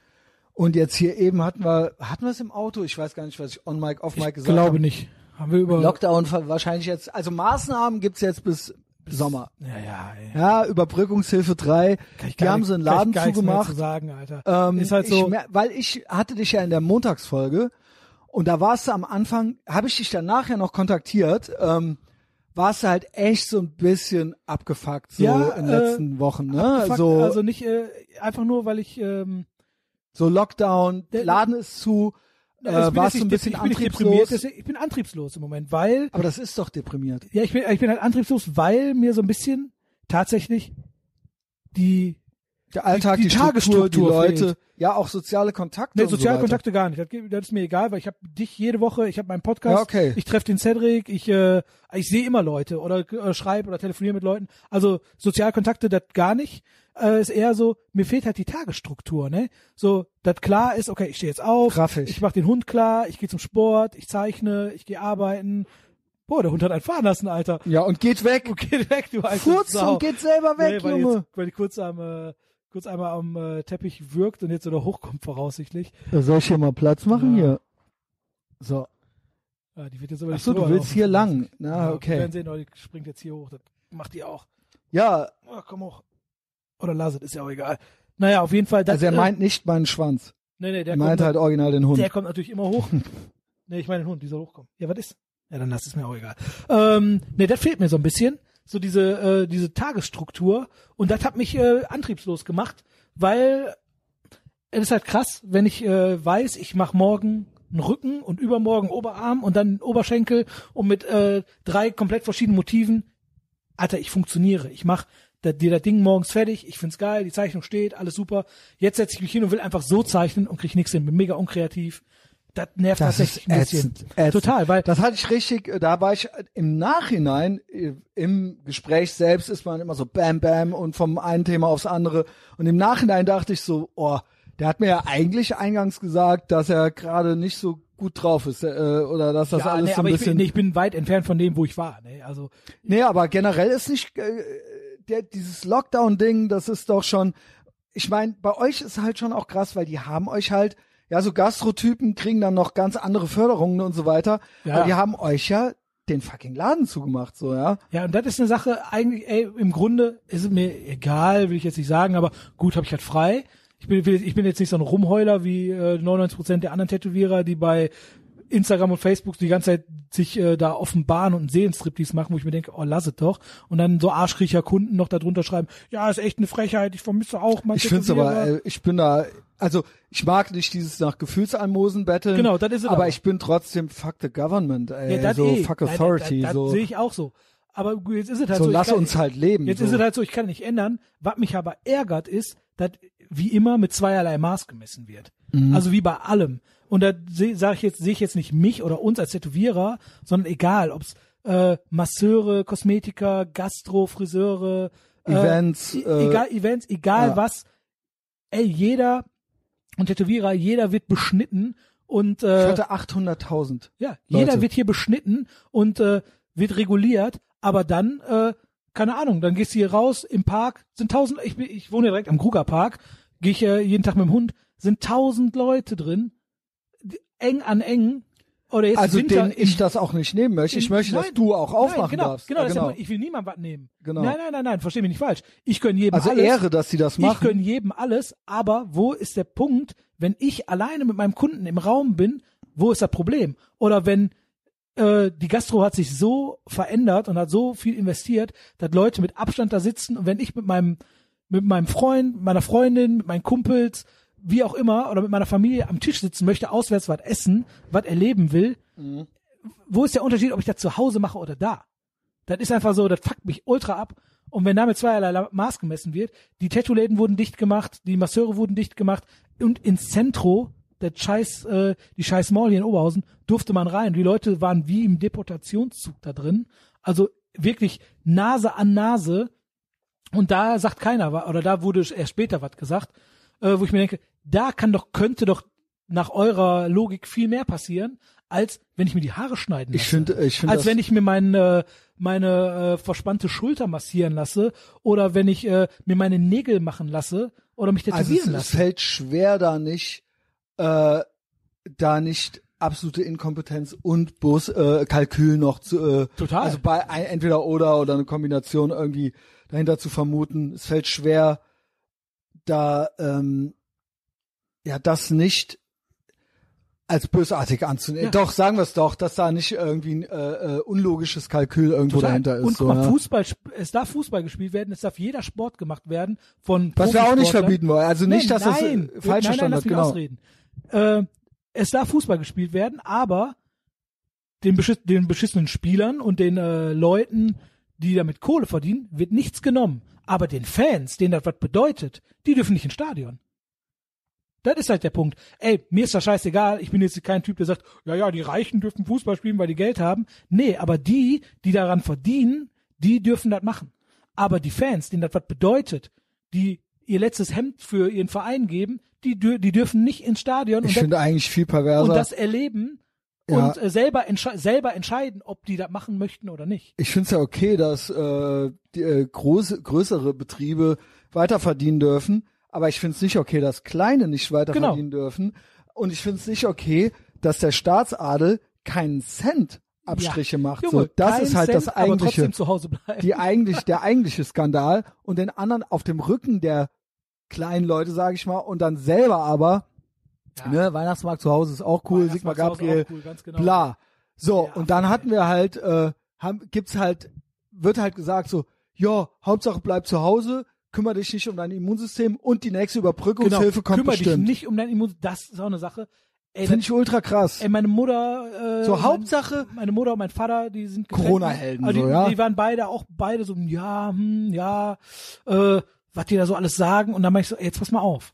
Und jetzt hier eben hatten wir, hatten wir es im Auto? Ich weiß gar nicht, was ich on mic, off mic
ich
gesagt ne? habe.
glaube nicht. Haben wir über
Lockdown ver- wahrscheinlich jetzt, also Maßnahmen gibt's jetzt bis, Sommer.
Ja, ja, ey.
Ja, Überbrückungshilfe 3.
Kann ich
Die
gar
haben
nicht-
so einen
kann ich
Laden
gar nichts mehr
zugemacht.
Zu sagen, Alter.
Ähm,
ist halt
ich
so.
mer- weil ich hatte dich ja in der Montagsfolge und da warst du am Anfang, habe ich dich dann nachher noch kontaktiert, ähm, warst du halt echt so ein bisschen abgefuckt so
Ja,
in den
äh,
letzten Wochen, ne?
Fakt,
So,
also nicht äh, einfach nur, weil ich ähm,
so Lockdown,
Der-
Laden ist zu,
also ich
äh,
bin
warst
jetzt
du ein
nicht-
bisschen
ich bin nicht
antriebslos.
deprimiert, deswegen- Ich bin antriebslos im Moment, weil
aber das ist doch deprimiert.
ja ich bin ich bin halt antriebslos, weil mir so ein bisschen tatsächlich die
Der Alltag, die,
Die- die
Struktur, die
Tagesstruktur
Leute,
fehlt.
ja auch soziale Kontakte.
Nee,
und so
soziale
weiter.
Kontakte ne, gar nicht. Das, geht- das ist mir egal, weil ich habe dich jede Woche, ich habe meinen Podcast,
Ja, okay.
ich treffe den Cedric, ich, äh, ich sehe immer Leute oder äh, schreibe oder telefoniere mit Leuten. Also soziale Kontakte, das gar nicht. Äh, ist eher so, mir fehlt halt die Tagesstruktur, ne? So, das klar ist, okay, ich stehe jetzt auf,
Raffig.
ich mache den Hund klar, ich gehe zum Sport, ich zeichne, ich gehe arbeiten. Boah, der Hund hat einen fahren lassen, Alter.
Ja, und geht weg.
Geht weg, du alte
Furz
Sau.
und geht selber weg,
also Nee, weil die
Junge.
Jetzt, weil die kurz am, äh, kurz einmal am äh, Teppich wirkt und jetzt wieder hochkommt voraussichtlich.
Da soll ich hier mal Platz machen
Ja.
hier. So.
Ja, Äh, die wird jetzt aber
Ach
nicht
so, du
drüber
willst
laufen.
hier lang.
Ja,
Na,
Wir
okay.
werden sehen, oh, die springt jetzt hier hoch. Das macht die auch.
Ja,
Ah, komm hoch. Oder Laset, ist ja auch egal. Naja, auf jeden Fall. Das,
also er
äh,
meint nicht meinen Schwanz.
nee, nee, der,
Er
kommt,
meint halt original den Hund.
der kommt natürlich immer hoch. nee, ich meine den Hund, die soll hochkommen. Ja, was ist? Ja, dann lass es mir auch egal. Ähm, nee, das fehlt mir so ein bisschen. So diese, äh, diese Tagesstruktur. Und das hat mich äh, antriebslos gemacht, weil es ist halt krass, wenn ich äh, weiß, ich mache morgen einen Rücken und übermorgen Oberarm und dann Oberschenkel und mit äh, drei komplett verschiedenen Motiven. Alter, ich funktioniere. Ich mach da- dir das Ding morgens fertig, ich find's geil, die Zeichnung steht, alles super. Jetzt setze ich mich hin und will einfach so zeichnen und krieg nichts hin, bin mega unkreativ. Das nervt
Das
tatsächlich
ist
ein bisschen.
ätzend, ätzend.
Total, weil
Das hatte ich richtig, äh, da war ich äh, im Nachhinein, äh, im Gespräch selbst ist man immer so bam bam und vom einen Thema aufs andere. Und im Nachhinein dachte ich so, oh, der hat mir ja eigentlich eingangs gesagt, dass er gerade nicht so gut drauf ist äh, oder dass das
ja,
alles
nee,
so ein
aber ich,
bisschen.
bin, nee, ich bin weit entfernt von dem, wo ich war. Nee, also
Nee, aber generell ist nicht äh, der, dieses Lockdown-Ding, das ist doch schon. Ich meine, bei euch ist halt schon auch krass, weil die haben euch halt, ja, so Gastrotypen kriegen dann noch ganz andere Förderungen und so weiter.
Ja.
Aber die haben euch ja den fucking Laden zugemacht, so, ja.
Ja, und das ist eine Sache, eigentlich, ey, im Grunde ist es mir egal, will ich jetzt nicht sagen, aber gut, habe ich halt frei. Ich bin, will- ich bin jetzt nicht so ein Rumheuler wie äh, 99% der anderen Tätowierer, die bei Instagram und Facebook die ganze Zeit sich äh, da offenbaren und Seelenstriptease machen, wo ich mir denke, oh, lass es doch. Und dann so Arschkriecher Kunden noch da drunter schreiben, ja, ist echt eine Frechheit, ich vermisse auch mein
Ich find's aber, äh, ich bin da, also ich mag nicht dieses nach Gefühlsalmosen betteln.
Genau, das ist es
Aber
aber.
ich bin trotzdem fuck the government, ey,
ja, das
äh, so
eh.
fuck
Ja, das-
authority,
das, das,
so.
sehe ich auch so. Aber jetzt ist es halt
so
so. ich
lass
kann-
uns halt leben.
Jetzt
so.
ist es halt so, ich kann nicht ändern. Was mich aber ärgert ist, dass wie immer mit zweierlei Maß gemessen wird.
Mhm.
Also wie bei allem. Und da sage ich jetzt, sehe ich jetzt nicht mich oder uns als Tätowierer, sondern egal, ob's äh, Masseure, Kosmetiker, Gastro, Friseure, äh,
Events,
e-
äh,
egal Events, egal
ja.
was. Ey, jeder und Tätowierer, jeder wird beschnitten und
ich
äh,
hatte 800.000.
ja,
Leute.
jeder wird hier beschnitten und äh, wird reguliert, aber dann, äh, keine Ahnung, dann gehst du hier raus im Park, sind tausend, ich, bin- ich wohne ja direkt am Kruger Park, gehe ich äh, jeden Tag mit dem Hund, sind tausend Leute drin, die- eng an eng, oder jetzt
Also
Winter
den
im-
ich das auch nicht nehmen möchte. Ich
im-
möchte, dass
nein,
du auch aufmachen
nein, genau,
darfst.
Genau,
Ja,
das ist ja
genau.
nur- ich will niemandem was nehmen.
Genau.
Nein, nein, nein, nein, versteh mich nicht falsch. Ich gönn jedem
Also
alles.
Ehre, dass sie das
Ich
machen.
gönn jedem alles, aber wo ist der Punkt, wenn ich alleine mit meinem Kunden im Raum bin, wo ist das Problem? Oder wenn äh, die Gastro hat sich so verändert und hat so viel investiert, dass Leute mit Abstand da sitzen und wenn ich mit meinem mit meinem Freund, meiner Freundin, mit meinen Kumpels, wie auch immer, oder mit meiner Familie am Tisch sitzen möchte, auswärts was essen, was erleben will,
Mhm.
wo ist der Unterschied, ob ich das zu Hause mache oder da? Das ist einfach so, das fuckt mich ultra ab. Und wenn damit zweierlei La- Maß gemessen wird, die Tattoo-Läden wurden dicht gemacht, die Masseure wurden dicht gemacht und ins Zentro, der scheiß, äh, die scheiß Mall hier in Oberhausen, durfte man rein. Die Leute waren wie im Deportationszug da drin. Also wirklich Nase an Nase. Und da sagt keiner, wa- oder da wurde erst später was gesagt, äh, wo ich mir denke, da kann doch, könnte doch nach eurer Logik viel mehr passieren, als wenn ich mir die Haare schneiden lasse
Ich finde, ich finde
als
das.
wenn ich mir mein, äh, meine äh, verspannte Schulter massieren lasse oder wenn ich äh, mir meine Nägel machen lasse oder mich
also es,
tätowieren
es
lasse.
fällt schwer, da nicht, äh, da nicht absolute Inkompetenz und bloß äh, Kalkül noch zu. Äh,
Total.
Also bei ein, entweder oder oder eine Kombination irgendwie dahinter zu vermuten. Es fällt schwer, da ähm, ja das nicht als bösartig anzunehmen.
Ja.
Doch, sagen wir es doch, dass da nicht irgendwie ein äh, äh, unlogisches Kalkül irgendwo
Total.
dahinter ist.
Und
so, ne?
guck mal,
ja.
Fußball, sp- es darf Fußball gespielt werden, es darf jeder Sport gemacht werden von
Was wir auch nicht
Profisportlern.
verbieten wollen. Also nicht,
nein,
dass
nein,
das äh, falsch
nein,
verstanden
nein, lass
wird.
mich
Genau.
ausreden. Äh, es darf Fußball gespielt werden, aber den, beschiss den beschissenen Spielern und den äh, Leuten, die damit Kohle verdienen, wird nichts genommen. Aber den Fans, denen das was bedeutet, die dürfen nicht ins Stadion. Das ist halt der Punkt. Ey, mir ist das scheißegal. Ich bin jetzt kein Typ, der sagt, ja, ja, die Reichen dürfen Fußball spielen, weil die Geld haben. Nee, aber die, die daran verdienen, die dürfen das machen. Aber die Fans, denen das was bedeutet, die ihr letztes Hemd für ihren Verein geben, die, dür- die dürfen nicht ins Stadion.
Ich
das-
finde eigentlich viel perverser.
und das erleben
Ja.
und äh, selber, entsche selber entscheiden, ob die das machen möchten oder nicht.
ich finde es ja okay, dass äh, die, äh, große, größere Betriebe weiterverdienen dürfen, aber ich finde es nicht okay, dass kleine nicht weiterverdienen
Genau.
dürfen. Und ich finde es nicht okay, dass der Staatsadel keinen Cent Abstriche
Ja.
macht.
Junge,
so, das
kein
ist halt
Cent,
das
Aber
eigentliche,
trotzdem zu Hause bleiben.
die eigentlich, der eigentliche Skandal und den anderen auf dem Rücken der kleinen Leute, sage ich mal, und dann selber aber,
Ja.
ne, Weihnachtsmarkt zu Hause ist auch cool, Sigmar
Weihnachtsmarkt zu Hause
Gabriel,
auch cool, ganz genau.
bla. So,
Ja,
und dann hatten wir halt, äh, haben, gibt's halt, wird halt gesagt so, ja, Hauptsache bleib zu Hause, kümmere dich nicht um dein Immunsystem und die nächste
genau.
Überbrückungshilfe kommt
Kümmer dich
bestimmt.
nicht um dein Immun. Das ist auch eine Sache. Ey,
Finde
das-
ich ultra krass.
ey meine Mutter. Äh,
So,
mein-
Hauptsache-
Meine Mutter und mein Vater, die sind getrennt.
Corona-Helden,
Aber die,
so, ja.
Die waren beide auch beide so, ja, hm, ja, äh, was die da so alles sagen. Und dann mach ich so, ey, jetzt pass mal auf.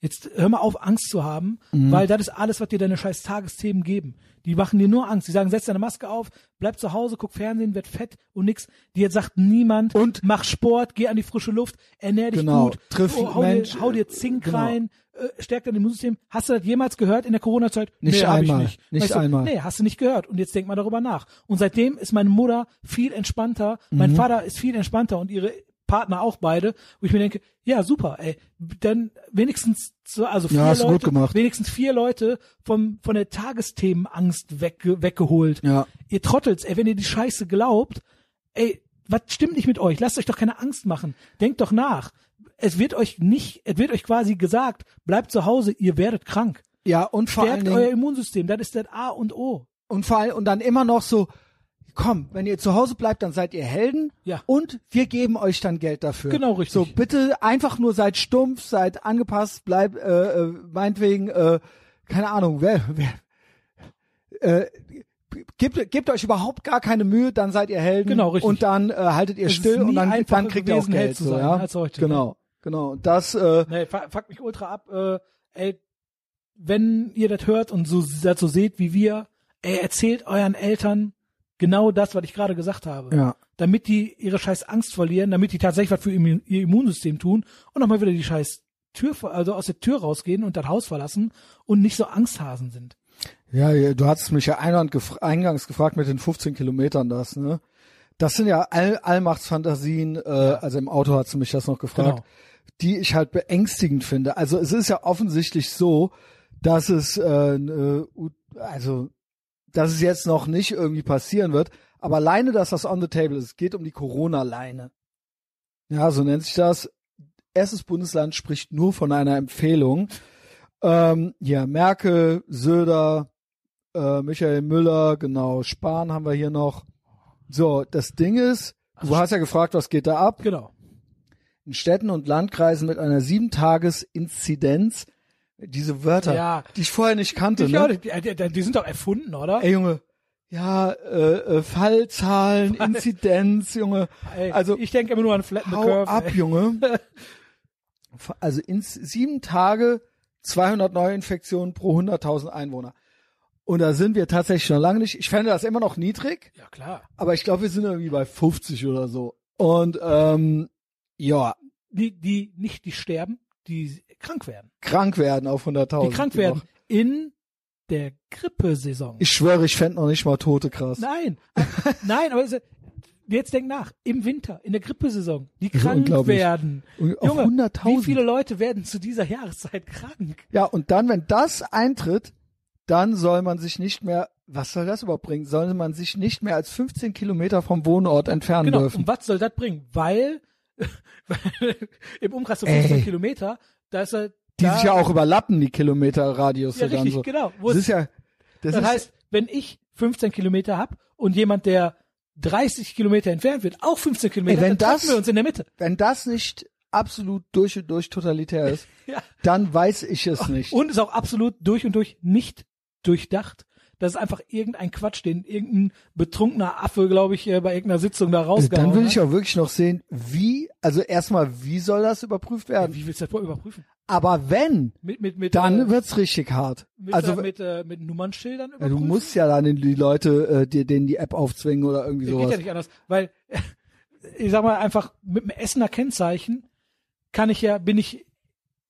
Jetzt hör mal auf, Angst zu haben,
Mhm.
weil das ist alles, was dir deine scheiß Tagesthemen geben. Die machen dir nur Angst. Die sagen, setz deine Maske auf, bleib zu Hause, guck Fernsehen, werd fett und nix. Dir sagt niemand,
Und-
mach Sport, geh an die frische Luft, ernähr dich
Genau.
gut,
Triff
oh, hau,
Mensch-
dir, hau dir Zink
Genau.
rein, äh, stärkt dein Immunsystem. Hast du das jemals gehört in der Corona-Zeit?
Nicht
hab
einmal.
Ich nicht
Nicht
weißt
einmal.
Du, nee, hast du nicht gehört. Und jetzt denk mal darüber nach. Und seitdem ist meine Mutter viel entspannter,
Mhm.
mein Vater ist viel entspannter und ihre Partner auch beide, wo ich mir denke, ja super, ey, dann wenigstens so, also vier
hast du
Leute,
gut gemacht.
wenigstens vier Leute vom von der Tagesthemenangst wegge weggeholt.
Ja.
Ihr Trottels, ey, wenn ihr die Scheiße glaubt, ey, was stimmt nicht mit euch? Lasst euch doch keine Angst machen. Denkt doch nach. Es wird euch nicht, es wird euch quasi gesagt, bleibt zu Hause, ihr werdet krank.
Ja, und vor allen
Stärkt euer
Dingen,
Immunsystem, das ist das A und O.
und vor allem, und dann immer noch so, komm, wenn ihr zu Hause bleibt, dann seid ihr Helden
Ja.
und wir geben euch dann Geld dafür.
Genau, richtig.
So, bitte einfach nur seid stumpf, seid angepasst, bleibt, äh, äh, meinetwegen, äh, keine Ahnung, wer, wer, äh, Gebt, gebt euch überhaupt gar keine Mühe, dann seid ihr Helden.
Genau, richtig.
Und dann äh, haltet ihr
Es ist
still und
nie
dann,
einfacher
dann kriegt ihr auch
gewesen, Held
Geld.
zu
so,
sein
ja?
als heute, ne?
Genau, genau. Und das, äh,
Nee, fuck, fuck mich ultra ab. Äh, ey, wenn ihr das hört und so, das so seht wie wir, ey, erzählt euren Eltern genau das, was ich gerade gesagt habe.
Ja.
Damit die ihre scheiß Angst verlieren, damit die tatsächlich was für ihr, ihr Immunsystem tun und nochmal wieder die scheiß Tür, ver- also aus der Tür rausgehen und das Haus verlassen und nicht so Angsthasen sind.
Ja, ja, du hattest mich ja einwand gef eingangs gefragt mit den 15 Kilometern das, ne? Das sind ja All Allmachtsfantasien, äh, also im Auto hast du mich das noch gefragt,
Genau.
die ich halt beängstigend finde. Also es ist ja offensichtlich so, dass es, äh, ne, U- also dass es jetzt noch nicht irgendwie passieren wird, aber alleine, dass das on the table ist, es geht um die Corona-Leine. Ja, so nennt sich das. Erstes Bundesland spricht nur von einer Empfehlung. Ähm, ja, Merkel, Söder, äh, Michael Müller, genau, Spahn haben wir hier noch. So, das Ding ist, du hast ja gefragt, was geht da ab?
Genau.
In Städten und Landkreisen mit einer Sieben-Tages-Inzidenz. Diese Wörter,
Ja.
die ich vorher nicht kannte.
Ja,
ne?
die, die, die- die sind doch erfunden, oder?
Ey, Junge, ja, äh, äh, Fallzahlen, Inzidenz, Junge.
Ey,
also-
ich denke immer nur an Flatten the
Hau
Curve.
ab,
ey.
Junge. F- Also in s- sieben Tage 200 Neuinfektionen pro 100.000 Einwohner. Und da sind wir tatsächlich noch lange nicht. Ich fände das immer noch niedrig,
Ja, klar.
aber ich glaube, wir sind irgendwie bei 50 oder so. Und ähm, ja,
Die, die nicht die sterben, die krank werden.
krank werden auf 100.000.
die krank
noch.
werden in der Grippesaison.
Ich schwöre, ich fände noch nicht mal Tote krass.
nein, nein, aber es- jetzt denk nach. Im Winter, in der Grippesaison, die
ist
krank
unglaublich.
werden.
Und auf
Junge,
100.000.
wie viele Leute werden zu dieser Jahreszeit krank?
Ja, und dann, wenn das eintritt, dann soll man sich nicht mehr, was soll das überhaupt bringen? Soll man sich nicht mehr als 15 Kilometer vom Wohnort entfernen
Genau.
dürfen?
Und was soll das bringen? Weil, weil im Umkreis von
Ey.
15 Kilometer, da ist er.
Die
da,
sich ja auch überlappen, die Kilometerradius
Ja,
so dann
richtig,
so.
genau. Wo
Das
es-
ist ja, das,
Das
ist,
heißt, wenn ich 15 Kilometer hab und jemand, der 30 Kilometer entfernt wird, auch 15 Kilometer,
wenn
dann
das-
treffen wir uns in der Mitte.
wenn das nicht absolut durch und durch totalitär ist,
Ja.
dann weiß ich es nicht.
Und ist auch absolut durch und durch nicht durchdacht. Das ist einfach irgendein Quatsch, den irgendein betrunkener Affe, glaube ich, äh, bei irgendeiner Sitzung da rausgehauen
Also Dann will ich
hat.
auch wirklich noch sehen, wie, also erstmal, wie soll das überprüft werden?
Wie willst du das wohl überprüfen?
Aber wenn,
Mit, mit, mit,
dann
äh,
wird's richtig hart.
mit,
Also
äh, mit, äh, mit Nummernschildern
ja,
überprüfen.
du musst ja dann die Leute, äh, dir denen die App aufzwingen oder irgendwie
Äh, Geht ja
sowas.
nicht anders, weil ich sag mal einfach mit einem Essener Kennzeichen kann ich ja bin ich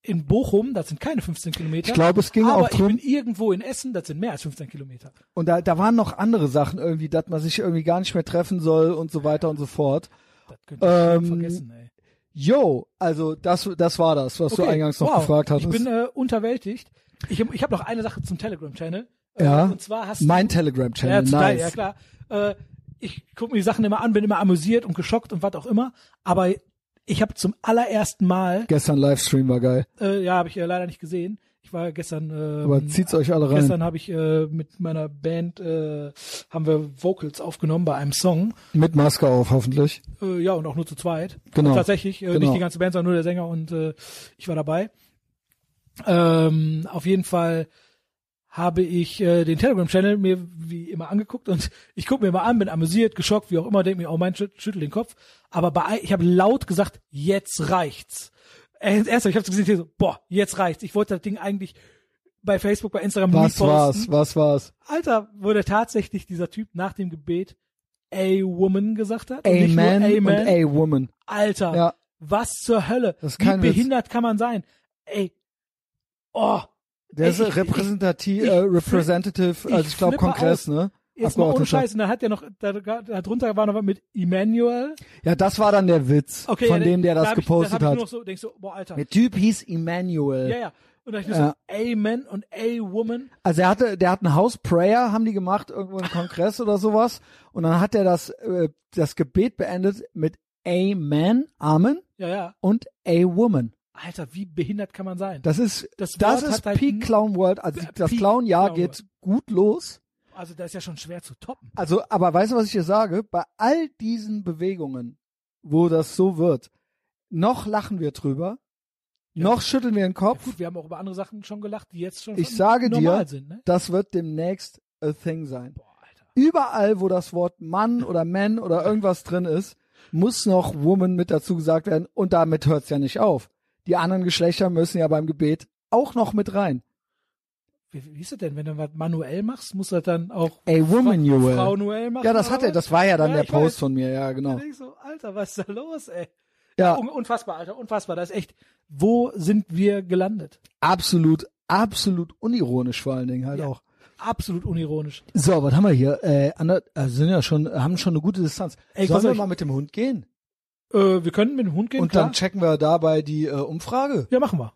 in Bochum, das sind keine 15 Kilometer.
Ich glaube, es ging
aber
auch
ich
drum.
bin irgendwo in Essen, das sind mehr als 15 Kilometer.
Und da, da waren noch andere Sachen irgendwie, dass man sich irgendwie gar nicht mehr treffen soll und so weiter und so fort.
Das könnte ich schon
Ähm,
vergessen, ey.
Yo, also das, das war das, was du
Okay,
eingangs noch
wow.
gefragt hattest.
Ich bin äh, unterwältigt. Ich, ich habe noch eine Sache zum Telegram-Channel.
Ja.
Äh, und zwar hast du
mein Telegram-Channel,
ja,
nice.
total, ja klar. Äh, ich gucke mir die Sachen immer an, bin immer amüsiert und geschockt und was auch immer. Aber ich habe zum allerersten Mal,
Gestern Livestream war geil.
äh, ja, habe ich äh, leider nicht gesehen. Ich war gestern. Äh,
Aber zieht's euch alle rein.
Gestern habe ich äh, mit meiner Band äh, haben wir Vocals aufgenommen bei einem Song.
Mit Maske auf, hoffentlich.
Äh, ja, und auch nur zu zweit.
Genau.
Und tatsächlich, äh,
Genau.
nicht die ganze Band, sondern nur der Sänger und äh, ich war dabei. Ähm, auf jeden Fall habe ich äh, den Telegram-Channel mir wie immer angeguckt und ich gucke mir immer an, bin amüsiert, geschockt, wie auch immer, denke mir, oh mein, schüt- schüttel den Kopf. Aber bei, ich habe laut gesagt, jetzt reicht's. Erst, erst ich habe gesehen, ich so, boah, jetzt reicht's. Ich wollte das Ding eigentlich bei Facebook, bei Instagram nie
Was
posten.
war's? Was war's?
Alter, wurde tatsächlich dieser Typ nach dem Gebet A Woman gesagt hat. und nicht nur
Amen und
Amen.
A Woman.
Alter,
Ja.
was zur Hölle?
Das ist
Wie
kein Witz.
behindert kann man sein? Ey. Oh,
Der
Ey,
ist
ich- ich-
repräsentativ,
ich
äh,
flipp-
representative, also
ich
ich glaube
flippe
Kongress,
aus.
ne?
jetzt mal ohne
Abgeordneter.
Scheiß. Und dann hat der noch, da, da drunter war noch was mit Emmanuel.
Ja, das war dann der Witz
Okay,
von
ja,
dem, der
da
das
hab ich,
gepostet
da hab Ich
hat.
nur noch so, denkst so, boah, Alter.
Der Typ hieß Emmanuel.
ja, ja. Und dann hab ich nur
Ja.
so, Amen und A Woman.
Also er hatte, der hat ein House Prayer, haben die gemacht, irgendwo im Kongress oder sowas. Und dann hat er das, äh, das Gebet beendet mit Amen, Amen
Ja, ja.
und A Woman.
Alter, wie behindert kann man sein?
Das ist,
Das
das,
Wort hat
ist
halt
Peak
n-
Clown World. Also die- das
Peak
Clown Jahr
Clown
geht gut los.
Also, das ist ja schon schwer zu toppen.
Also, aber weißt du, was ich dir sage? Bei all diesen Bewegungen, wo das so wird, noch lachen wir drüber, noch schütteln wir den
Ja,
Kopf.
gut, wir haben auch über andere Sachen schon gelacht, die jetzt schon
Ich sage dir,
normal sind, ne?
Das wird demnächst a thing sein.
Boah, Alter.
Überall, wo das Wort Mann oder Man oder irgendwas drin ist, muss noch Woman mit dazu gesagt werden. Und damit hört's ja nicht auf. Die anderen Geschlechter müssen ja beim Gebet auch noch mit rein.
Wie, wie ist das denn, wenn du was manuell machst, musst du das dann auch
A woman you will.
Frau Noel machen?
Ja, das
oder
hat er,
was?
das war ja dann
Ja,
der
ich
Post
weiß.
von mir, ja, genau.
Da denk ich so, Alter, was ist da los, ey?
Ja,
Un unfassbar, Alter, unfassbar. Das ist echt, wo sind wir gelandet?
absolut, absolut unironisch vor allen Dingen halt
Ja.
auch.
Absolut unironisch.
So, was haben wir hier? Äh, ander, äh, sind ja schon, haben schon eine gute Distanz.
Ey,
Sollen
pass
wir
auf.
mal mit dem Hund gehen?
Äh, wir können mit dem Hund gehen,
Und
klar.
dann checken wir dabei die äh, Umfrage.
ja, machen wir.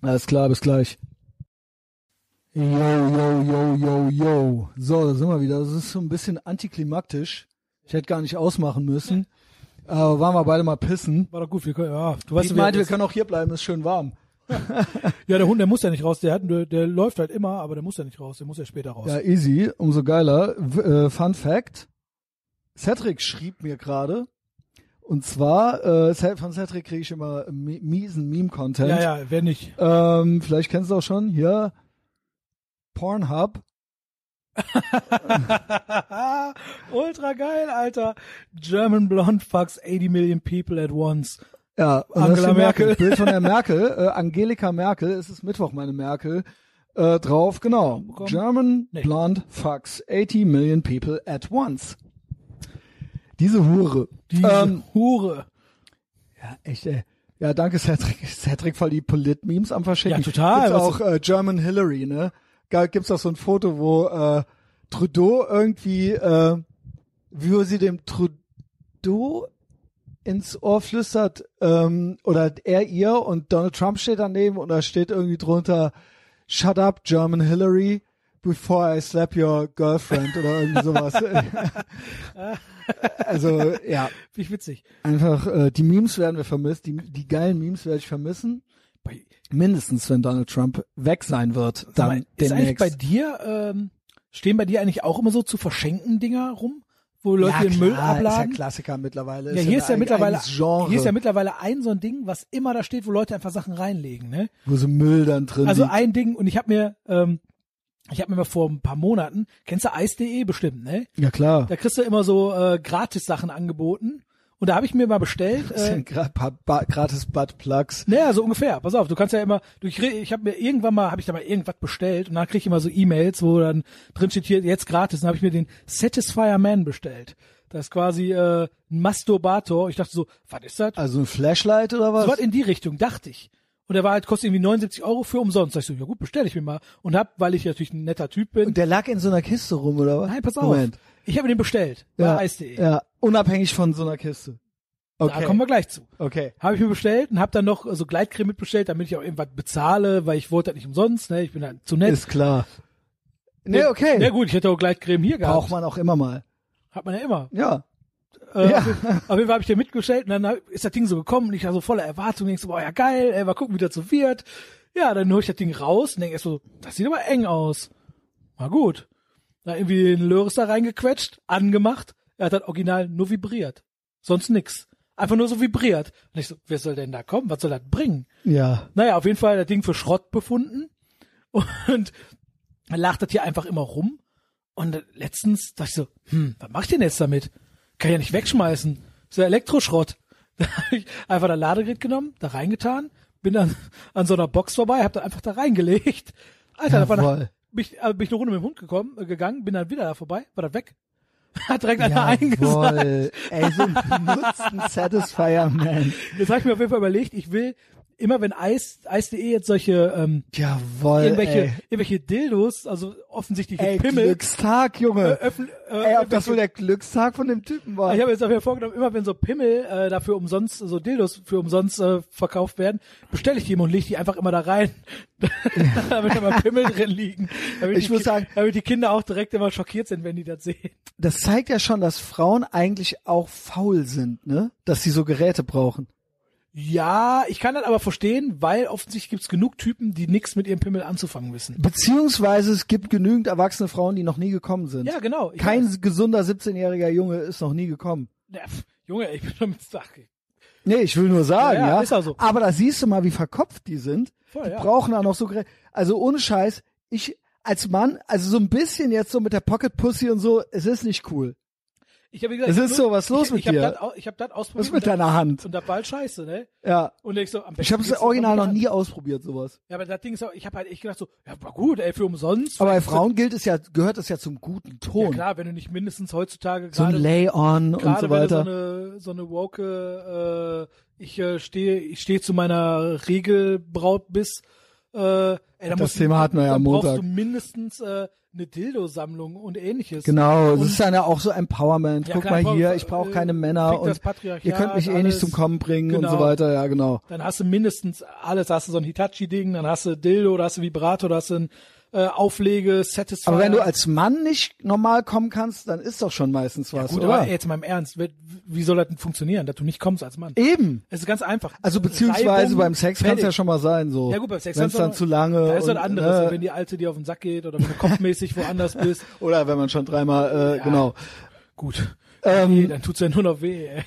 Alles klar, bis gleich. Yo, yo, yo, yo, yo. So, da sind wir wieder. Das ist so ein bisschen antiklimaktisch. Ich hätte gar nicht ausmachen müssen. Aber waren wir beide mal pissen.
War doch gut, wir können, ja, du weißt,
Ich
wer
meinte, wir
das ist.
können auch hier bleiben, ist schön warm.
ja, der Hund, der muss ja nicht raus, der hat, der, der läuft halt immer, aber der muss ja nicht raus, der muss ja später raus.
Ja, easy, umso geiler. W äh, Fun Fact: Cedric schrieb mir gerade, und zwar, äh, Ced- von Cedric kriege ich immer mi- miesen Meme-Content.
ja, ja, wer nicht.
Ähm, vielleicht kennst du auch schon, hier, Pornhub.
Ah, Ultra geil, Alter. German Blonde fucks 80 million people at once.
Ja, und
Angela
das
Merkel.
Merkel. Bild von der Merkel, äh, Angelika Merkel, es ist Mittwoch, meine Merkel, äh, drauf, genau.
bekommen?
German
Nee.
blonde fucks 80 million people at once. Diese Hure.
Diese
Ähm,
Hure.
Ja, echt, ey. Ja, danke, Cedric. Cedric voll die Polit-Memes am Verschicken.
Ja, total.
Gibt's
Was
auch äh, German Hillary, ne? Ge- Gibt's auch so ein Foto, wo äh, Trudeau irgendwie, äh, wie sie dem Trudeau ins Ohr flüstert, ähm, oder er ihr und Donald Trump steht daneben und da steht irgendwie drunter, Shut up, German Hillary, before I slap your girlfriend oder irgendwie sowas. also, ja.
Finde ich witzig.
Einfach, äh, die Memes werden wir vermisst, die, die geilen Memes werde ich vermissen.
Bei,
Mindestens, wenn Donald Trump weg sein wird,
Sag
dann
ist eigentlich bei
demnächst.
dir, ähm, stehen bei dir eigentlich auch immer so zu verschenken Dinger rum, wo Leute
ja,
den Müll
klar, Ist
abladen?
ja Klassiker mittlerweile.
ja, hier ist ja
ein
mittlerweile,
eigenes Genre,
hier ist ja mittlerweile ein so ein Ding, was immer da steht, wo Leute einfach Sachen reinlegen, ne?
wo so Müll dann drin
Also
liegt.
ein Ding, und ich habe mir ähm, Ich habe mir mal vor ein paar Monaten, kennst du Eis.de bestimmt, ne?
Ja klar.
Da kriegst du immer so äh, Gratis-Sachen angeboten. Und da habe ich mir mal bestellt.
Das
Äh,
sind gra- pa- ba- gratis Butt Plugs.
naja, so ungefähr. Pass auf, du kannst ja immer, du, ich, krieg- ich habe mir irgendwann mal, habe ich da mal irgendwas bestellt und dann krieg ich immer so E-Mails, wo dann drin steht hier jetzt gratis. Dann habe ich mir den Satisfier Man bestellt. Das ist quasi äh, ein Masturbator. Ich dachte so, was ist das?
Also ein Flashlight oder was?
So was in die Richtung, dachte ich. Und der war halt, kostet irgendwie 79 Euro für umsonst. Sag ich so, ja gut, bestelle ich mir mal. Und hab, weil ich natürlich ein netter Typ bin.
Und der lag in so einer Kiste rum oder was?
Nein, pass auf.
Moment.
Ich habe den bestellt. Bei E.
Ja,
Eis.de.
ja, unabhängig von so einer Kiste. Okay.
Da kommen wir gleich zu.
okay.
Habe ich mir bestellt und habe dann noch äh, so Gleitcreme mitbestellt, damit ich auch irgendwas bezahle, weil ich wollte das nicht umsonst. Ne? Ich bin halt zu nett.
Ist klar. Nee, okay.
Na gut, ich hätte auch Gleitcreme hier gehabt.
Braucht man auch immer mal.
Hat man ja immer.
Ja.
Äh,
Ja.
auf, jeden- auf jeden Fall habe ich den mitgestellt und dann hab, ist das Ding so gekommen und ich war so voller Erwartung, denkst so, boah, ja geil, ey, mal gucken, wie das so wird. Ja, dann hol ich das Ding raus und denk erst so, das sieht aber eng aus. Na gut. Da irgendwie den Löris da reingequetscht, angemacht, er hat das Original nur vibriert. Sonst nix. Einfach nur so vibriert. Und ich so, wer soll denn da kommen? Was soll das bringen?
Ja.
Naja, auf jeden Fall das Ding für Schrott befunden. Und dann lag das hier einfach immer rum. Und letztens dachte ich so, hm, was mach ich denn jetzt damit? Kann ich ja nicht wegschmeißen. So Elektroschrott. Da habe ich einfach das Ladegerät genommen, da reingetan, bin dann an so einer Box vorbei, hab da einfach da reingelegt. Alter, da war
Jawohl.
dann, bin, ich, äh, bin ich eine Runde mit dem Hund gekommen, äh, gegangen, bin dann wieder da vorbei, war da weg. Hat direkt einer eingesagt.
Jawohl. Ey, so ein benutzten Satisfier, man.
Jetzt habe ich mir auf jeden Fall überlegt, ich will immer wenn Eis, Eis.de jetzt solche ähm,
Jawohl,
irgendwelche,
ey.
irgendwelche Dildos, also offensichtlich
Ey,
Pimmel.
Glückstag, Junge.
öffn- äh,
Ey, ob das
irgendwelche-
wohl der Glückstag von dem Typen war?
ich habe jetzt auch wieder vorgenommen, immer wenn so Pimmel äh, dafür umsonst, so Dildos für umsonst äh, verkauft werden, bestelle ich die immer und lege die einfach immer da rein, damit da mal Pimmel drin liegen. Damit
Ich
die
muss
Ki-
sagen-
damit die Kinder auch direkt immer schockiert sind, wenn die das sehen.
das zeigt ja schon, dass Frauen eigentlich auch faul sind, ne? Dass sie so Geräte brauchen.
Ja, ich kann das aber verstehen, weil offensichtlich gibt's genug Typen, die nichts mit ihrem Pimmel anzufangen wissen.
Beziehungsweise es gibt genügend erwachsene Frauen, die noch nie gekommen sind.
Ja, genau. Ich
Kein
weiß.
gesunder 17-jähriger Junge ist noch nie gekommen.
Ja, pf, Junge, ich bin damit ach,
Nee, ich will nur sagen,
Ja,
ja.
ja, ist auch so.
Aber da siehst du mal, wie verkopft die sind.
Voll,
die
ja.
brauchen da noch so Gerä- Also ohne Scheiß, ich als Mann, also so ein bisschen jetzt so mit der Pocket Pussy und so, es ist nicht cool.
Ich habe gesagt,
Es
ich hab
ist
nur-
so, was ist los
ich,
mit
ich hab
dir?
Dat, au- ich habe das ausprobiert.
Was ist mit
und dat-
deiner Hand?
Und das war halt scheiße, ne?
Ja.
Und ich so, am besten
Ich habe es
geht's doch
original
mit der
noch
Hand.
nie ausprobiert, sowas.
Ja, aber das Ding ist auch, ich habe halt echt gedacht so, ja, war gut, ey, für umsonst.
Aber bei Frauen gilt es ja, gehört es ja zum guten
ja
Ton.
klar, wenn du nicht mindestens heutzutage
so ein
gerade
Lay-on und
gerade
so
wenn du so
weiter.
eine so eine woke äh, ich äh, stehe ich stehe zu meiner Regelbraut bist äh, ey, dann
Das
musst du-
Thema hatten wir ja
dann
am
brauchst
Montag.
du mindestens äh, eine Dildo Sammlung und ähnliches.
Genau, das
Und-
ist dann ja auch so Empowerment.
Ja,
Guck
klar,
mal hier,
brauch-
ich brauche
äh,
keine Männer
fick das
und ihr könnt mich eh
Patriarchat,
nicht zum
alles.
Kommen bringen und so
Genau.
weiter. Ja, genau.
Dann hast du mindestens alles, da hast du so ein Hitachi-Ding, dann hast du Dildo, da hast du Vibrator, da hast du ein äh, Auflege, Satisfier.
Aber wenn du als Mann nicht normal kommen kannst, dann ist doch schon meistens was,
Gut,
oder?
aber ey, jetzt mal im Ernst, wie- wie soll das denn funktionieren, dass du nicht kommst als Mann?
Eben.
Es ist ganz einfach.
Also beziehungsweise
Reibung,
beim Sex kann es
fertig.
ja schon mal sein, so.
Ja gut, beim Sex
Wenn es
kannst du
dann
auch-
zu lange
Da ist
und,
was anderes,
äh,
wenn die Alte dir auf den Sack geht oder wenn du kopfmäßig woanders bist.
oder wenn man schon dreimal, äh,
Ja.
genau,
Gut.
Ähm.
nee, dann tut's ja nur noch weh, ey.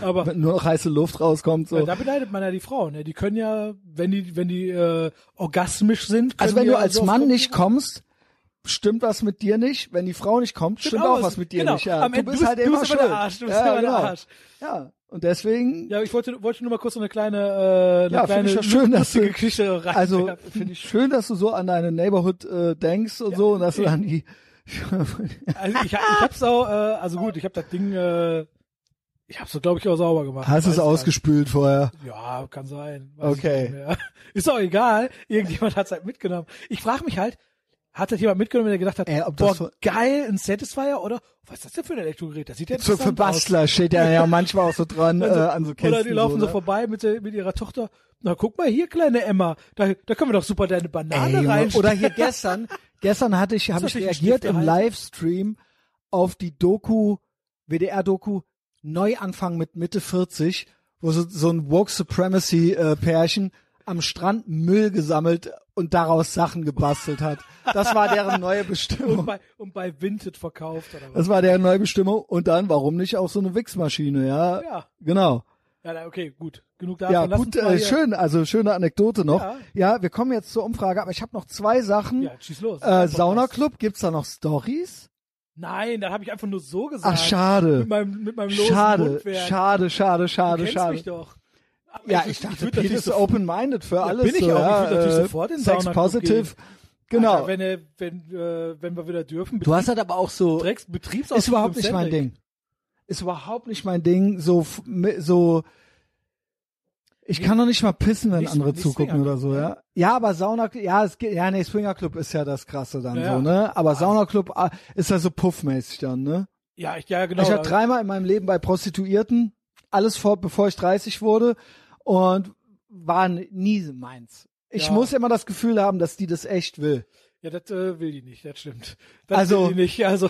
Aber
wenn nur noch heiße Luft rauskommt, so.
da beneidet man ja die Frauen, ne? Die können ja, wenn die, wenn die äh, orgasmisch sind,
Also
können
wenn
die
du
ja
als
so auf
Mann
Kopf-
nicht kommst, stimmt was mit dir nicht. Wenn die Frau nicht kommt, stimmt
auch
auch
was-
was mit dir
genau.
nicht. Ja.
Am
du
Ende-
bist
du bist-
halt
du
immer
bist
schuld.
immer der Arsch, du bist
ja,
immer der
genau.
Arsch.
Ja, und deswegen,
Ja, ich wollte, wollte nur mal kurz so eine kleine, äh, eine
Ja,
kleine
finde ich ja schön, dass du-
lustige Geschichte rein.
also finde ich schön, dass du so an deine Neighborhood äh, denkst und so und dass du dann die
Also ich, ich hab's auch, äh, also gut, ich hab das Ding, äh, ich hab's so, glaube ich, auch sauber gemacht.
Hast es
Weiß
ausgespült vorher.
gar nicht. Ja, kann sein. Weiß ich
Okay.
nicht mehr. Ist auch egal. Irgendjemand hat's halt mitgenommen. Ich frage mich halt, hat das jemand mitgenommen, der gedacht hat,
Ey, Äh, ob
boah,
das so-
geil, ein Satisfier oder was ist das denn für ein Elektrogerät? Das sieht ja
So für
interessant aus.
Bastler steht ja, ja manchmal auch so dran äh,
Also,
an so Kisten.
Oder die laufen so,
ne?
vorbei mit, der- mit ihrer Tochter. Na, guck mal hier, kleine Emma. Da, da können wir doch super deine
Ey,
Banane
Junge,
rein.
Oder hier gestern, gestern hatte ich, habe
das
ich
nicht ein
reagiert
Stift
im
gehalten?
Livestream auf die Doku, WDR-Doku, Neuanfang mit Mitte 40, wo so, so ein Woke Supremacy-Pärchen am Strand Müll gesammelt und daraus Sachen gebastelt hat. Das war deren neue
und,
Bestimmung.
bei, und bei Vinted
Also-
verkauft oder was.
Das war deren neue Bestimmung. Und dann, warum nicht auch so eine Wichsmaschine, ja?
Ja.
Genau.
Ja, na, okay, gut. Genug davon.
Ja,
Lass
gut,
uns mal
äh,
hier-
schön, also schöne Anekdote noch.
Ja.
Ja. wir kommen jetzt zur Umfrage, aber ich habe noch zwei Sachen.
Ja, schieß los.
äh, Saunaclub, gibt's da noch Stories?
Nein, da habe ich einfach nur so gesagt.
Ach, schade.
Mit meinem, mit meinem losen
Schade,
Mundwerk.
schade, schade,
Du
schade,
kennst
schade.
mich doch. Aber
Ja,
würd-
ich dachte,
würd
Pete
natürlich
ist
sofort-
open-minded für alles.
bin ich
so,
auch. Ich
Ja,
würd natürlich
äh,
sofort in den
Sex
Saunaclub
positive. Genau.
Alter, wenn, äh, wenn, äh, wenn wir wieder dürfen,
du hast halt aber auch so,
Drecks Betriebsausflug
ist überhaupt
mit
nicht mein
Cedric.
Ding. Ist überhaupt nicht mein Ding, so, f- mi- so, ich kann doch nicht mal pissen, wenn
Nicht-
andere
nicht
zugucken
Swingerclub,
oder so, ja. Ja, aber Sauna, ja, es geht, ja, nee, Swingerclub ist ja das Krasse dann
Ja, Also
so, ne? Aber Saunaclub ah, ist ja so puffmäßig dann, ne?
Ja, ich, ja, genau.
Ich war dreimal in meinem Leben bei Prostituierten, alles vor, bevor ich 30 wurde und war nie meins. Ich
Ja.
muss immer das Gefühl haben, dass die das echt will.
ja, das äh, will die nicht, das stimmt. Das
Also-
will die nicht, also.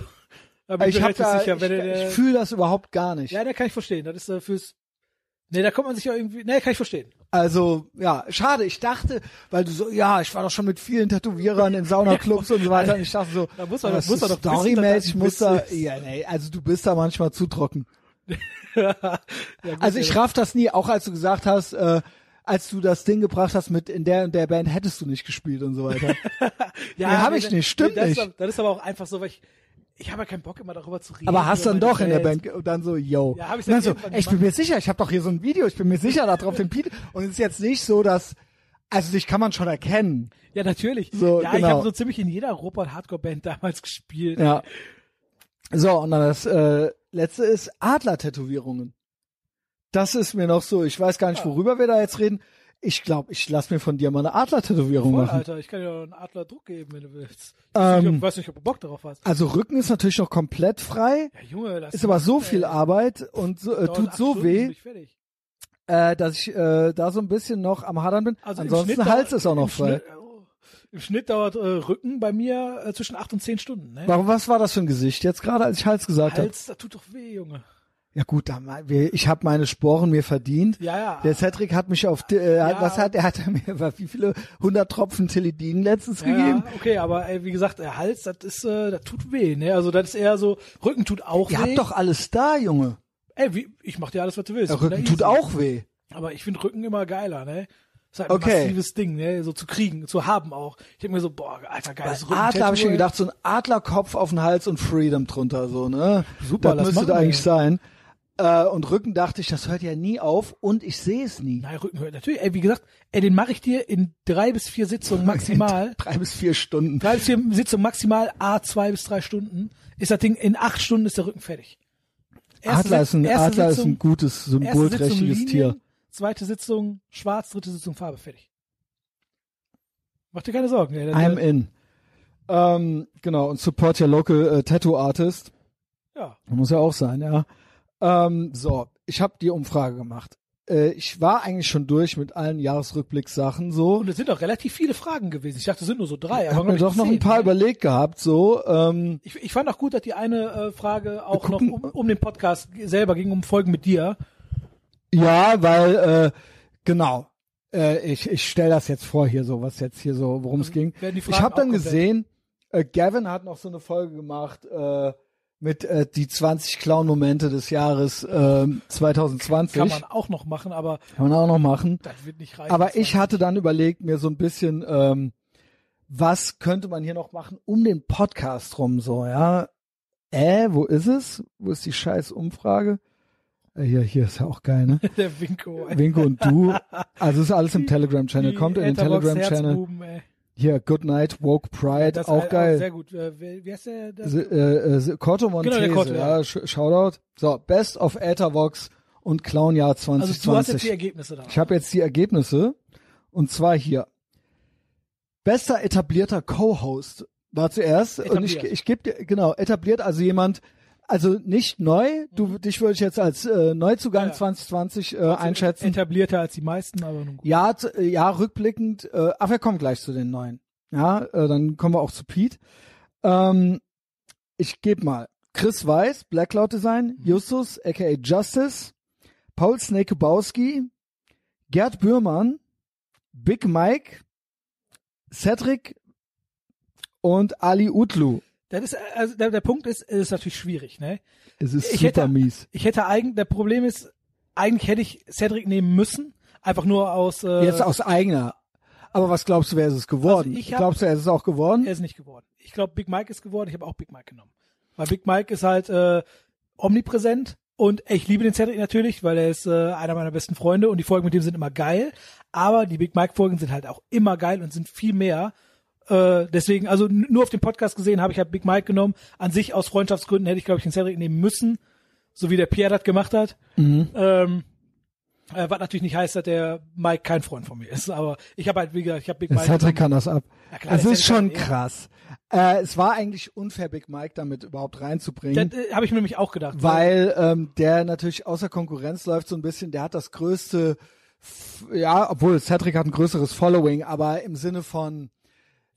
Da bin
Ich,
ich mir
hab
relativ
da,
sicher,
ich,
wenn er,
ich,
der-
fühle das überhaupt gar nicht.
Ja, da kann ich verstehen. Das ist äh, fürs. Nee, da kommt man sich ja irgendwie. Nee, kann ich verstehen.
Also, ja, schade. Ich dachte, weil du so, ja, ich war doch schon mit vielen Tätowierern in Saunaclubs und so weiter. Und ich dachte so,
Da muss er-
das
muss er
ist
doch wissen, dass das
storymäßig
ein
muss da,
Witz ist.
ja, nee, also du bist da manchmal zu trocken.
ja, gut,
Also ich
ey.
raff das nie, auch als du gesagt hast, äh, als du das Ding gebracht hast mit in der und der Band hättest du nicht gespielt und so weiter.
ja,
nee, hab ich nicht, stimmt
das Ist,
nicht.
aber- das ist aber auch einfach so, weil ich. Ich habe ja keinen Bock immer darüber zu reden.
Aber hast
über
dann
meine
doch in der
Fans.
Band ge- und dann so, yo.
Ja, hab ich
und dann
dann
so,
irgendwann
ey, ich bin mir sicher, ich habe doch hier so ein Video, ich bin mir sicher, da drauf den Pete. Und es ist jetzt nicht so, dass, also dich kann man schon erkennen.
Ja, natürlich.
So,
ja, ich
genau.
habe so ziemlich in jeder Europa- und Hardcore-Band damals gespielt.
Ja. So, und dann das äh, letzte ist Adler-Tätowierungen. Das ist mir noch so, ich weiß gar nicht, worüber wir da jetzt reden. Ich glaube, ich lass mir von dir mal eine Adler-Tätowierung
Voll,
machen.
Alter, ich kann dir auch einen Adler Druck geben, wenn du willst. Ich
Ähm.
ähm, weiß nicht, ob du Bock darauf hast.
Also Rücken ist natürlich noch komplett frei,
Ja, Junge, das
ist aber so
ey,
viel Arbeit und so, äh,
dauert
tut
acht
so
Stunden, bin
weh,
ich fertig.
äh, dass ich äh, da so ein bisschen noch am Hadern bin.
Also im
Ansonsten
Schnitt
Hals
dauert-
ist auch noch
im
frei.
Schnitt, oh, Im Schnitt dauert äh, Rücken bei mir äh, zwischen acht und zehn Stunden. Ne?
Warum, was war das für ein Gesicht jetzt gerade, als ich Hals gesagt habe?
Hals, das tut doch weh, Junge.
Ja gut, da, mal- wir- ich habe meine Sporen mir verdient.
Ja, ja.
Der Cedric hat mich auf, die- äh, hat- was hat er, hat er mir, wie viele hundert Tropfen Teledin letztens
ja,
gegeben?
ja, okay, aber ey, wie gesagt, der Hals, das ist, äh, das tut weh, ne? Also das ist eher so, Rücken tut auch
Ihr
weh.
habt doch alles da, Junge.
Ey, wie, ich mach dir alles, was du willst.
Der Rücken
Na,
tut
easy.
auch weh.
Aber ich finde Rücken immer geiler, ne? Ist halt ein
Okay.
massives Ding, ne? So zu kriegen, zu haben auch. Ich denk mir so, boah, alter, geiles Rücken.
Adler habe ich mir gedacht, so ein Adlerkopf auf den Hals und Freedom drunter, so, ne?
Super, das
das müsste
machen wir.
eigentlich sein. Äh, und Rücken dachte ich, das hört ja nie auf und ich sehe es nie.
Nein, Rücken hört natürlich. Ey, wie gesagt, ey, den mache ich dir in drei bis vier Sitzungen maximal.
Drei bis vier Stunden.
drei bis vier Sitzungen maximal, a zwei bis drei Stunden. Ist das Ding in acht Stunden ist der Rücken fertig.
Adler, ist ein,
Sitz- erste
Adler ist
Sitzung-
ein gutes,
erste Sitzung
symbolträchtiges
Linien,
Tier.
Zweite Sitzung Schwarz, dritte Sitzung Farbe fertig. Mach dir keine Sorgen. Ey. äh,
I'm in. Ähm, genau, und support your local äh, Tattoo Artist.
ja.
Muss ja auch sein, ja. Ähm, so, ich habe die Umfrage gemacht. Äh, ich war eigentlich schon durch mit allen Jahresrückblickssachen so.
Und es sind auch relativ viele Fragen gewesen. Ich dachte, es sind nur so drei.
Ich
aber
habe mir
glaub
doch
ich,
noch ein
zehn,
paar
ne?
überlegt gehabt, so. Ähm,
Ich, ich fand auch gut, dass die eine äh, Frage auch noch
gucken-
um, um den Podcast selber ging, um Folgen mit dir.
ja, weil, äh, genau. Äh, ich ich stelle das jetzt vor hier so, was jetzt hier so, worum es ging.
werden die Fragen
Ich habe
auch
dann
komplett-
gesehen, äh, Gavin hat noch so eine Folge gemacht äh, mit äh, die 20 Clown-Momente des Jahres äh, 2020.
Kann man auch noch machen, aber
Kann man auch noch machen.
das wird halt nicht reichen.
Aber ich hatte dann überlegt, mir so ein bisschen, ähm, was könnte man hier noch machen um den Podcast rum, so, ja. Äh, wo ist es? Wo ist die scheiß Umfrage? Äh, hier, hier ist ja auch geil, ne?
der Winko. ey.
Winko und du. Also ist alles im Telegram-Channel.
Die
Kommt in den
Etherbox
Telegram-Channel.
Herzbuben, ey.
Hier, Good Night, Woke Pride,
Das
auch
äh,
geil.
Sehr gut. Äh, wer- Wie heißt der? der
S- äh, äh, S- Corto Montese,
der Corto,
ja,
ja.
Sh- Shoutout. So, Best of Etherbox und Clownjahr
also
2020.
du hast jetzt die Ergebnisse da.
Ich habe jetzt die Ergebnisse und zwar hier. Bester etablierter Co-Host war zuerst und ich,
Etabliert.
ich gebe dir genau etabliert also jemand also nicht neu du dich würde ich jetzt als äh, Neuzugang
Mhm. Ja, ja.
2020 äh, einschätzen
Also Etablierter als die meisten, aber nun gut.
ja zu- äh, ja rückblickend äh, ach wir kommen gleich zu den neuen ja äh, dann kommen wir auch zu Pete ähm, ich gebe mal Chris Weiß Black Cloud Design
Mhm.
Justus aka Justice Paul Snake Bowski Gerd Bührmann, Big Mike, Cedric und Ali Utlu.
Das ist, äh, also der, der Punkt ist, es ist natürlich schwierig, ne?
Es ist
Ich
super
hätte-
mies.
Ich hätte eigentlich, der Problem ist, eigentlich hätte ich Cedric nehmen müssen, einfach nur aus. Äh,
Jetzt aus eigener. Aber was glaubst du, wer ist es geworden?
Also ich hab-
glaubst du, er ist es auch geworden?
Er ist nicht geworden. Ich glaube, Big Mike ist geworden. Ich habe auch Big Mike genommen. Weil Big Mike ist halt äh, omnipräsent und ich liebe den Cedric natürlich, weil er ist äh, einer meiner besten Freunde und die Folgen mit ihm sind immer geil. Aber die Big Mike-Folgen sind halt auch immer geil und sind viel mehr. Äh, deswegen, also n- nur auf dem Podcast gesehen habe ich halt Big Mike genommen. An sich aus Freundschaftsgründen hätte ich, glaube ich, den Cedric nehmen müssen, so wie der Pierre das gemacht hat.
Mhm.
Ähm, äh, was natürlich nicht heißt, dass der Mike kein Freund von mir ist, aber ich habe halt, wie gesagt, ich habe Big
Der
Mike.
Cedric kann das ab.
Ja, klar,
das
der
ist
Cedric
schon
kann-
krass. Äh, es war eigentlich unfair, Big Mike damit überhaupt reinzubringen.
Das äh, habe ich mir nämlich auch gedacht.
weil ähm, der natürlich außer Konkurrenz läuft so ein bisschen, der hat das größte, F- ja, obwohl Cedric hat ein größeres Following, aber im Sinne von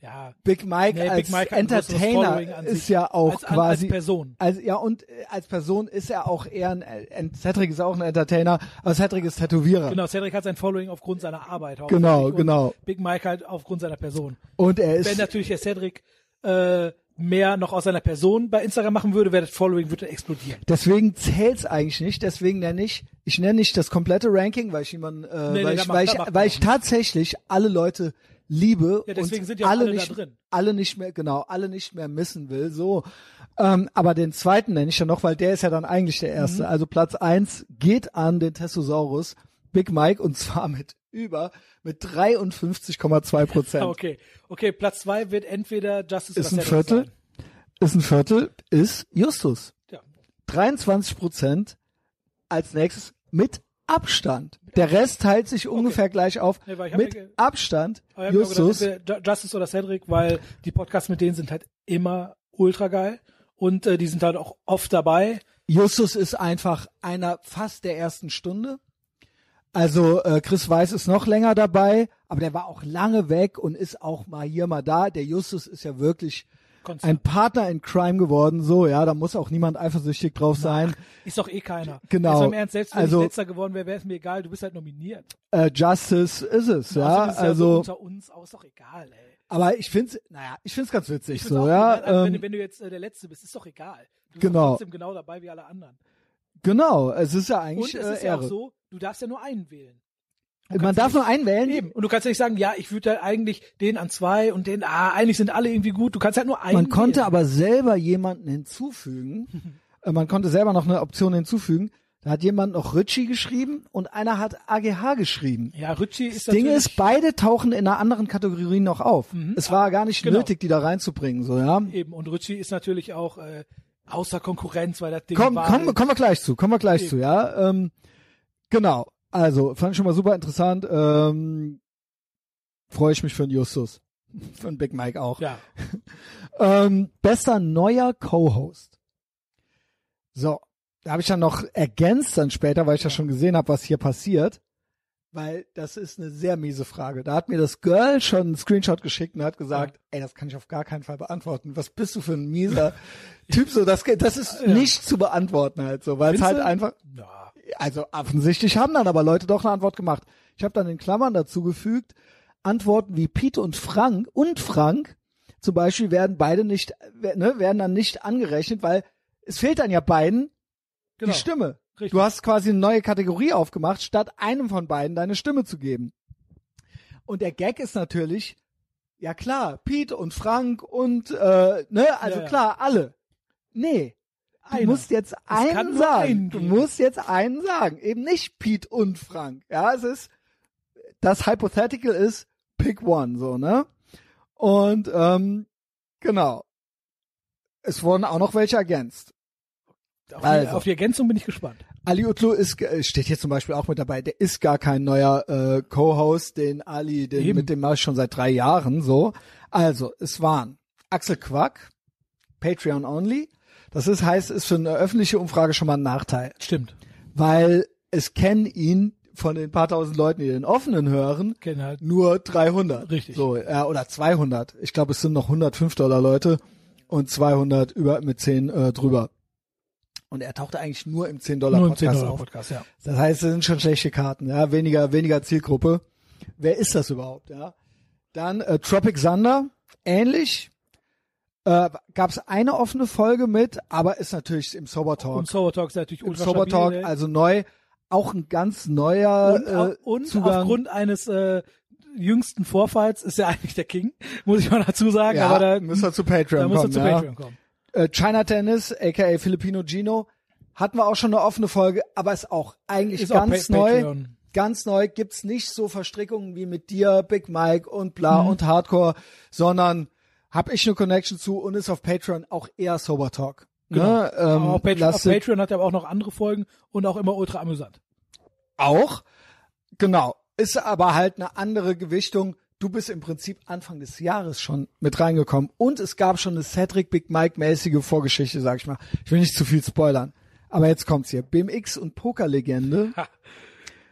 ja,
Big Mike
Nee, Big
als
Mike hat ein größeres Following
Entertainer
an
ist
sich.
ja auch
Als- an-
quasi
als Person.
Als, ja, und äh, als Person ist er auch eher ein, äh, ein Cedric ist auch ein Entertainer, aber Cedric ist Tätowierer.
Genau, Cedric hat sein Following aufgrund seiner Arbeit. hauptsächlich
Genau,
und
genau.
Big Mike halt aufgrund seiner Person.
Und er
Wenn
ist
natürlich der Cedric äh, mehr noch aus seiner Person bei Instagram machen würde, wäre das Following würde explodieren.
Deswegen zählt's eigentlich nicht, deswegen nenne ich, ich nenne nicht das komplette Ranking, weil ich jemanden, äh,
nee,
weil,
da
ich,
macht-
weil,
da
ich,
macht
weil
man
ich tatsächlich alle Leute liebe
Ja, deswegen
und
sind ja auch alle da
nicht,
drin.
alle nicht mehr, genau, alle nicht mehr missen will, so. Ähm, aber den zweiten nenne ich ja noch, weil der ist ja dann eigentlich der erste.
Mhm.
Also Platz eins geht an den Tessosaurus Big Mike und zwar mit über, mit 53,2 Prozent.
Ah, okay, okay, Platz zwei wird entweder Justice
Ist
oder
ein
Cedric
Viertel?
Sein.
Ist ein Viertel, ist Justus.
Ja.
23 Prozent als nächstes mit Abstand. Der Rest teilt sich ungefähr gleich auf.
Nee, weil ich hab
mit
mir ge-
Abstand
Aber ich hab mir auch
Justus.
Gedacht, entweder Ju- Justice oder Cedric, weil die Podcasts mit denen sind halt immer ultra geil und äh, die sind halt auch oft dabei.
Justus ist einfach einer fast der ersten Stunde. Also äh, Chris Weiß ist noch länger dabei, aber der war auch lange weg und ist auch mal hier, mal da. Der Justus ist ja wirklich
Konstant.
ein Partner in Crime geworden. So, ja, da muss auch niemand eifersüchtig drauf sein.
Ist doch eh keiner.
Genau.
Jetzt mal im Ernst, selbst wenn
Also-
ich letzter geworden wäre, wäre es mir egal, du bist halt nominiert.
Äh, Justice ist es, ja.
Außerdem ist es ja so
Also,
unter uns auch ist doch egal, ey.
aber ich find's, naja, ich find's ganz witzig
Ich find's
so,
auch
ja.
egal, also
ähm,
wenn, du- wenn du jetzt äh, der Letzte bist, ist doch egal. Du bist
Genau.
trotzdem genau dabei wie alle anderen.
Genau, es ist ja eigentlich
Und es
äh,
ist ja
Ehre.
auch so, du darfst ja nur einen wählen.
Man darf nur einen wählen.
Eben. Und du kannst ja nicht sagen, ja, ich würde halt eigentlich den an zwei und den, ah, eigentlich sind alle irgendwie gut. Du kannst halt nur einen
Man konnte
wählen.
aber selber jemanden hinzufügen. Äh, Man konnte selber noch eine Option hinzufügen. Da hat jemand noch Ritchie geschrieben und einer hat AGH geschrieben.
Ja, Ritchie ist
Das Ding
natürlich-
ist, beide tauchen in einer anderen Kategorie noch auf. Es war gar nicht
Genau.
nötig, die da reinzubringen, so, ja.
Eben. Und Ritchie ist natürlich auch äh, außer Konkurrenz, weil das Ding
Komm,
war... halt
komm, kommen wir gleich zu, kommen wir gleich zu, ja. Ähm, genau. Also, fand ich schon mal super interessant. Ähm, Freue ich mich für den Justus. Für den Big Mike auch.
Ja.
Ähm, bester neuer Co-Host. So, da habe ich dann noch ergänzt dann später, weil ich ja schon gesehen habe, was hier passiert. Weil das ist eine sehr miese Frage. Da hat mir das Girl schon einen Screenshot geschickt und hat gesagt, ey, das kann ich auf gar keinen Fall beantworten. Was bist du für ein mieser Typ? So, das, das ist nicht zu beantworten halt so, weil es
Findest
halt
du?
einfach,
Ja. genau.
also offensichtlich haben dann aber Leute doch eine Antwort gemacht. Ich habe dann in Klammern dazugefügt, Antworten wie Pete und Frank und Frank zum Beispiel werden beide nicht, wer- ne, werden dann nicht angerechnet, weil es fehlt dann ja beiden
Genau.
die Stimme.
Richtig.
Du hast quasi eine neue Kategorie aufgemacht, statt einem von beiden deine Stimme zu geben. Und der Gag ist natürlich, ja klar, Pete und Frank und, äh, ne, also
Ja, ja.
klar, alle. Nee, du
Einer.
musst jetzt
kann
einen
nur
sagen.
einen
du
geben.
musst jetzt einen sagen. Eben nicht Pete und Frank. Ja, es ist, das Hypothetical ist pick one, so, ne? Und, ähm, genau. Es wurden auch noch welche ergänzt.
Auf,
Also.
die, auf die Ergänzung bin ich gespannt.
Ali Utlu ist, ge- äh, steht hier zum Beispiel auch mit dabei, der ist gar kein neuer äh, Co-Host, den Ali, den,
Eben.
mit dem mache ich schon seit drei Jahren so. Also, es waren Axel Quack, Patreon only. Das ist, heißt, ist für eine öffentliche Umfrage schon mal ein Nachteil,
Stimmt.
weil es kennen ihn von den paar tausend Leuten, die den offenen hören,
Kennen halt.
nur 300.
Richtig.
So, äh, oder 200. Ich glaube, es sind noch 105 Dollar Leute und 200 über, mit 10 äh, drüber. Und er tauchte eigentlich nur im 10 Dollar
Nur im
Podcast
10 Dollar
auf.
Podcast, ja.
Das heißt, es sind schon schlechte Karten, ja, weniger, weniger Zielgruppe. Wer ist das überhaupt, ja? Dann äh, Tropic Thunder, ähnlich. Äh, Gab es eine offene Folge mit, aber ist natürlich im Sober Talk.
Und Sober Talk ist natürlich
Im
ultra
Sober Talk,
stabil, ey.
also neu. auch ein ganz neuer
und, au-
äh,
und
Zugang.
aufgrund eines äh, jüngsten Vorfalls ist er eigentlich der King, muss ich mal dazu sagen.
ja,
aber da,
müssen wir zu Patreon
da muss er
kommen.
zu
ja.
Patreon kommen.
Äh, China Tennis, aka Filipino Gino, hatten wir auch schon eine offene Folge, aber ist auch eigentlich
Ist auch
ganz
Pa-
neu.
Patreon.
Ganz neu gibt's nicht so Verstrickungen wie mit dir, Big Mike und bla
Mhm.
und Hardcore, sondern hab ich eine Connection zu und ist auf Patreon auch eher Sober Talk.
Genau.
Ne? Ähm,
Aber auf, Patreon, auf
lasst-
Patreon hat er aber auch noch andere Folgen und auch immer ultra amüsant.
auch. Genau. Ist aber halt eine andere Gewichtung. Du bist im Prinzip Anfang des Jahres schon mit reingekommen. Und es gab schon eine Cedric Big Mike-mäßige Vorgeschichte, sag ich mal. Ich will nicht zu viel spoilern. Aber jetzt kommt's hier. BMX und Pokerlegende.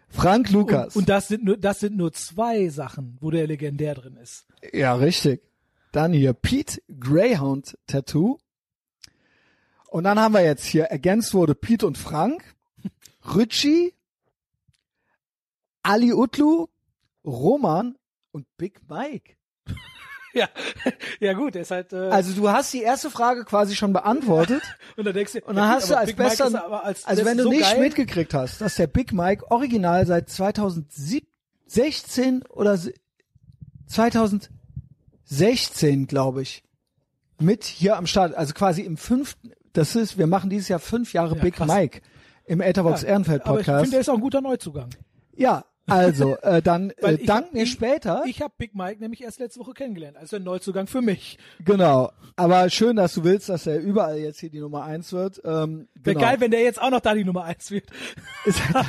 Frank Lukas.
Und das sind nur das sind nur zwei Sachen, wo der legendär drin ist.
ja, richtig. Dann hier Pete Greyhound Tattoo. Und dann haben wir jetzt hier, ergänzt wurde Pete und Frank, Ritchie, Ali Utlu, Roman und Big Mike.
Ja, ja gut, er ist halt. Äh,
Also du hast die erste Frage quasi schon beantwortet
und dann denkst du,
und dann
ja,
hast
gut,
du
aber
als
Big Mike ist
bester,
aber als,
also
das
wenn
ist
du
so
nicht
geil.
mitgekriegt hast, dass der Big Mike original seit 2016 oder se- 2016, glaube ich, mit hier am Start, also quasi im fünften, das ist, wir machen dieses Jahr fünf Jahre
Ja,
Big
krass.
Mike im Etherbox Ehrenfeld
aber ich finde, der
Podcast.
ist auch ein guter Neuzugang.
Ja, also äh, dann
Weil
äh,
ich
dank
hab
mir
ihn-
später.
Ich habe Big Mike nämlich erst letzte Woche kennengelernt. Also ein Neuzugang für mich.
Genau, aber schön, dass du willst, dass er überall jetzt hier die Nummer eins wird. Ähm,
Wär
genau.
geil, wenn der jetzt auch noch da die Nummer eins wird.
ist er,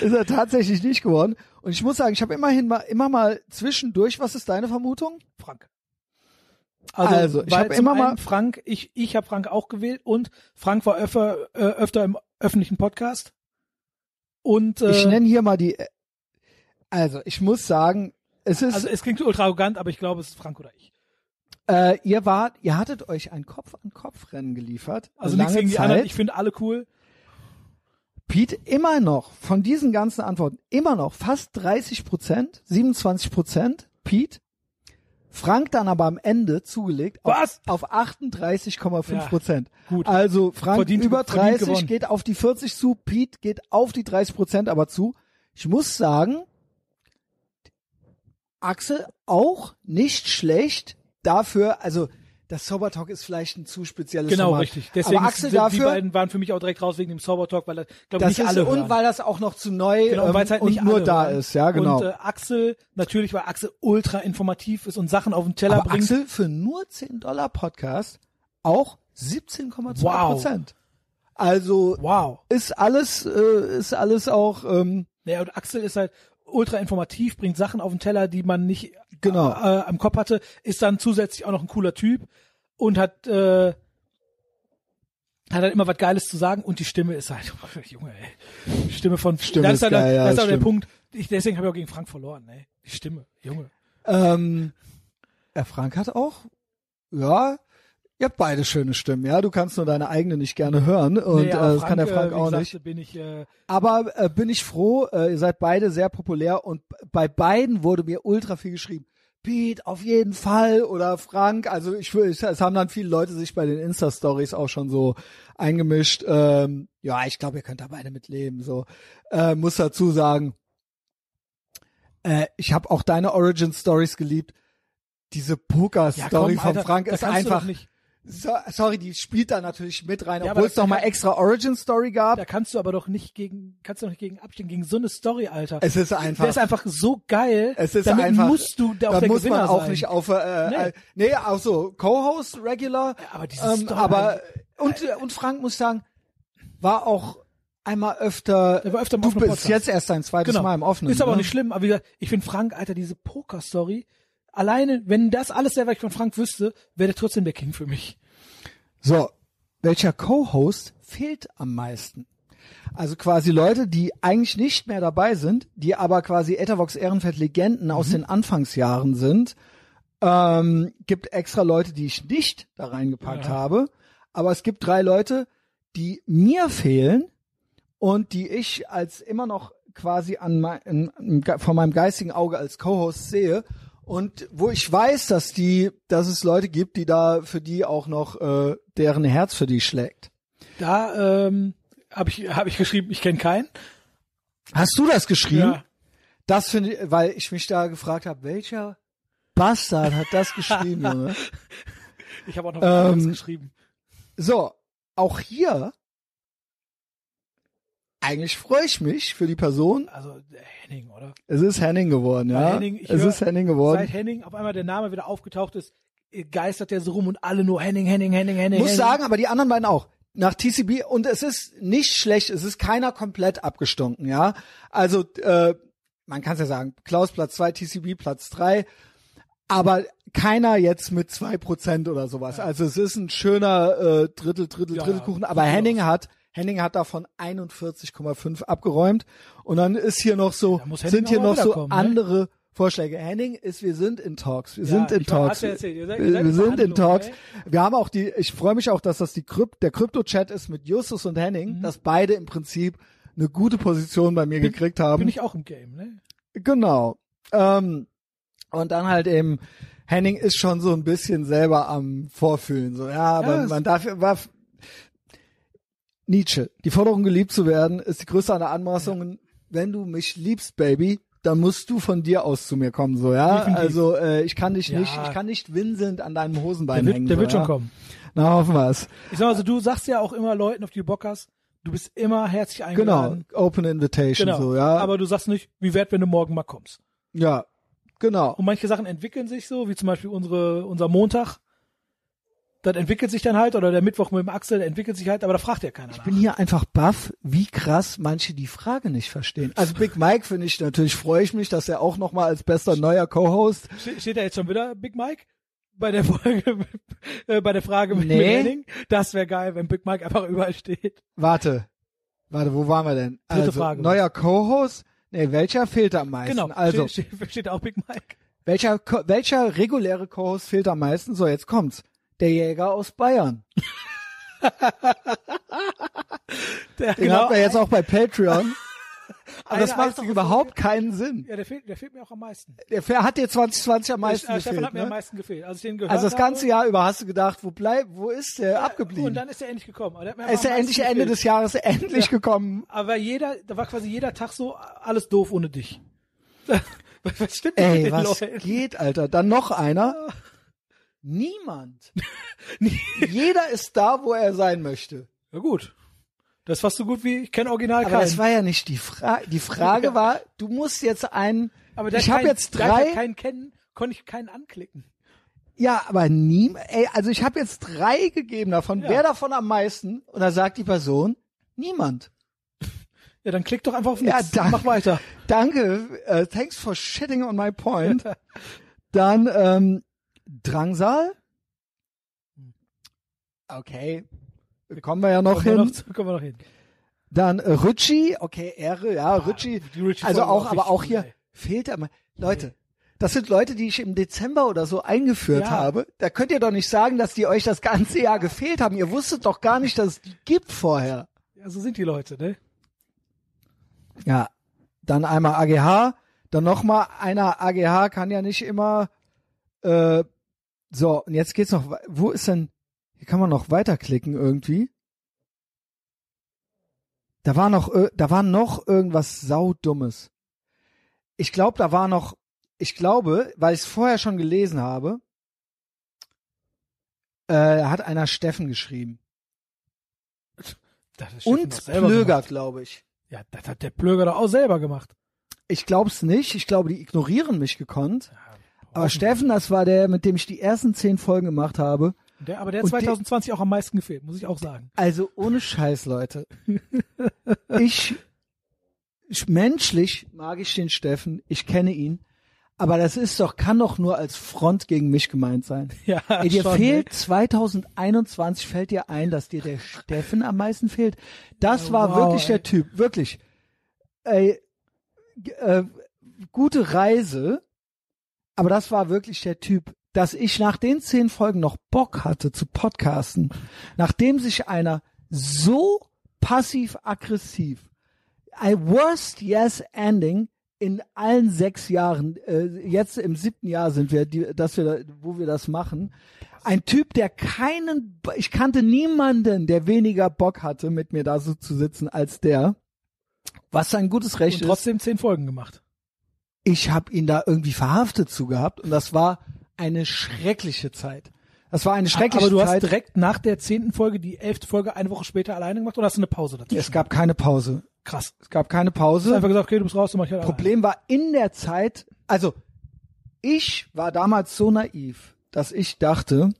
ist er tatsächlich nicht geworden. Und ich muss sagen, ich habe immerhin mal, immer mal zwischendurch, was ist deine Vermutung?
Frank.
Also, ich
weil
hab
zum
immer mal-
einen Frank, ich, ich habe Frank auch gewählt und Frank war öfter, äh, öfter im öffentlichen Podcast. Und äh,
ich nenne hier mal die. Also, ich muss sagen, es ist,
also es klingt ultra arrogant, aber ich glaube, es ist Frank oder ich.
äh, ihr wart, ihr hattet euch ein Kopf-an-Kopf-Rennen geliefert.
Also
eine
nichts
lange
gegen die
Zeit.
anderen, ich finde alle cool.
Pete immer noch von diesen ganzen Antworten immer noch fast 30 Prozent, 27 Prozent Pete. Frank dann aber am Ende zugelegt
Was?
auf, auf 38,5 Prozent.
Ja, gut.
Also Frank
Verdient-
über
verdient
30
gewonnen.
geht auf die 40 zu, Pete geht auf die 30 Prozent aber zu. Ich muss sagen, Axel auch nicht schlecht dafür, also das Sober Talk ist vielleicht ein zu spezielles
Genau,
Format.
richtig. Deswegen
aber Axel
sind die
dafür
beiden waren für mich auch direkt raus wegen dem Sober Talk, weil das, glaube
das
ich, nicht
ist
alle hören.
und weil das auch noch zu neu
Genau,
ähm,
weil es halt
und
nicht
nur
alle
da
hören.
ist, ja genau.
Und äh, Axel, natürlich, weil Axel ultra informativ ist und Sachen auf den Teller
Aber
bringt.
Axel für nur 10 Dollar Podcast auch 17,2
Wow.
Prozent. Also
wow.
ist alles äh, ist alles auch ähm,
Naja, und Axel ist halt ultra informativ, bringt Sachen auf den Teller, die man nicht
Genau.
äh, am Kopf hatte, ist dann zusätzlich auch noch ein cooler Typ und hat äh, hat halt immer was Geiles zu sagen und die Stimme ist halt, Junge, ey. Stimme von
Stimme
das
ist
halt,
geil, ja,
das ist halt der
stimmt.
Punkt. Ich, deswegen habe ich auch gegen Frank verloren, ey. Die Stimme, Junge.
ähm, Herr Frank hat auch ja ihr habt beide schöne Stimmen, ja du kannst nur deine eigene nicht gerne hören und
Nee,
äh,
aber
das kann der Frank
äh, wie
auch
gesagt,
nicht.
Bin ich, äh,
Aber äh, bin ich froh, äh, ihr seid beide sehr populär und b- bei beiden wurde mir ultra viel geschrieben. Pete, auf jeden Fall oder Frank. Also ich will, es haben dann viele Leute sich bei den Insta-Stories auch schon so eingemischt. Ähm, ja, ich glaube, ihr könnt da beide mit leben. So äh, muss dazu sagen, äh, ich habe auch deine Origin-Stories geliebt. Diese
ja,
Poker-Story
komm,
von
Alter,
Frank
da
ist
kannst du doch
einfach.
Nicht,
So, sorry, die spielt da natürlich mit rein,
Ja, aber
obwohl es
das-
noch mal extra Origin-Story gab.
da kannst du aber doch nicht gegen, kannst du doch nicht gegen abstehen, gegen so eine Story, Alter.
Es ist einfach.
Der ist einfach so geil.
Es ist
damit
einfach.
musst du da auf
da
der
muss
Gewinner
man auch
sein.
nicht auf. Äh,
Nee.
nee. nee, auch so Co-Host, Regular.
aber diese
ähm,
Story-
aber und äh, und Frank muss sagen, war auch einmal öfter.
Der war öfter im
du bist
offenen Podcast. Genau.
jetzt erst dein zweites Mal im offenen.
Ist aber auch
ne?
nicht schlimm. Aber wie gesagt, ich finde Frank, Alter, diese Poker-Story, alleine, wenn das alles der Werk von Frank wüsste, wäre der trotzdem der King für mich.
So, welcher Co-Host fehlt am meisten? Also quasi Leute, die eigentlich nicht mehr dabei sind, die aber quasi Etavox Ehrenfeld Legenden aus den Anfangsjahren sind. Ähm, gibt extra Leute, die ich nicht da reingepackt habe, aber es gibt drei Leute, die mir fehlen und die ich als immer noch quasi an mein, von meinem geistigen Auge als Co-Host sehe und wo ich weiß, dass die, dass es Leute gibt, die da für die auch noch äh, deren Herz für die schlägt.
Da ähm, habe ich, hab ich geschrieben, ich kenne keinen.
Hast du das geschrieben?
Ja.
Das finde ich, weil ich mich da gefragt habe, welcher Bastard hat das geschrieben, Junge?
Ich habe auch noch was anderes
Ähm,
geschrieben.
So, auch hier eigentlich freue ich mich für die Person.
Also der Henning, oder?
Es ist Henning geworden, ja.
Bei Henning, ich
es
höre-
ist Henning geworden.
Seit Henning auf einmal der Name wieder aufgetaucht ist, geistert der so rum und alle nur Henning, Henning, Henning, Henning.
Muss
Henning.
sagen, aber die anderen beiden auch. Nach TCB und es ist nicht schlecht, es ist keiner komplett abgestunken, ja. Also äh, man kann es ja sagen, Klaus Platz zwei, TCB Platz drei, aber keiner jetzt mit zwei Prozent oder sowas. Also es ist ein schöner äh, Drittel, Drittel,
Ja,
Drittelkuchen,
ja,
aber
sieht
Henning hat Henning hat davon 41,5 abgeräumt und dann ist hier noch so
Da muss Henning
sind hier
auch mal
noch so
wiederkommen, ne?
andere Vorschläge. Henning ist, wir sind in Talks, wir
Ja,
sind in
ich weiß,
Talks,
hast du erzählt, ihr seid- ihr seid
wir
in
sind in
Verhandlungen, ne?
Talks.
ey.
Wir haben auch die, ich freue mich auch, dass das die Krypt, der Krypto-Chat ist mit Justus und Henning, dass beide im Prinzip eine gute Position bei mir gekriegt haben.
Mhm. bin ich auch im Game, ne?
genau. Ähm, und dann halt eben, Henning ist schon so ein bisschen selber am Vorfühlen. So, ja, aber
es-
man darf, war, Nietzsche, die Forderung geliebt zu werden, ist die größte aller Anmaßungen. Wenn du mich liebst, Baby, dann musst du von dir aus zu mir kommen, so, ja.
Definitiv.
Also, äh, ich kann dich
Ja.
nicht, ich kann nicht winselnd an deinem
Der
Hosenbein hängen.
wird, der
so,
wird
ja?
schon kommen.
Na, hoffen wir's.
Ich sag mal so, du sagst ja auch immer Leuten, auf die du Bock hast, du bist immer herzlich
Genau,
eingeladen.
Open Invitation,
Genau.
so, ja.
Aber du sagst nicht, wie wert, wenn du morgen mal kommst.
ja, genau.
Und manche Sachen entwickeln sich so, wie zum Beispiel unsere, unser Montag. Das entwickelt sich dann halt, oder der Mittwoch mit dem Axel, der entwickelt sich halt, aber da fragt ja keiner
Ich
nach.
bin hier einfach baff, wie krass manche die Frage nicht verstehen. Also Big Mike finde ich natürlich, freue ich mich, dass er auch nochmal als bester neuer Co-Host.
Ste- Steht da jetzt schon wieder Big Mike? Bei der Folge, mit- äh, bei der Frage mit, mit
Nee.
Henning? Das wäre geil, wenn Big Mike einfach überall steht.
Warte, warte, wo waren wir denn?
Dritte
also,
Frage.
Neuer Co-Host? Nee, welcher fehlt am meisten?
Genau,
Also,
steht, steht, steht auch Big Mike.
welcher, Co- welcher reguläre Co-Host fehlt am meisten? So, jetzt kommt's. Der Jäger aus Bayern.
Der,
Den
genau,
hat er jetzt auch bei Patreon. Aber das
Eine
macht
einzige
überhaupt keinen Sinn.
ja, der fehlt, der fehlt mir auch am meisten.
Der hat dir 2020 am meisten
Ich- äh, Stefan
gefehlt,
hat mir
ne?
am meisten gefehlt. Als ich den gehört
Also das ganze
habe,
Jahr über hast du gedacht, wo bleibt, wo ist der abgeblieben?
Und dann ist er endlich gekommen. Aber der hat mir
ist
am
er
meisten
endlich Ende
gefehlt.
des Jahres endlich gekommen.
Aber jeder, da war quasi jeder Tag so, alles doof ohne dich. was stimmt denn mit
Ey,
den
was
Leuten?
geht, Alter? Dann noch einer. Niemand. Jeder ist da, wo er sein möchte.
Ja gut. Das ist fast so gut wie, ich kenne original
Aber
keinen.
das war ja nicht die Frage. Die Frage war, du musst jetzt einen.
Aber da
ich
ich
habe
keinen-
jetzt
da ich halt
drei.
keinen kennen, konnte ich keinen anklicken.
ja, aber nie. Ey, also ich habe jetzt drei gegeben davon.
Ja.
Wer davon am meisten? Und da sagt die Person niemand.
Ja, dann klick doch einfach auf
Ja,
nichts.
danke.
Mach weiter.
Danke, äh, thanks for shitting on my point. Dann ähm, Drangsal. Okay, kommen wir ja noch
Kommen wir
hin.
noch, zu- kommen wir noch hin.
Dann äh, Ritchie, okay, Ehre, ja, Ritchie.
Ah, die Ritchie-Folge
Also
war
auch,
auch
aber
richtig
auch hier
gut, ey.
fehlt einmal. Leute, das sind Leute, die ich im Dezember oder so eingeführt
Ja.
habe. Da könnt ihr doch nicht sagen, dass die euch das ganze Jahr gefehlt haben. Ihr wusstet doch gar nicht, dass es die gibt vorher.
Ja, so sind die Leute, ne?
Ja, dann einmal AGH, dann nochmal einer AGH kann ja nicht immer. Äh, so, und jetzt geht's noch. wei- Wo ist denn? Hier kann man noch weiterklicken irgendwie. Da war noch, ir- da war noch irgendwas saudummes. Ich glaube, da war noch, ich glaube, weil ich es vorher schon gelesen habe, äh, hat einer Steffen geschrieben.
Das hat Steffen doch
Und
selber
Plöger,
gemacht.
glaube ich.
Ja, das hat der Plöger doch auch selber gemacht.
Ich glaub's nicht. Ich glaube, die ignorieren mich gekonnt. Aber Steffen, das war der, mit dem ich die ersten zehn Folgen gemacht habe.
Der, aber der hat
Und die-
2020 auch am meisten gefehlt, muss ich auch sagen.
Also ohne Scheiß, Leute. Ich, ich menschlich mag ich den Steffen. Ich kenne ihn. Aber das ist doch, kann doch nur als Front gegen mich gemeint sein.
Ja,
Ey, dir
schon,
fehlt 2021 fällt dir ein, dass dir der Steffen am meisten fehlt. Das war
wow,
wirklich
ey.
der Typ, wirklich. Ey, g- äh, gute Reise, aber das war wirklich der Typ, dass ich nach den zehn Folgen noch Bock hatte zu podcasten, nachdem sich einer so passiv-aggressiv I worst yes ending in allen sechs Jahren. Äh, jetzt im siebten Jahr sind wir, die, dass wir, da, wo wir das machen. Ein Typ, der keinen, Bo- ich kannte niemanden, der weniger Bock hatte, mit mir da so zu sitzen als der. Was sein gutes Recht
Und
ist.
trotzdem zehn Folgen gemacht.
ich habe ihn da irgendwie verhaftet zu gehabt und das war eine schreckliche Zeit. Das war eine schreckliche
Aber du hast
Zeit.
direkt nach der zehnten Folge die elfte Folge eine Woche später alleine gemacht oder hast du eine Pause dazu?
es gab keine Pause.
Krass.
Es gab keine
Du hast
Pause.
einfach gesagt, okay, du bist raus, du machst halt alleine.
Problem war in der Zeit, also ich war damals so naiv, dass ich dachte,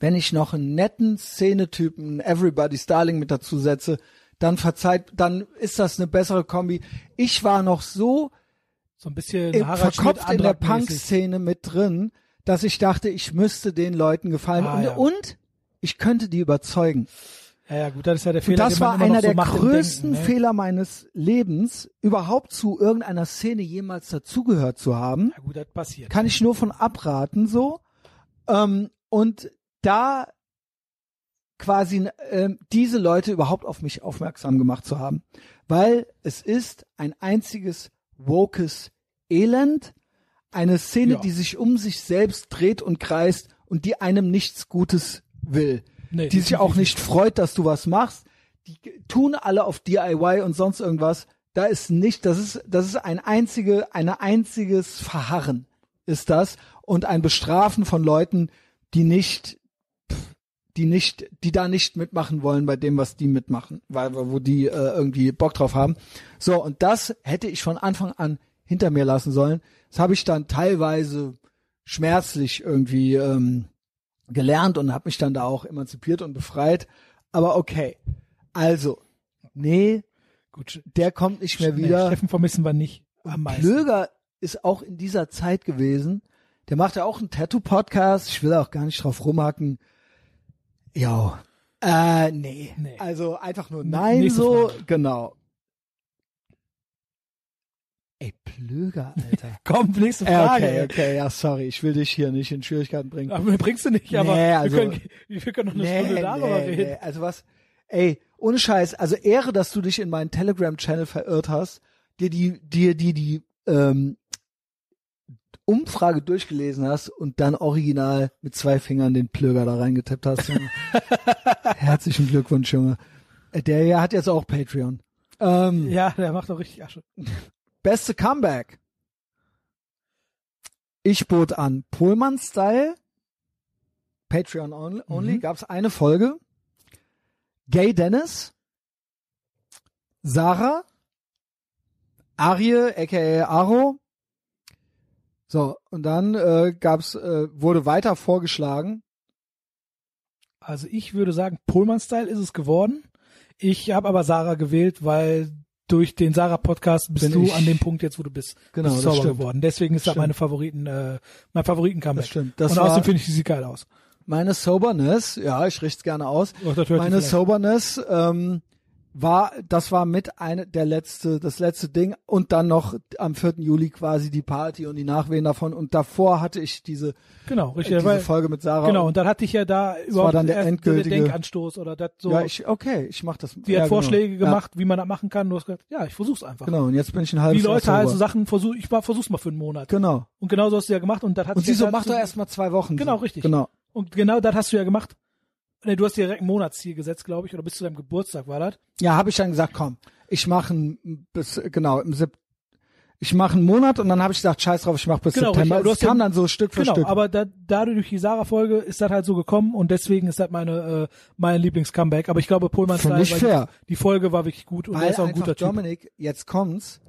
wenn ich noch einen netten Szenetypen, einen Everybody's Darling mit dazu setze, dann verzeiht, dann ist das eine bessere Kombi. Ich war noch so
So ein bisschen
im-
Harald
verkopft in der
Schmidt-Andrak-mäßig.
Punk-Szene mit drin, dass ich dachte, ich müsste den Leuten gefallen
Ah,
und,
ja.
und ich könnte die überzeugen.
Ja, ja, gut, das ist ja der Fehler,
Und das
den man
war
immer noch
einer
so
der
macht im
größten
Denken, ne?
Fehler meines Lebens, überhaupt zu irgendeiner Szene jemals dazugehört zu haben.
Ja, gut, das passiert.
Kann ich nur von abraten so. Ähm, und da quasi ähm, diese Leute überhaupt auf mich aufmerksam gemacht zu haben. Weil es ist ein einziges wokes Elend, eine Szene,
Ja.
die sich um sich selbst dreht und kreist und die einem nichts Gutes will.
Nee,
die sich auch nicht freut, dass du was machst. Die g- tun alle auf DIY und sonst irgendwas. Da ist nicht, das ist, das ist ein einzige, eine einziges Verharren ist das und ein Bestrafen von Leuten, die nicht die nicht, die da nicht mitmachen wollen bei dem, was die mitmachen, weil wo die äh, irgendwie Bock drauf haben. So und das hätte ich von Anfang an hinter mir lassen sollen. Das habe ich dann teilweise schmerzlich irgendwie ähm, gelernt und habe mich dann da auch emanzipiert und befreit. Aber okay, also nee,
Gut,
der kommt nicht mehr
nee,
wieder.
Steffen vermissen wir nicht am meisten.
Plöger ist auch in dieser Zeit gewesen. Der macht ja auch einen Tattoo-Podcast. Ich will auch gar nicht drauf rumhacken. Ja. Äh, nee.
Nee.
Also einfach nur nein
nächste
so.
Frage.
Genau. Ey, Plöger, Alter.
Komm, nächste
Äh,
Frage.
okay, okay, ja, sorry. Ich will dich hier nicht in Schwierigkeiten bringen.
Aber bringst du nicht, aber
Nee, also-
wir, können, wir können noch eine Stunde darüber reden.
Also was, ey, ohne Scheiß, also Ehre, dass du dich in meinen Telegram-Channel verirrt hast, dir die, dir die, die, ähm, Umfrage durchgelesen hast und dann original mit zwei Fingern den Plöger da reingetippt hast. Junge. Herzlichen Glückwunsch, Junge. Äh, Der hier hat jetzt auch Patreon. Ähm,
Ja, der macht doch richtig Asche.
Beste Comeback. Ich bot an Pullman-Style, Patreon on- only,
Mhm.
gab's eine Folge. Gay Dennis, Sarah, Arie, aka Aro. So, und dann äh, gab's, äh, wurde weiter vorgeschlagen.
Also ich würde sagen, Pullman-Style ist es geworden. Ich habe aber Sarah gewählt, weil durch den Sarah-Podcast bist
Bin
du
ich-
an dem Punkt jetzt, wo du bist,
Genau,
bist
das
sauber
stimmt.
geworden. Deswegen ist das
Stimmt.
meine Favoriten, äh, mein Favoriten-Comeback.
Das stimmt. Das
Und
war-
außerdem finde ich, die sieht geil aus.
Meine Soberness, ja, ich richte gerne aus.
Ach, das hört ihr
Meine
vielleicht.
Soberness ähm, war, das war mit eine der letzte, das letzte Ding und dann noch am 4. Juli quasi die Party und die Nachwehen davon und davor hatte ich diese,
Genau, richtig.
Äh, diese
weil-
Folge mit Sarah.
Genau,
Und,
und dann hatte ich ja da überhaupt
dann der
erst den
endgültige-
Denkanstoß oder das so.
ja, ich, okay, ich mach das.
die
ja,
hat
genau.
Vorschläge
Ja,
gemacht, wie man das machen kann. Du hast gesagt, ja, ich versuch's einfach.
Genau, und jetzt bin ich ein halbes
Die Leute
Jahr
halt so
sober.
Sachen versuch, ich war, versuch's mal für einen Monat.
Genau.
Und genau so hast du ja gemacht und das hat
Und
sich
sie so,
ja
mach
dazu-
doch erst mal zwei Wochen.
Genau,
so.
richtig.
Genau.
Und genau das hast du ja gemacht. Nee, du hast dir direkt ein Monatsziel gesetzt, glaube ich, oder bis zu deinem Geburtstag war das.
Ja, habe ich dann gesagt, komm, ich mache bis genau im Sep ich mache einen Monat und dann habe ich gesagt, scheiß drauf, ich mache bis
Genau, richtig,
September.
aber du
Das
hast ja-
kam dann so Stück für
Genau,
Stück.
aber da, dadurch durch die Sarah-Folge ist das halt so gekommen und deswegen ist das meine, äh, mein Lieblings-Comeback. Aber ich glaube, Pullman
Finde ich
die,
fair.
die Folge war wirklich gut und
Weil
er ist auch ein
einfach
guter Typ.
Dominik, jetzt kommt's.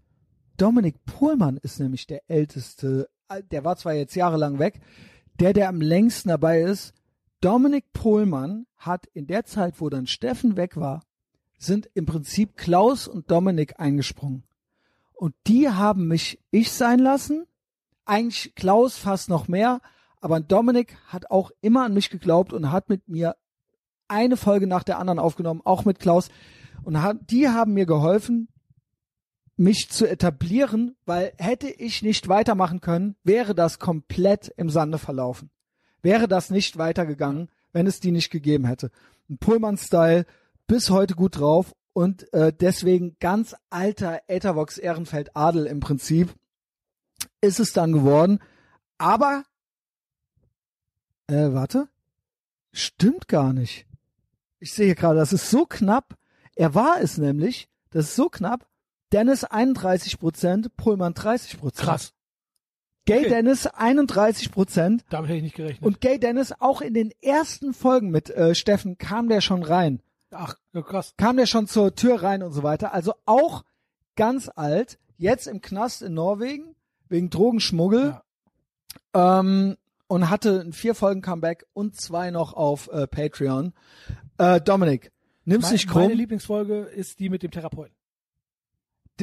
Dominik Pohlmann ist nämlich der älteste, äh, der war zwar jetzt jahrelang weg, der, der am längsten dabei ist. Dominik Pohlmann hat in der Zeit, wo dann Steffen weg war, sind im Prinzip Klaus und Dominik eingesprungen. Und die haben mich ich sein lassen. Eigentlich Klaus fast noch mehr, aber Dominik hat auch immer an mich geglaubt und hat mit mir eine Folge nach der anderen aufgenommen, auch mit Klaus. Und ha- die haben mir geholfen, mich zu etablieren, weil hätte ich nicht weitermachen können, wäre das komplett im Sande verlaufen. Wäre das nicht weitergegangen, wenn es die nicht gegeben hätte. Ein Pullman-Style, bis heute gut drauf und äh, deswegen ganz alter Ethervox Ehrenfeld Adel im Prinzip ist es dann geworden. Aber Äh, warte. Stimmt gar nicht. Ich sehe gerade, das ist so knapp. Er war es nämlich. Das ist so knapp. Dennis 31 Prozent, Pullman 30 Prozent.
Krass.
Gay
Okay.
Dennis 31 Prozent.
Damit hätte ich nicht gerechnet.
Und Gay Dennis auch in den ersten Folgen mit äh, Steffen kam der schon rein.
Ach, ja, krass.
Kam der schon zur Tür rein und so weiter. Also auch ganz alt. Jetzt im Knast in Norwegen wegen Drogenschmuggel. Ähm, und hatte ein vier Folgen Comeback und zwei noch auf äh, Patreon. Äh, Dominik, nimm's
Mein-
nicht
Meine
krumm.
Lieblingsfolge ist die mit dem Therapeuten.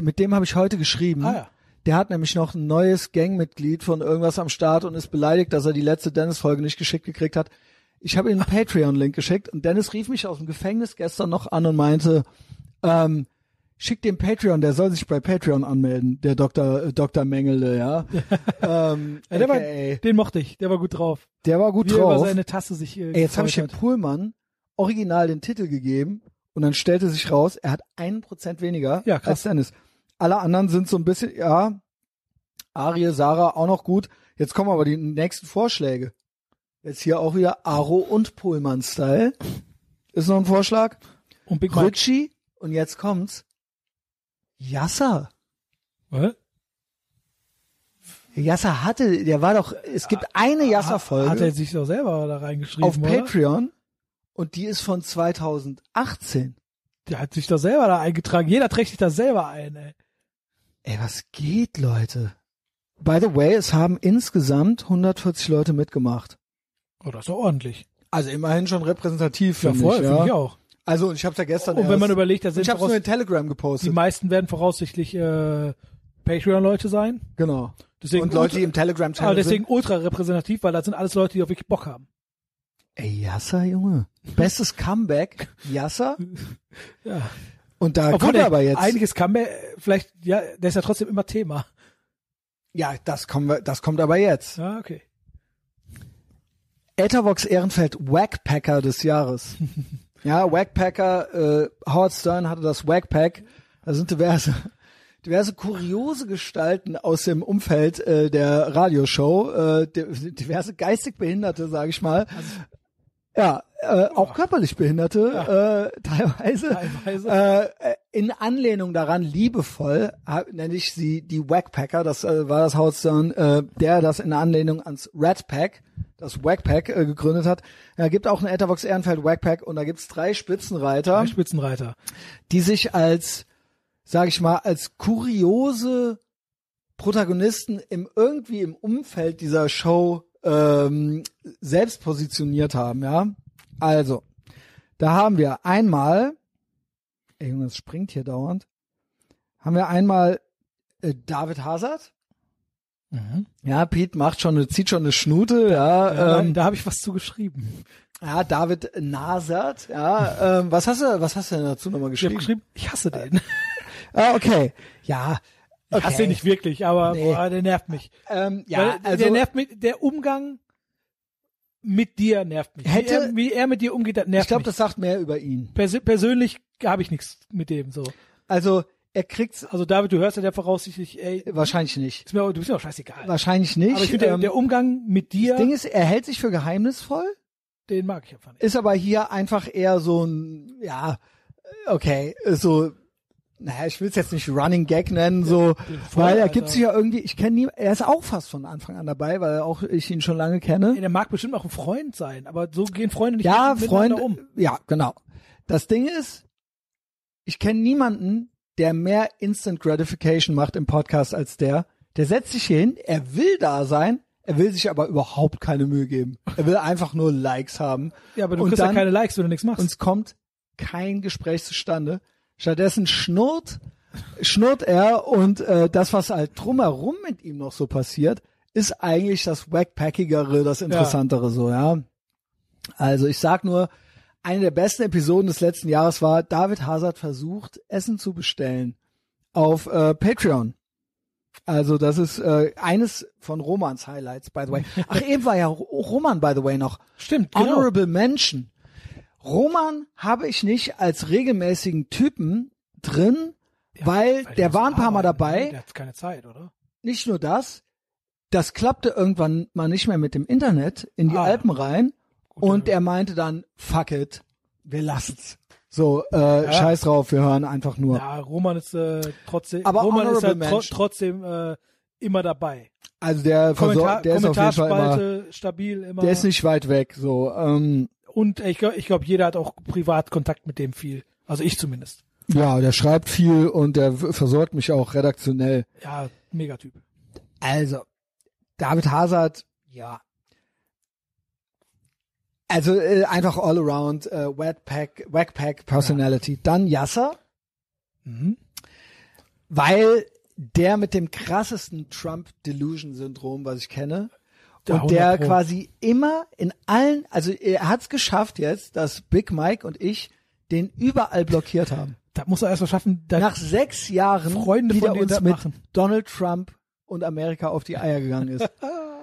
Mit dem habe ich heute geschrieben.
Ah ja.
Der hat nämlich noch ein neues Gangmitglied von irgendwas am Start und ist beleidigt, dass er die letzte Dennis-Folge nicht geschickt gekriegt hat. Ich habe ihm einen Patreon-Link geschickt und Dennis rief mich aus dem Gefängnis gestern noch an und meinte, ähm, schick dem Patreon, der soll sich bei Patreon anmelden, der Dr. Äh, Dr. Mengele, ja. ähm,
ja der war,
AKA.
den mochte ich, der war gut drauf.
der war gut
Wie er über
drauf.
seine Tasse sich äh,
Ey, jetzt habe ich dem
gefreut hat.
Pullman original den Titel gegeben und dann stellte sich raus, er hat einen Prozent weniger
Ja, krass.
als Dennis. Alle anderen sind so ein bisschen, ja, Arie, Sarah auch noch gut. Jetzt kommen aber die nächsten Vorschläge. Jetzt hier auch wieder Aro und Pullman-Style. Ist noch ein Vorschlag.
Und Big Mike.
Rutschi. Und jetzt kommt's. Yasser.
Hä?
Yasser hatte, der war doch, es gibt eine Yasser-Folge.
Ah, Hat er sich doch selber da reingeschrieben,
auf
oder?
Patreon und die ist von 2018.
Der hat sich doch selber da eingetragen. Jeder trägt sich da selber ein, ey.
Ey, was geht, Leute? By the way, es haben insgesamt 140 Leute mitgemacht.
Oh, das ist doch ordentlich.
Also immerhin schon repräsentativ,
Ja,
finde
voll,
ich.
finde ich
Ja.
auch.
Also ich habe ja gestern
Und wenn
erst-
man überlegt, da sind
ich habe
voraus-
nur in Telegram
die
gepostet.
meisten werden voraussichtlich äh, Patreon-Leute sein.
Genau.
Deswegen
und Leute, die im
ultra,
Telegram-Channel
aber deswegen ultra repräsentativ, weil das sind alles Leute, die auch wirklich Bock haben.
sind. Ey, Yasser, Junge. Bestes Comeback, Yasser.
Ja.
Und da kommt
der-
aber jetzt.
einiges kann mir vielleicht, ja, der ist ja trotzdem immer Thema.
ja, das kommen wir, das kommt aber jetzt.
Ja, Ah, okay.
Ethervox Ehrenfeld Wackpacker des Jahres. ja, Wackpacker, äh, Howard Stern hatte das Wackpack. Da sind diverse, diverse kuriose Gestalten aus dem Umfeld äh, der Radioshow, äh, di- diverse geistig Behinderte, sage ich mal. ja, äh, auch körperlich Behinderte äh, teilweise.
Teilweise.
Äh, äh, in Anlehnung daran liebevoll ha- nenne ich sie die Wackpacker. Das äh, war das Haus, dann, äh, der das in Anlehnung ans Red Pack, das Wackpack äh, gegründet hat. Da gibt auch ein Etherbox Ehrenfeld Wackpack und da gibt's drei Spitzenreiter,
Ein Spitzenreiter.
die sich als, sag ich mal, als kuriose Protagonisten im irgendwie im Umfeld dieser Show ähm, selbst positioniert haben, ja. Also, da haben wir einmal, ey Junge, es springt hier dauernd, haben wir einmal äh, David Hazard. Ja, Pete macht schon, eine- zieht schon eine Schnute, ja.
Ja,
ähm,
da da habe ich was zu geschrieben.
ja David Nasert, ja. ähm, was hast du, was hast du denn dazu nochmal
Ich habe
geschrieben?
geschrieben, ich hasse den.
Ah, okay. Ja.
Ich hasse den nicht wirklich, aber
Nee.
boah, der nervt mich.
Ähm, ja,
Weil
also
der nervt mich, der Umgang mit dir nervt mich.
Hätte-
wie, er, wie er mit dir umgeht, das nervt
ich glaube,
mich.
das sagt mehr über ihn.
Persö persönlich habe ich nichts mit dem so.
Also er kriegt's
Also David, du hörst ja der voraussichtlich, ey,
wahrscheinlich nicht.
ist mir, du bist mir auch scheißegal.
Wahrscheinlich nicht.
aber ich finde,
Ähm,
der, der Umgang mit dir,
das Ding ist, er hält sich für geheimnisvoll,
den mag ich einfach nicht.
ist aber hier einfach eher so ein, ja, okay, ist so, naja, ich will es jetzt nicht Running Gag nennen, so,
voll,
weil er
Alter.
gibt sich ja irgendwie, ich kenne ihn, er ist auch fast von Anfang an dabei, weil auch ich ihn schon lange
Ey,
kenne.
der mag bestimmt auch ein Freund sein, aber so gehen Freunde nicht
Ja,
miteinander
Freunde,
um.
ja, genau. Das Ding ist, ich kenne niemanden, der mehr Instant Gratification macht im Podcast als der. Der setzt sich hier hin, er will da sein, er will sich aber überhaupt keine Mühe geben. Er will einfach nur Likes haben.
Ja, aber du
und
kriegst ja
dann-
keine Likes, wenn du nichts machst.
Und es kommt kein Gespräch zustande. Stattdessen schnurrt, schnurrt er und äh, das, was halt drumherum mit ihm noch so passiert, ist eigentlich das Wackpackigere, das Interessantere so, ja. Also ich sag nur, eine der besten Episoden des letzten Jahres war, David Hazard versucht, Essen zu bestellen auf äh, Patreon. Also das ist äh, eines von Romans Highlights, by the way. Ach, eben war ja Ro- Roman, by the way, noch.
Stimmt, genau.
Honorable Mention. Roman habe ich nicht als regelmäßigen Typen drin, weil,
Weil
der
muss
war ein paar Mal
arbeiten, ne?
dabei.
Der hat keine Zeit, oder?
Nicht nur das, das klappte irgendwann mal nicht mehr mit dem Internet in die
Ah.
Alpen rein und er meinte dann, fuck it, wir lassen's. So, äh, scheiß drauf, wir hören einfach nur.
Ja, Roman ist äh, trotzdem,
Aber
Roman ist halt
honorable
tro
Mensch.
trotzdem äh, immer dabei.
Also der,
Kommentar
versor- der ist auf jeden Fall immer,
Kommentarspalte stabil immer.
der ist nicht weit weg, so, ähm,
Und ich glaube, ich glaub, jeder hat auch privat Kontakt mit dem viel. Also ich zumindest.
ja, der schreibt viel und der w- versorgt mich auch redaktionell.
Ja, Megatyp.
Also, David Hazard, ja. Also äh, einfach all around äh, Wetpack, Whackpack Personality. Dann Yasser, weil der mit dem krassesten Trump Delusion Syndrom, was ich kenne,
Ja,
und der
100 Pro.
quasi immer in allen, also er hat es geschafft jetzt, dass Big Mike und ich den überall blockiert haben.
Da muss er erst mal schaffen, da
Nach sechs Jahren
Äh, Freunde von
wieder
dir
uns
das
mit
machen.
Donald Trump und Amerika auf die Eier gegangen ist.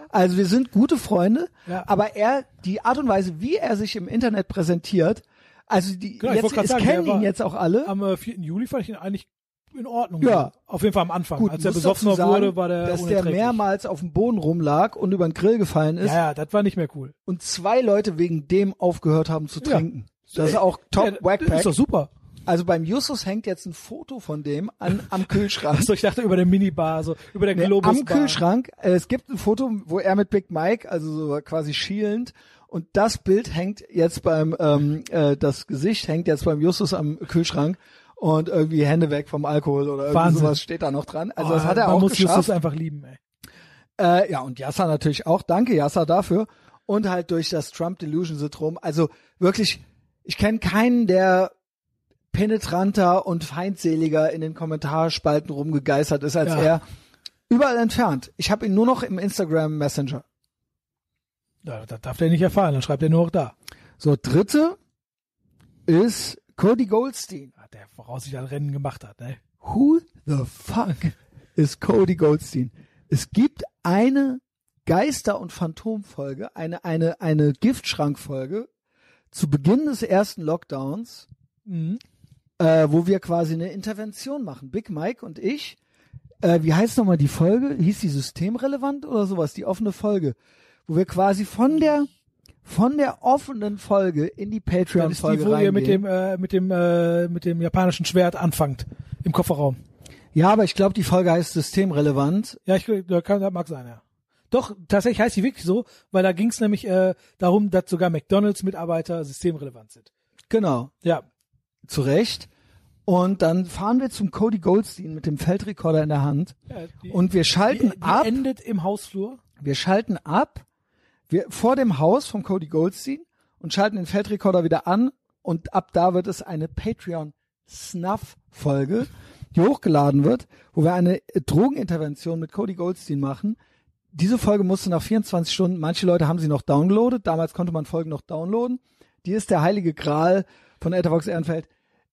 Also wir sind gute Freunde,
Ja.
aber er, die Art und Weise, wie er sich im Internet präsentiert, also die
Genau, ich
jetzt,
wollte grad
es
sagen,
kennen
der war-
ihn jetzt auch alle.
am äh, 4. Juli fand ich ihn eigentlich in Ordnung.
Ja.
Auf jeden Fall am Anfang.
Gut,
Als er
muss dazu
besoffener
sagen,
wurde, war der
dass der
unerträglich.
mehrmals auf dem Boden rumlag und über den Grill gefallen ist
Ja, ja, das war nicht mehr cool.
und zwei Leute wegen dem aufgehört haben zu
Ja. Äh,
trinken. Das ist auch top
ja, Das
Wackpack.
ist doch super.
Also beim Justus hängt jetzt ein Foto von dem an, am Kühlschrank.
Also ich dachte über der Minibar, so über der
Nee,
Globus.
am Kühlschrank. Äh, Es gibt ein Foto, wo er mit Big Mike, also so quasi schielend, und das Bild hängt jetzt beim, ähm, äh, das Gesicht hängt jetzt beim Justus am Kühlschrank und irgendwie Hände weg vom Alkohol oder irgendwie
Wahnsinn. Oh,
sowas steht da noch dran. Also das hat er
man
auch
muss
geschafft.
Justus einfach lieben, ey.
Äh, ja, und Yasser natürlich auch. Danke, Yasser, dafür. Und halt durch das Trump-Delusion-Syndrom. Also wirklich, ich kenne keinen, der penetranter und feindseliger in den Kommentarspalten rumgegeistert ist als
Ja.
er. Überall entfernt. Ich habe ihn nur noch im Instagram Messenger.
Ja, das darf der nicht erfahren, dann schreibt er nur auch da.
So, dritte ist Cody Goldstein.
Ja, Der voraussichtlich ein Rennen gemacht hat, ne?
Who the fuck ist Cody Goldstein? Es gibt eine Geister- und Phantomfolge, eine, eine, eine Giftschrankfolge zu Beginn des ersten Lockdowns,
Mhm.
äh, wo wir quasi eine Intervention machen. Big Mike und ich. Äh, wie heißt nochmal die Folge? Hieß die systemrelevant oder sowas? Die offene Folge. Wo wir quasi von der, von der offenen Folge in die
Das ist die,
Patreon-Folge
wo ihr
reingehen.
mit dem, äh, mit dem, äh, mit dem japanischen Schwert anfangt. Im Kofferraum.
ja, aber ich glaube, die Folge heißt systemrelevant.
Ja, ich, da kann, das mag sein, ja. Doch, tatsächlich heißt die wirklich so, weil da ging es nämlich äh, darum, dass sogar McDonalds-Mitarbeiter systemrelevant sind.
Genau.
Ja,
zurecht. Und dann fahren wir zum Cody Goldstein mit dem Feldrekorder in der Hand
Ja, Äh, die-
und wir
die,
schalten
die
ab.
endet im Hausflur.
Wir schalten ab wir, vor dem Haus vom Cody Goldstein und schalten den Feldrekorder wieder an und ab da wird es eine Patreon Snuff Folge, die hochgeladen wird, wo wir eine äh, Drogenintervention mit Cody Goldstein machen. Diese Folge musste nach 24 Stunden, manche Leute haben sie noch downloadet, damals konnte man Folgen noch downloaden. Die ist der heilige Gral von Etherbox Ehrenfeld.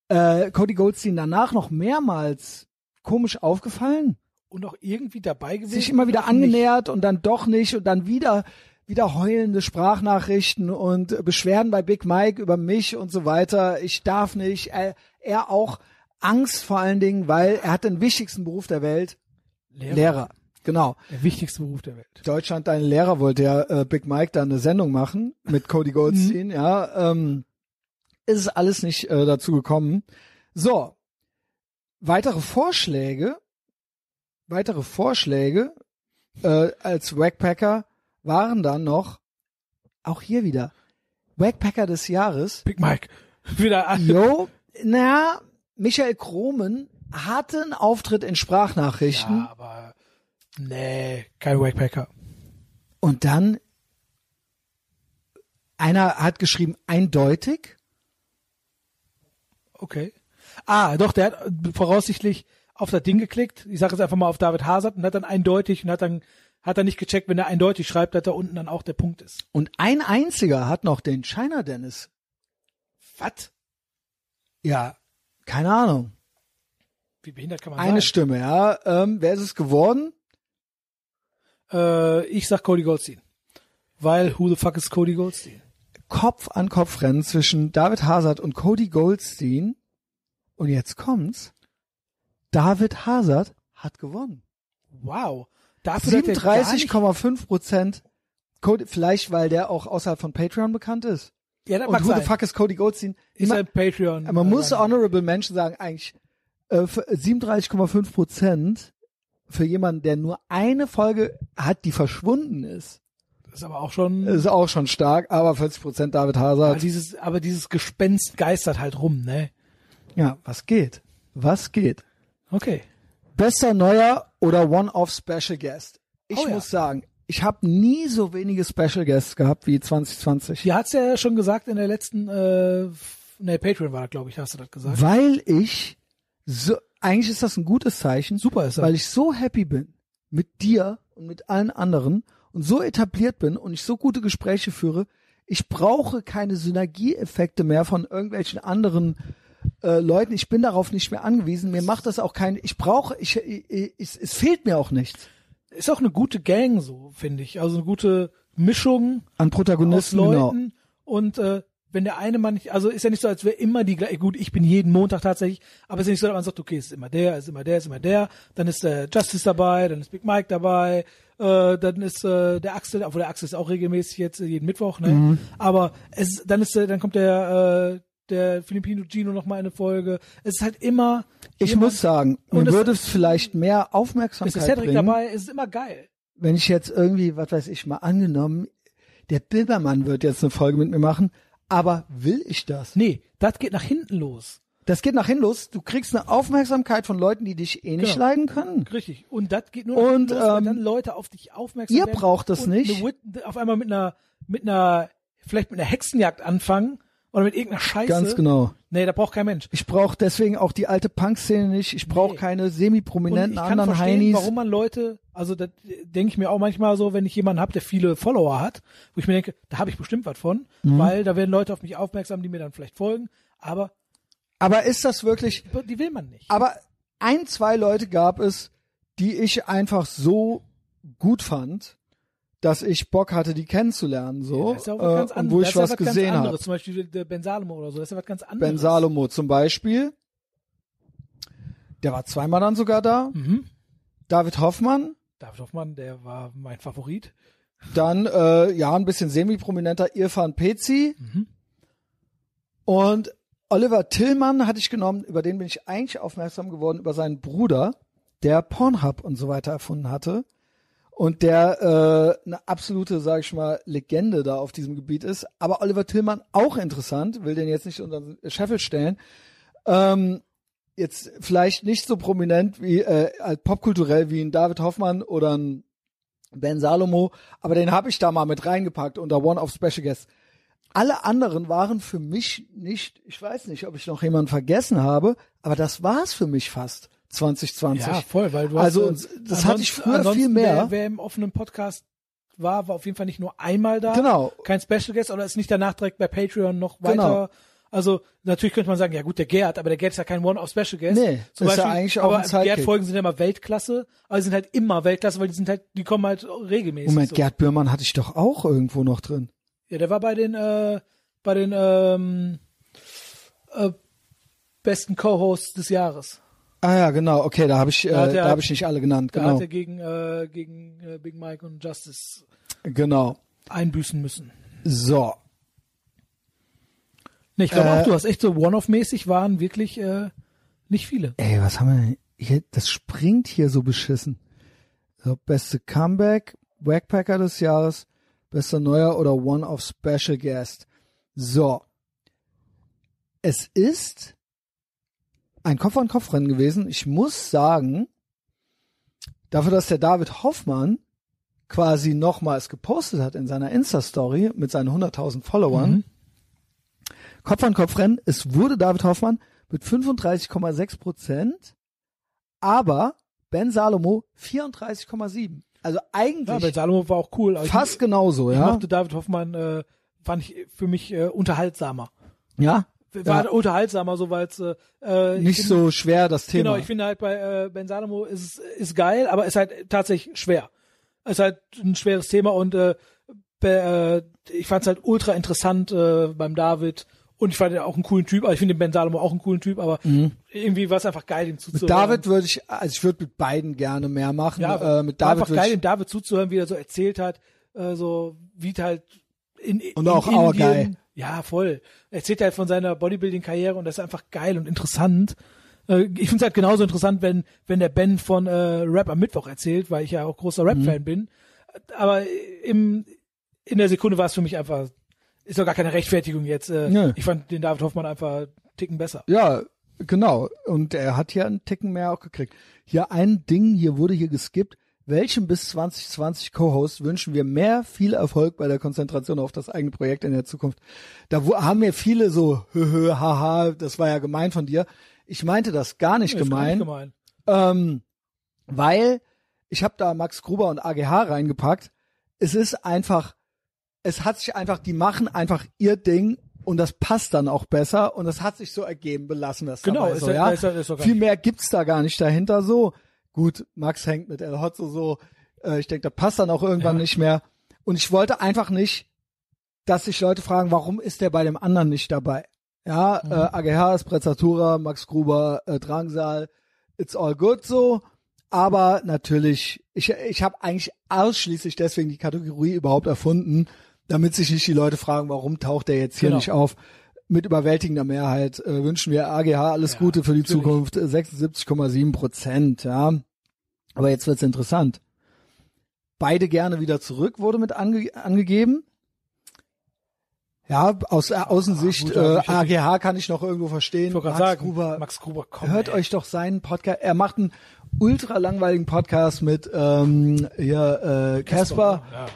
Äh, Cody Goldstein danach noch mehrmals komisch aufgefallen
und auch irgendwie dabei gewesen.
sich immer wieder
und auch nicht.
angenähert und dann doch nicht und dann wieder wieder heulende Sprachnachrichten und äh, Beschwerden bei Big Mike über mich und so weiter. Ich darf nicht. Er, er auch Angst vor allen Dingen, weil er hat den wichtigsten Beruf der Welt,
Lehrer.
Lehrer. Genau.
Der wichtigste Beruf der Welt.
Deutschland, dein Lehrer wollte ja äh, Big Mike da eine Sendung machen mit Cody Goldstein. Ja, ähm, ist alles nicht äh, dazu gekommen. So, weitere Vorschläge, weitere Vorschläge äh, als Wackpacker waren dann noch auch hier wieder Wackpacker des Jahres.
Big Mike. Wieder an.
Jo, na, Michael Kromen hatte einen Auftritt in Sprachnachrichten.
Ja, aber nee, kein Wackpacker.
Und dann einer hat geschrieben eindeutig.
Okay. Ah, doch, der hat äh, voraussichtlich auf das Ding geklickt. Ich sage jetzt einfach mal auf David Hazard und hat dann eindeutig und hat dann hat er nicht gecheckt, wenn er eindeutig schreibt, dass da unten dann auch der Punkt ist.
Und ein einziger hat noch den China Dennis.
Was?
Ja, keine Ahnung.
Wie behindert kann man
Eine
sein?
Stimme, ja. Ähm, wer ist es geworden?
Äh, ich sag Cody Goldstein. Weil who the fuck is Cody Goldstein?
Kopf an Kopf rennen zwischen David Hazard und Cody Goldstein. Und jetzt kommt's. David Hazard hat gewonnen.
Wow. Dafür, dass der gar nicht-
37,5 Prozent. Cody, vielleicht, weil der auch außerhalb von Patreon bekannt ist.
Ja, das mag
Und who the
sein.
fuck is Cody Goldstein?
Ist
Immer-
ein Patreon.
man muss
Äh,
honorable Menschen sagen, eigentlich äh, für 37,5 Prozent für jemanden, der nur eine Folge hat, die verschwunden ist,
Ist aber auch schon.
ist auch schon stark. Aber 40 Prozent David
aber,
Hazard.
dieses, aber dieses Gespenst geistert halt rum, ne?
Ja, was geht? Was geht?
Okay.
Bester neuer oder One-off Special Guest? Ich
Oh ja.
muss sagen, ich habe nie so wenige Special Guests gehabt wie 2020.
Hier hat's ja schon gesagt in der letzten, äh, f- ne, Patreon war das, glaube ich, hast du das gesagt.
Weil ich so, eigentlich ist das ein gutes Zeichen.
Super ist das.
Weil ich so happy bin mit dir und mit allen anderen und so etabliert bin und ich so gute Gespräche führe. Ich brauche keine Synergieeffekte mehr von irgendwelchen anderen äh, Leuten. Ich bin darauf nicht mehr angewiesen. Mir macht das auch kein, ich brauche, ich, ich, ich, es- es fehlt mir auch nichts
Ist auch eine gute Gang so, finde ich. Also eine gute Mischung
an
aus
Protagonisten. Genau.
Leuten. Und äh, wenn der eine mal nicht, also ist ja nicht so, als wäre immer die gleiche, gut, ich bin jeden Montag tatsächlich, aber es ist ja nicht so, dass man sagt, okay, es ist immer der, es ist immer der, es ist immer der, dann ist der Justice dabei, dann ist Big Mike dabei, äh, dann ist äh, der Axel, obwohl der Axel ist auch regelmäßig jetzt äh, jeden Mittwoch, ne?
Mhm.
Aber es dann ist der, dann kommt der äh, der Filipino Gino noch mal eine Folge. Es ist halt immer
Ich
jemand-
muss sagen,
Und
mir
es-
würde es vielleicht mehr
ist der
Aufmerksamkeit
Cedric
bringen.
dabei, es ist immer geil.
wenn ich jetzt irgendwie, was weiß ich, mal angenommen, der Bildermann wird jetzt eine Folge mit mir machen, aber will ich das?
Nee, das geht nach hinten los.
Das geht nach hin los. Du kriegst eine Aufmerksamkeit von Leuten, die dich eh nicht
Genau.
leiden können.
Richtig. Und das geht nur
Und,
los, weil
ähm,
dann Leute auf dich aufmerksam
ihr
werden.
braucht das
und
nicht.
eine Wit- auf einmal mit einer, mit einer, vielleicht mit einer Hexenjagd anfangen oder mit irgendeiner Scheiße.
Ganz genau.
Nee, da braucht kein Mensch.
Ich brauche deswegen auch die alte Punk-Szene nicht. Ich brauche
Nee.
keine
Und ich
semi-prominenten
kann
anderen
verstehen,
Heinis.
warum man Leute, also da denke ich mir auch manchmal so, wenn ich jemanden habe, der viele Follower hat, wo ich mir denke, da habe ich bestimmt was von,
Mhm.
weil da werden Leute auf mich aufmerksam, die mir dann vielleicht folgen, aber
Aber ist das wirklich,
die will man nicht.
aber ein, zwei Leute gab es, die ich einfach so gut fand, dass ich Bock hatte, die kennenzulernen, so,
Das ist ja auch
äh,
ganz
und
anderes.
wo
das
ich
ist ja
was
ganz
gesehen habe.
anderes. Zum Beispiel der Ben Salomo oder so, Hm, das ist ja was ganz anderes.
Ben Salomo zum Beispiel. Der war zweimal dann sogar da.
Mhm.
David Hoffmann.
David Hoffmann, der war mein Favorit.
Dann, äh, ja, ein bisschen semi-prominenter Irfan Pezi.
Mhm.
Und Oliver Tillmann hatte ich genommen, über den bin ich eigentlich aufmerksam geworden, über seinen Bruder, der Pornhub und so weiter erfunden hatte. Und der äh, eine absolute, sage ich mal, Legende da auf diesem Gebiet ist. Aber Oliver Tillmann auch interessant, will den jetzt nicht unter den Scheffel stellen. Ähm, jetzt vielleicht nicht so prominent wie äh, als popkulturell wie ein David Hoffmann oder ein Ben Salomo, aber den habe ich da mal mit reingepackt unter One of Special Guests. Alle anderen waren für mich nicht, ich weiß nicht, ob ich noch jemanden vergessen habe, aber das war's für mich fast 2020.
Ja, voll, weil du
Also,
hast, äh,
das hatte ich
ansonsten-
früher
ansonsten,
viel mehr.
Wer, wer im offenen Podcast war, war auf jeden Fall nicht nur einmal da.
Genau.
Kein Special Guest oder ist nicht danach direkt bei Patreon noch
Genau.
weiter. Also natürlich könnte man sagen, ja gut, der Gerd, aber der Gerd ist ja kein One-Off-Special Guest.
Nee,
Zum
ist ja
Beispiel,
eigentlich auch
aber
ein Sidekick.
Gerd-Folgen sind ja immer Weltklasse, aber die sind halt immer Weltklasse, weil die sind halt, die kommen halt regelmäßig.
Moment,
so.
Gerd Bührmann hatte ich doch auch irgendwo noch drin.
Ja, der war bei den, äh, bei den ähm, äh, besten Co-Hosts des Jahres.
Ah ja, genau, okay, da habe ich,
Da hat
äh,
er-
da habe ich nicht alle genannt,
Da
genau,
hat er gegen, äh, gegen äh, Big Mike und Justice
genau.
einbüßen müssen.
So,
Nee, ich glaube
Äh,
auch, du hast echt so One-Off-mäßig waren wirklich äh, nicht viele.
ey, was haben wir denn hier? Das springt hier so beschissen. So, beste Comeback, Backpacker des Jahres, bester Neuer oder One of Special Guest. So, es ist ein Kopf-an-Kopf-Rennen gewesen. Ich muss sagen, dafür, dass der David Hoffmann quasi nochmals gepostet hat in seiner Insta-Story mit seinen 100.000 Followern,
Mhm.
Kopf an Kopf rennen. Es wurde David Hoffmann mit 35,6 Prozent, aber Ben Salomo 34,7. Also
Ja, aber
eigentlich
Salomo war auch cool. aber
fast genauso,
ich, ich
ja.
mochte David Hoffmann, äh, fand ich für mich äh, unterhaltsamer.
Ja.
War
ja.
unterhaltsamer, so weil es äh, ich
Nicht
finde-
so schwer das Thema.
Genau, ich finde halt bei äh, Ben Salomo ist ist geil, aber ist halt tatsächlich schwer. Ist halt ein schweres Thema und äh, be, äh, ich fand es halt ultra interessant äh, beim David Und ich fand ihn auch einen coolen Typ, aber ich finde den Ben Salomo auch einen coolen Typ, aber irgendwie war es einfach geil, ihm
Mhm. Mit
zuzuhören.
David würde ich, also ich würde mit beiden gerne mehr machen.
ähm, Ja,
äh, mit
war
David
einfach
würde
geil,
ich,
dem David zuzuhören, wie er so erzählt hat, äh, so wie es halt in
Und
in
auch
Indien-
our guy.
Ja, voll. Erzählt halt von seiner Bodybuilding-Karriere und das ist einfach geil und interessant. Äh, Ich finde es halt genauso interessant, wenn, wenn der Ben von äh, Rap am Mittwoch erzählt, weil ich ja auch großer Rap-Fan
Mhm.
bin. Aber im, in der Sekunde war es für mich einfach, ist doch gar keine Rechtfertigung jetzt. Äh,
Nö.
Ich fand den David Hoffmann einfach einen ticken besser.
ja, genau. Und er hat hier einen Ticken mehr auch gekriegt. Hier ein Ding, hier wurde hier geskippt. Welchem bis 2020 Co-Host wünschen wir mehr viel Erfolg bei der Konzentration auf das eigene Projekt in der Zukunft? Da wo, haben mir viele so, hö, hö, haha, das war ja gemein von dir. Ich meinte das gar nicht
Ist gar nicht
gemein.
gemein.
Ähm, weil ich habe da Max Gruber und AGH reingepackt. Es ist einfach, es hat sich einfach, die machen einfach ihr Ding und das passt dann auch besser und das hat sich so ergeben, belassen wir es
Genau,
dabei
ist
so,
ja-
ja.
ist ja- ist ja gar
Viel mehr gibt's da gar nicht dahinter so. Gut, Max hängt mit El Hotzo so, äh, ich denke, da passt dann auch irgendwann nicht mehr. Und ich wollte einfach nicht, dass sich Leute fragen, warum ist der bei dem anderen nicht dabei? Ja, äh, AGH, Sprezzatura, Max Gruber, äh, Drangsal, it's all good so. Aber natürlich, ich, ich habe eigentlich ausschließlich deswegen die Kategorie überhaupt erfunden, damit sich nicht die Leute fragen, warum taucht der jetzt hier
Genau.
nicht auf. Mit überwältigender Mehrheit äh, wünschen wir AGH alles Gute für die
natürlich.
Zukunft, äh, 76,7 Prozent, ja. Aber jetzt wird's interessant. Beide gerne wieder zurück wurde mit ange angegeben. Ja, aus äh, Außensicht
gut, aber ich
äh,
hätte-
AGH kann ich noch irgendwo
Ah, Ich
verstehen.
wollte
Max
gerade sagen,
Gruber,
Max Gruber, komm.
hört
ey.
euch doch seinen Podcast. Er macht einen ultra langweiligen Podcast mit ähm, hier, äh, Casper.
Ja.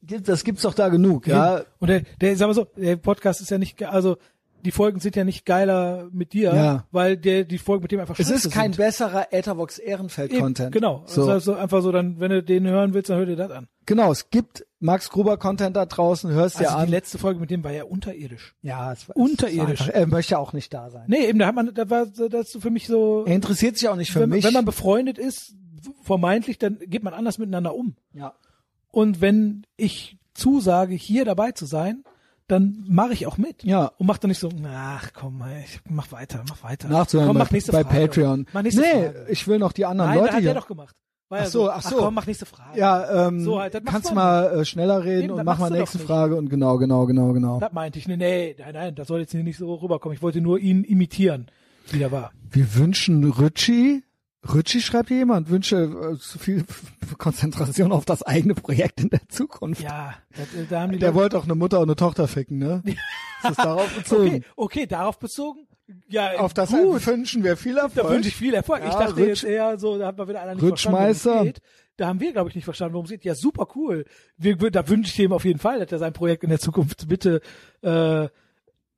Das gibt's doch da genug, ja.
Und der, der, sag mal so, der Podcast ist ja nicht, ge- also die Folgen sind ja nicht geiler mit dir,
Ja.
weil der die Folgen mit dem einfach
Es
scheiße
ist kein
sind.
besserer Ethervox Ehrenfeld
Eben,
Content.
Genau.
So.
Also, also einfach so, dann, wenn du den hören willst, dann hör dir das an.
genau, es gibt Max Gruber Content da draußen, hörst
Also
dir
die
an.
letzte Folge mit dem war ja unterirdisch.
Ja, es war,
Unterirdisch.
es war einfach- Er möchte auch nicht da sein.
Nee, eben, da hat man, da war das so für mich so,
Er interessiert sich auch nicht für
wenn,
mich.
wenn man befreundet ist, vermeintlich, dann geht man anders miteinander um.
ja.
Und wenn ich zusage, hier dabei zu sein, dann mache ich auch mit.
Ja. um
Und mach dann nicht so, ach komm, ey, ich mach weiter, mach weiter.
Nachzuhören
komm, mach
bei,
nächste
bei
Frage.
Patreon.
Mach nächste
nee,
Frage.
ich will noch die anderen
Nein,
Leute
da hat
hier.
er doch gemacht. War
Ach
ja
so,
so,
ach so.
komm, mach nächste Frage.
ja, ähm,
So halt, das macht
kannst
man.
mal äh, schneller reden
Eben,
und
dann
mach
machst
mal
du doch
nächste
nicht.
Frage und genau, genau, genau, genau.
Das meinte ich. Nee, nee, nein, nein, das soll jetzt hier nicht so rüberkommen. Ich wollte nur ihn imitieren, wie der war.
Wir wünschen Rütschi, Rütschi schreibt hier jemand, wünsche äh, zu viel Konzentration auf das eigene Projekt in der Zukunft.
Ja, das, äh, da haben die
Der
Leute-
wollte auch eine Mutter und eine Tochter ficken, ne? Das ist darauf bezogen.
okay, okay, darauf bezogen. Ja,
Auf das
gut,
wünschen wir viel Erfolg.
da wünsche ich viel Erfolg. ich
Ja,
dachte
Rutsch-
jetzt eher so, da hat mal wieder einer nicht
Rutschmeister.
verstanden, worum es geht. Da haben wir, glaube ich, nicht verstanden, worum es geht. Ja, super cool. Wir, wir- da wünsche ich ihm auf jeden Fall, dass er sein Projekt in der Zukunft bitte äh,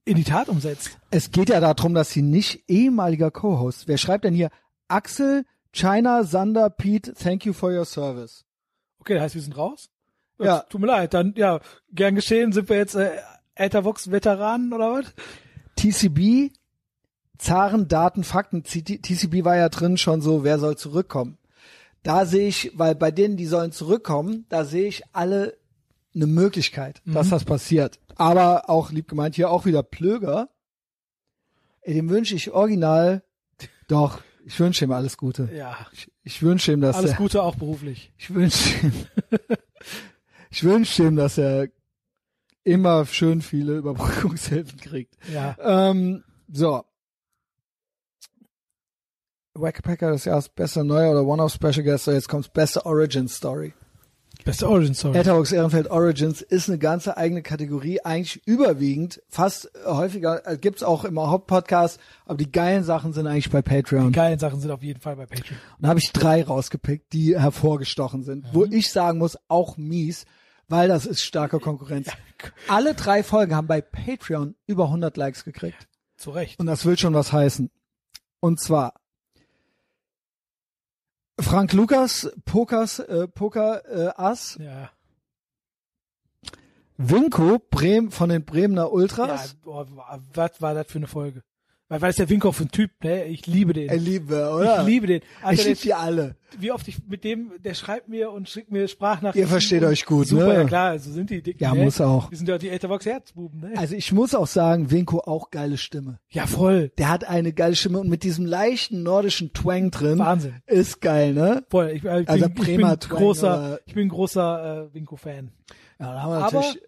in die Tat umsetzt.
Es geht ja darum, dass sie nicht ehemaliger Co-Host. Wer schreibt denn hier? Axel, China, Sander, Pete, thank you for your service.
Okay, das heißt, wir sind raus?
Ja.
Tut mir leid, dann, ja, gern geschehen, sind wir jetzt äh, Ethervox-Veteranen oder was?
TCB, Zaren, Daten, Fakten. CT TCB war ja drin schon so, wer soll zurückkommen? Da sehe ich, weil bei denen, die sollen zurückkommen, da sehe ich alle eine Möglichkeit, dass das passiert. Aber auch lieb gemeint, hier auch wieder Plöger. Ey, dem wünsche ich original. Doch, ich wünsche ihm alles Gute.
Ja,
Ich, ich wünsche ihm, dass
alles
er,
Gute auch beruflich.
Ich wünsche ihm, ich wünsche ihm, dass er immer schön viele Überbrückungshilfen kriegt.
Ja.
Ähm, so. Wackpacker des Jahres, bester Neuer oder One-Off Special Guest. So, jetzt kommt's beste Origin Story.
Beste Origin Story.
Etherbox Ehrenfeld Origins ist eine ganze eigene Kategorie, eigentlich überwiegend, fast häufiger, äh, gibt's auch im Hauptpodcast, aber die geilen Sachen sind eigentlich bei Patreon.
Die geilen Sachen sind auf jeden Fall bei Patreon.
Und da habe ich drei rausgepickt, die hervorgestochen sind, wo ich sagen muss, auch mies, weil das ist starke Konkurrenz. Alle drei Folgen haben bei Patreon über 100 Likes gekriegt.
Zu Recht.
Und das will schon was heißen. Und zwar Frank Lukas, Pokers, äh, Poker äh, Ass,
Ja.
Winko Bremen von den Bremener
ja
Ultras.
boah, wa- was war das für eine Folge? Weil, weil ist der Winkhoff für ein Typ, ne? Ich liebe den.
Ey, Liebe, oder?
Ich liebe den.
Ich
Alter,
liebe
ich
die alle.
wie oft ich mit dem, der schreibt mir und schickt mir Sprachnachrichten.
Ihr versteht euch gut,
Super,
ne?
ja klar, so sind die Dicken.
Ja,
ne?
muss auch.
Die sind ja die Etherbox Herzbuben, ne?
Also ich muss auch sagen, Winko auch geile Stimme.
ja, voll.
Der hat eine geile Stimme und mit diesem leichten nordischen Twang drin.
Wahnsinn.
Ist geil, ne?
Voll. Ich, äh, ich
Also
bin, ich
Bremer
bin
Twang
großer,
oder-
ich bin großer äh, Winko-Fan.
Ja, da haben wir
Aber
natürlich.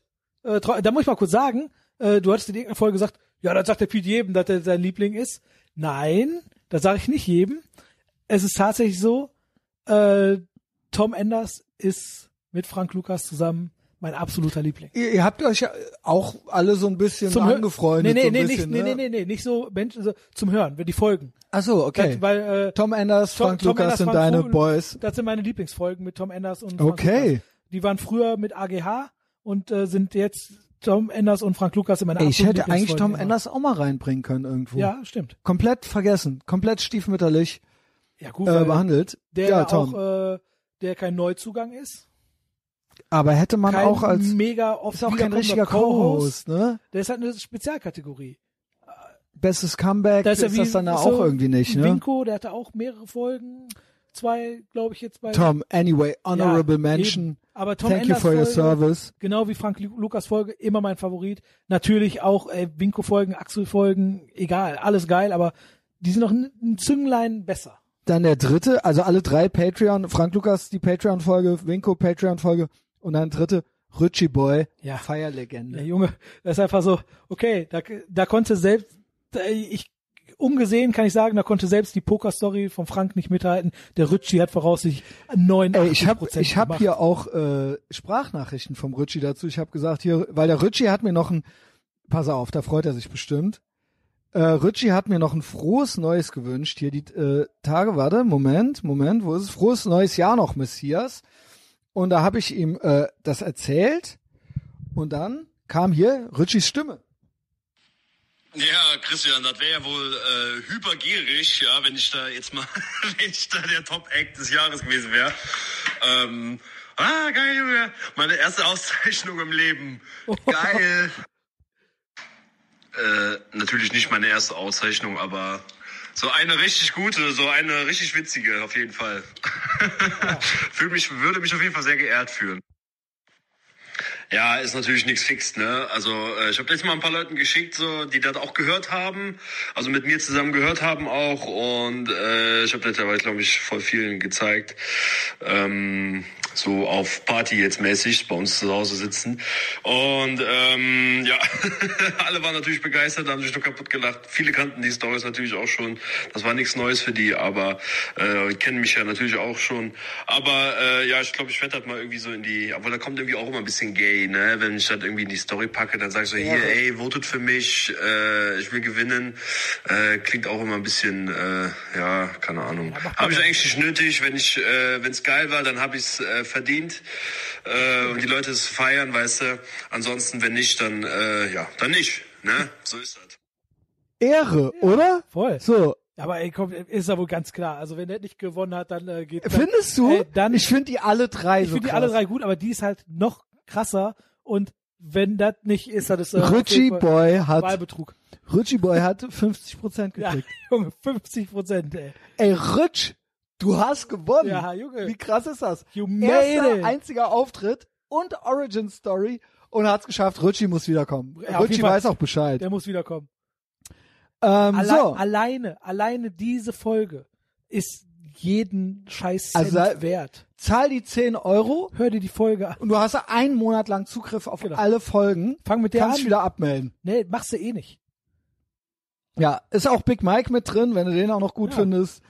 äh, tro- da muss ich mal kurz sagen, äh, du hattest in irgendeiner Folge gesagt, ja, das sagt der Pete jedem, dass er sein Liebling ist. Nein, das sage ich nicht jedem. Es ist tatsächlich so, äh, Tom Enders ist mit Frank Lukas zusammen mein absoluter Liebling.
Ihr, ihr habt euch ja auch alle so ein bisschen
Hö-
angefreundet.
Nee, nee,
so ein
nee,
bisschen,
nicht,
ne?
nee, nee, nee, nee, nicht so Menschen, so zum Hören, wenn die Folgen.
Ach so, okay.
Das, weil, äh,
Tom Anders,
Tom-
Frank
Tom
Lukas
Enders,
sind
Frank
deine
Fu-
Boys.
Das sind meine Lieblingsfolgen mit Tom Enders und Frank
Okay.
Lukas. Die waren früher mit AGH und äh, sind jetzt Tom Enders und Frank Lukas in meiner
Ey, ich
absoluten
hätte eigentlich Tom
Lieblingsfolgen immer.
Anders auch mal reinbringen können irgendwo.
Ja, stimmt.
Komplett vergessen, komplett stiefmütterlich
Ja, gut,
äh,
weil
behandelt.
der
ja,
ja
Tom.
auch, äh, der kein Neuzugang ist.
Aber hätte man
äh, kein
auch als
mega oft
ist auch kein
wiederkommender
richtiger Co-Host, ne?
Der ist halt eine Spezialkategorie.
Bestes Comeback
Da
ist,
ja wie-
das dann
ist
auch
so
irgendwie nicht, ne?
Winko, der hatte auch mehrere Folgen, zwei, glaube ich jetzt bei
Tom, anyway, honorable
Ja,
mention.
eben. Aber Tom
Thank you
Enders
for your
Folge,
service.
genau wie Frank Lu- Lukas Folge immer mein Favorit. Natürlich auch äh, Winko Folgen, Axel Folgen, egal, alles geil, aber die sind noch ein, ein Zünglein besser.
Dann der dritte, also alle drei Patreon, Frank Lukas die Patreon-Folge, Winko Patreon-Folge und dann dritte, Richie Boy,
Ja. Der
Feierlegende.
Junge, das ist einfach so, okay, da, da konnte selbst, da, ich, ungesehen kann ich sagen, da konnte selbst die Poker-Story von Frank nicht mithalten. Der Ritchie hat voraussichtlich 89
Ey, ich habe
Prozent
ich hab
gemacht.
hier auch äh, Sprachnachrichten vom Richie dazu. Ich habe gesagt, hier, weil der Richie hat mir noch ein, pass auf, da freut er sich bestimmt. Äh, Richie hat mir noch ein frohes Neues gewünscht. Hier die äh, Tage, warte, Moment, Moment, wo ist es? Frohes neues Jahr noch, Messias. Und da habe ich ihm äh, das erzählt und dann kam hier Richies Stimme.
Ja, Christian, das wäre ja wohl äh, hypergierig, ja, wenn ich da jetzt mal, wenn ich da der Top-Act des Jahres gewesen wäre. Ähm, ah, geil, Junge. Meine erste Auszeichnung im Leben. Geil. äh, natürlich nicht meine erste Auszeichnung, aber so eine richtig gute, so eine richtig witzige, auf jeden Fall. Fühl mich, würde mich auf jeden Fall sehr geehrt fühlen. Ja, ist natürlich nichts fix, ne? Also äh, ich habe letztes Mal ein paar Leuten geschickt, so, die das auch gehört haben, also mit mir zusammen gehört haben auch und äh, ich habe letztes Mal, glaube ich, voll vielen gezeigt, ähm, so auf Party jetzt mäßig, bei uns zu Hause sitzen und ähm, ja, alle waren natürlich begeistert, haben sich nur kaputt gelacht. Viele kannten die Stories natürlich auch schon, das war nichts Neues für die, aber äh, kennen mich ja natürlich auch schon, aber äh, ja, ich glaube, ich werde das mal irgendwie so in die, obwohl da kommt irgendwie auch immer ein bisschen gay, ne? Wenn ich das irgendwie in die Story packe, dann sag ich so, hier, ey, votet für mich, äh, ich will gewinnen. Äh, klingt auch immer ein bisschen, äh, ja, keine Ahnung. Habe ich eigentlich nicht nötig, wenn ich, äh, wenn's geil war, dann habe ich's äh, verdient. Äh, und die Leute es feiern, weißt du. Ansonsten, wenn nicht, dann, äh, ja, dann nicht, ne? So ist das.
Ehre, oder?
Voll.
So,
Aber ey, komm, ist ja wohl ganz klar. Also wenn der nicht gewonnen hat, dann äh, geht's.
findest du?
Ey, dann-
ich finde die alle drei
Ich
so
finde die
krass.
alle drei gut, aber die ist halt noch krasser und wenn das nicht ist, dann ist äh, auf
Richie
jeden Fall
Boy hat
Wahlbetrug.
Richie Boy hat 50 Prozent
Ja,
gekriegt.
Junge, 50 Prozent, ey.
Ey, Rutsch, du hast gewonnen.
Ja, Junge.
Wie krass ist das?
You made it.
Erster einziger Auftritt und Origin Story und hat's geschafft. Rutschi muss wiederkommen.
Ja, auf
Rutschi
jeden Fall.
weiß auch Bescheid.
Der muss wiederkommen.
Ähm,
Alle
so,
Alleine, alleine diese Folge ist jeden Scheiß
Also
Cent
da-
wert.
zahl die 10 Euro
Hör dir die Folge an.
und du hast einen Monat lang Zugriff auf
Genau.
alle Folgen.
Fang mit der
Kannst
an.
wieder abmelden.
Nee, machst du eh nicht.
Ja, ist auch Big Mike mit drin, wenn du den auch noch gut findest.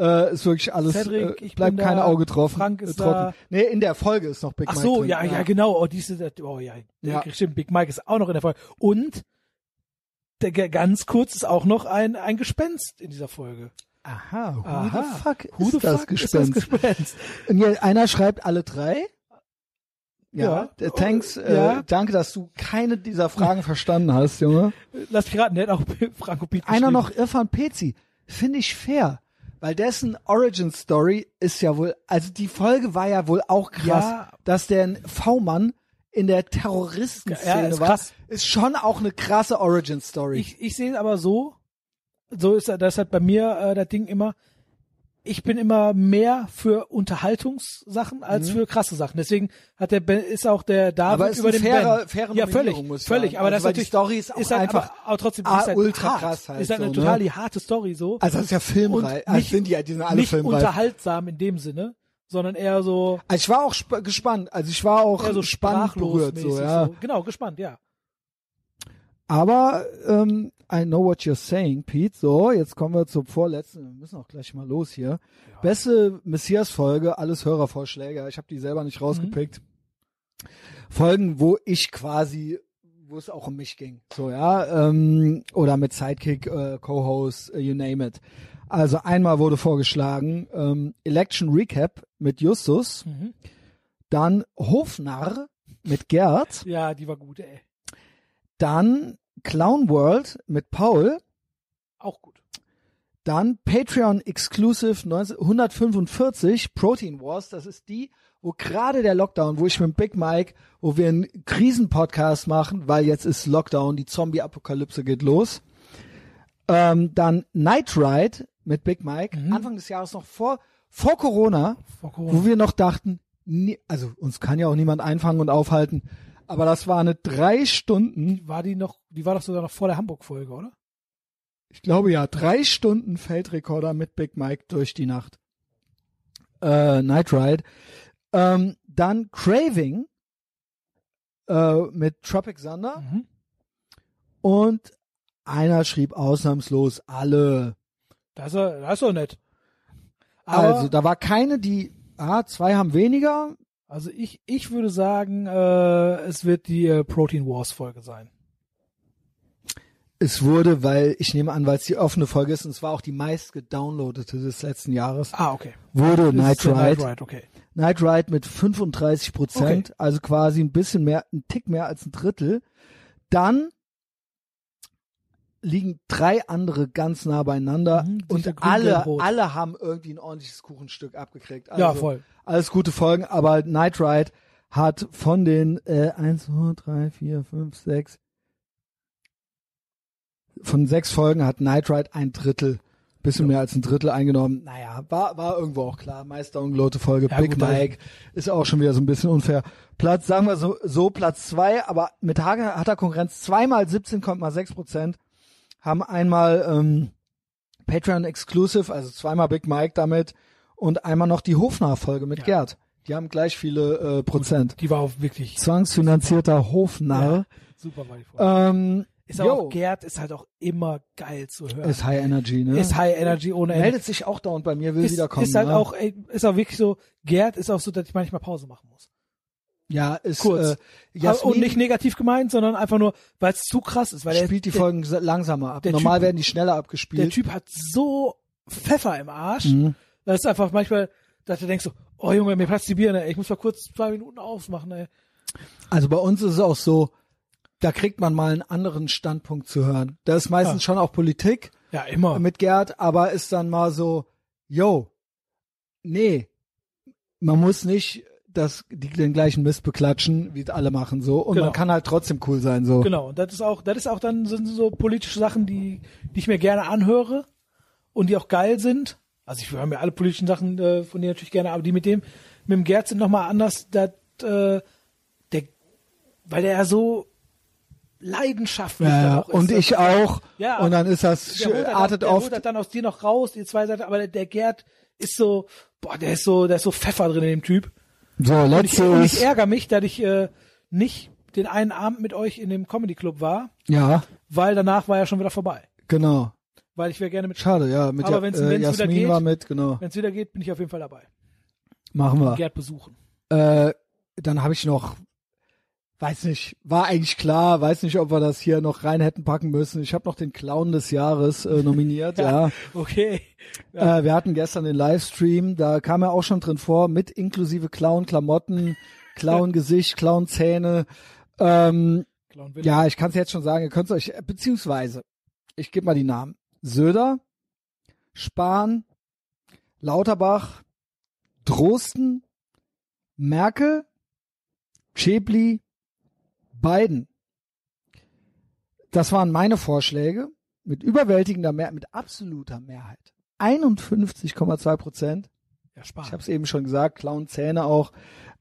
Äh, ist wirklich alles,
Cedric,
äh,
ich
bleibt
bin
kein
da,
Auge getroffen.
Frank ist
äh, trocken.
da.
Nee, in der Folge ist noch Big
Ach
Mike
so,
drin.
ja, ja, genau. Oh, diese, oh ja,
Ja.
stimmt. Big Mike ist auch noch in der Folge. Und der, ge- ganz kurz ist auch noch ein, ein Gespenst in dieser Folge.
Aha, who
Aha.
the fuck
Who
ist
the
das
fuck
Gespenst?
Ist das Gespenst?
Und hier, einer schreibt alle drei.
Ja.
Ja, äh, thanks, äh,
Ja.
danke, dass du keine dieser Fragen verstanden hast, Junge.
Lass Piraten, der hat auch Franco Piet
Einer
geschrieben.
noch, Irfan Pezi, finde ich fair, weil dessen Origin Story ist ja wohl, also die Folge war ja wohl auch krass,
Ja.
dass der V-Mann in der Terroristenszene
Ja, ist
war,
krass.
ist schon auch eine krasse Origin Story.
Ich, ich sehe es aber so, so ist das halt bei mir äh, das Ding immer. Ich bin immer mehr für Unterhaltungssachen als für krasse Sachen. Deswegen hat der ben, ist auch der David
Mhm. Aber ist
über
eine
den
faire-
Ben.
faire
ja,
Nominierung,
völlig,
muss ich
völlig.
sagen.
Aber
Also,
das
weil
ist
die
natürlich,
Story ist auch
halt
einfach
aber, aber trotzdem
ah,
ist halt
ultra
hart.
krass halt
ist halt
so,
eine
ne?
total die harte Story so.
Also das ist ja filmreif. Also sind die ja, die sind alle
nicht
filmreif.
unterhaltsam in dem Sinne, sondern eher so
Also ich war auch sp gespannt. Also ich war auch
eher so
spannend
sprachlos
berührt. So,
mäßig
ja.
so. Genau, gespannt, ja.
Aber ähm, I know what you're saying, Pete. So, jetzt kommen wir zum vorletzten. Wir müssen auch gleich mal los hier. Beste Messias-Folge, alles Hörervorschläge. Ich habe die selber nicht rausgepickt. Folgen, wo ich quasi, wo es auch um mich ging. So, ja. Ähm, oder mit Sidekick, äh, Co-Host, äh, you name it. Also einmal wurde vorgeschlagen, ähm, Election Recap mit Justus.
Mhm.
Dann Hofnarr mit Gerd.
Ja, die war gut, ey.
Dann Clown World mit Paul.
Auch gut.
Dann Patreon Exclusive 19 145 Protein Wars. Das ist die, wo gerade der Lockdown, wo ich mit Big Mike, wo wir einen Krisenpodcast machen, weil jetzt ist Lockdown, die Zombie-Apokalypse geht los. Ähm, dann Night Ride mit Big Mike. Anfang des Jahres noch vor, vor Corona,
Vor Corona.
wo wir noch dachten, nie, also uns kann ja auch niemand einfangen und aufhalten. Aber das war eine drei Stunden
War die noch, die war doch sogar noch vor der Hamburg-Folge, oder?
ich glaube ja, drei Stunden Feldrekorder mit Big Mike durch die Nacht. Äh, Night Ride. Ähm, dann Craving äh, mit Tropic Thunder.
Mhm.
Und einer schrieb ausnahmslos alle.
Das ist, ja- das ist doch nett. Aber,
Also
also,
da war keine, die, ah, zwei haben weniger.
also ich, ich würde sagen, äh, es wird die äh, Protein Wars Folge sein.
Es wurde, weil ich nehme an, weil es die offene Folge ist und es war auch die meist gedownloadete des letzten Jahres,
Ah, okay.
wurde Night
Ride.
Ride.
Ride, okay.
Knight Ride mit 35 Prozent, also quasi ein bisschen mehr, ein Tick mehr als ein Drittel. Dann liegen drei andere ganz nah beieinander
Mhm, sicher
und
grün, gelb,
alle,
rot.
alle haben irgendwie ein ordentliches Kuchenstück abgekriegt. Also,
Ja, voll.
Alles gute Folgen, aber Knight Ride hat von den äh, 1, 2, 3, 4, 5, 6 von sechs Folgen hat Knight Ride ein Drittel, bisschen mehr als ein Drittel eingenommen. Naja, war, war irgendwo auch klar. Meist downloadete Folge,
Ja,
Big
gut, also-
Mike ist auch schon wieder so ein bisschen unfair. Platz, sagen wir so, so Platz zwei, aber mit Hagen hat er Konkurrenz zweimal 17,6 Prozent, haben einmal ähm, Patreon Exclusive, also zweimal Big Mike damit und einmal noch die Hofnarr-Folge mit Gerd. Die haben gleich viele äh, Prozent.
Die war auch wirklich
Zwangsfinanzierter Hofnarr.
super, war die Folge.
Ähm,
ist aber
yo,
auch, Gerd ist halt auch immer geil zu hören.
ist High Energy, ne?
Ist High Energy ohne Ende.
meldet sich auch da und bei mir will
ist,
wiederkommen.
ist halt
ne?
auch, ey, ist auch wirklich so, Gerd ist auch so, dass ich manchmal Pause machen muss.
ja, ist
kurz.
Äh, Jasmin
und nicht negativ gemeint, sondern einfach nur, weil es zu krass ist, weil der,
spielt die
der,
Folgen langsamer ab.
der
Normal
Typ-
werden die schneller
der
abgespielt.
Typ hat so Pfeffer im Arsch,
Mhm.
das ist einfach manchmal, dass du denkst so, oh Junge, mir platzt die Birne, ey, ich muss mal kurz zwei Minuten aufmachen, ey.
Also bei uns ist es auch so, da kriegt man mal einen anderen Standpunkt zu hören. Da ist meistens
Ah.
schon auch Politik
Ja, immer.
mit Gerd, aber ist dann mal so, yo, nee, man muss nicht das, die, den gleichen Mist beklatschen, wie es alle machen so. Und
Genau.
man kann halt trotzdem cool sein so.
Genau, und das ist auch, das ist auch dann sind so politische Sachen, die, die ich mir gerne anhöre und die auch geil sind. Also ich höre mir alle politischen Sachen äh, von denen natürlich gerne, aber die mit dem, mit dem Gerd sind nochmal anders, dat, äh, der, weil der ja so leidenschaftlich
Ja, ja.
dann auch ist.
Und ich auch.
Ja.
und dann ist das,
der holt das
artet
dann, der
oft
holt das dann aus dir noch raus, die zwei Seiten, aber der, der Gerd ist so, boah, der ist so, der ist so Pfeffer drin in dem Typ.
So,
Und ich,
letzte
und ich
ist.
ärgere mich, dass ich äh, nicht den einen Abend mit euch in dem Comedy Club war
Ja,
weil danach war ja schon wieder vorbei.
genau.
Weil ich wäre gerne mit.
Schade, ja. Mit
Aber
Ja-
wenn's-
äh,
wenn's wieder
Jasmin
geht-
war mit, genau.
Wenn es wieder geht, bin ich auf jeden Fall dabei.
Machen wir.
Gerd besuchen.
Äh, dann habe ich noch, weiß nicht, war eigentlich klar, weiß nicht, ob wir das hier noch rein hätten packen müssen. Ich habe noch den Clown des Jahres äh, nominiert, ja.
Okay.
Äh, wir hatten gestern den Livestream, da kam er auch schon drin vor, mit inklusive Clown-Klamotten, Clown-Gesicht, Clown-Zähne. Ähm,
Clown Wilhelm.
Ja, ich kann's jetzt schon sagen, ihr könnt's euch, äh, beziehungsweise, ich gebe mal die Namen. Söder, Spahn, Lauterbach, Drosten, Merkel, Schäbli, Biden. Das waren meine Vorschläge. mit überwältigender Mehrheit, mit absoluter Mehrheit, 51,2 Prozent,
Ja,
ich
Spaß.
habe es eben schon gesagt, Clown Zähne auch,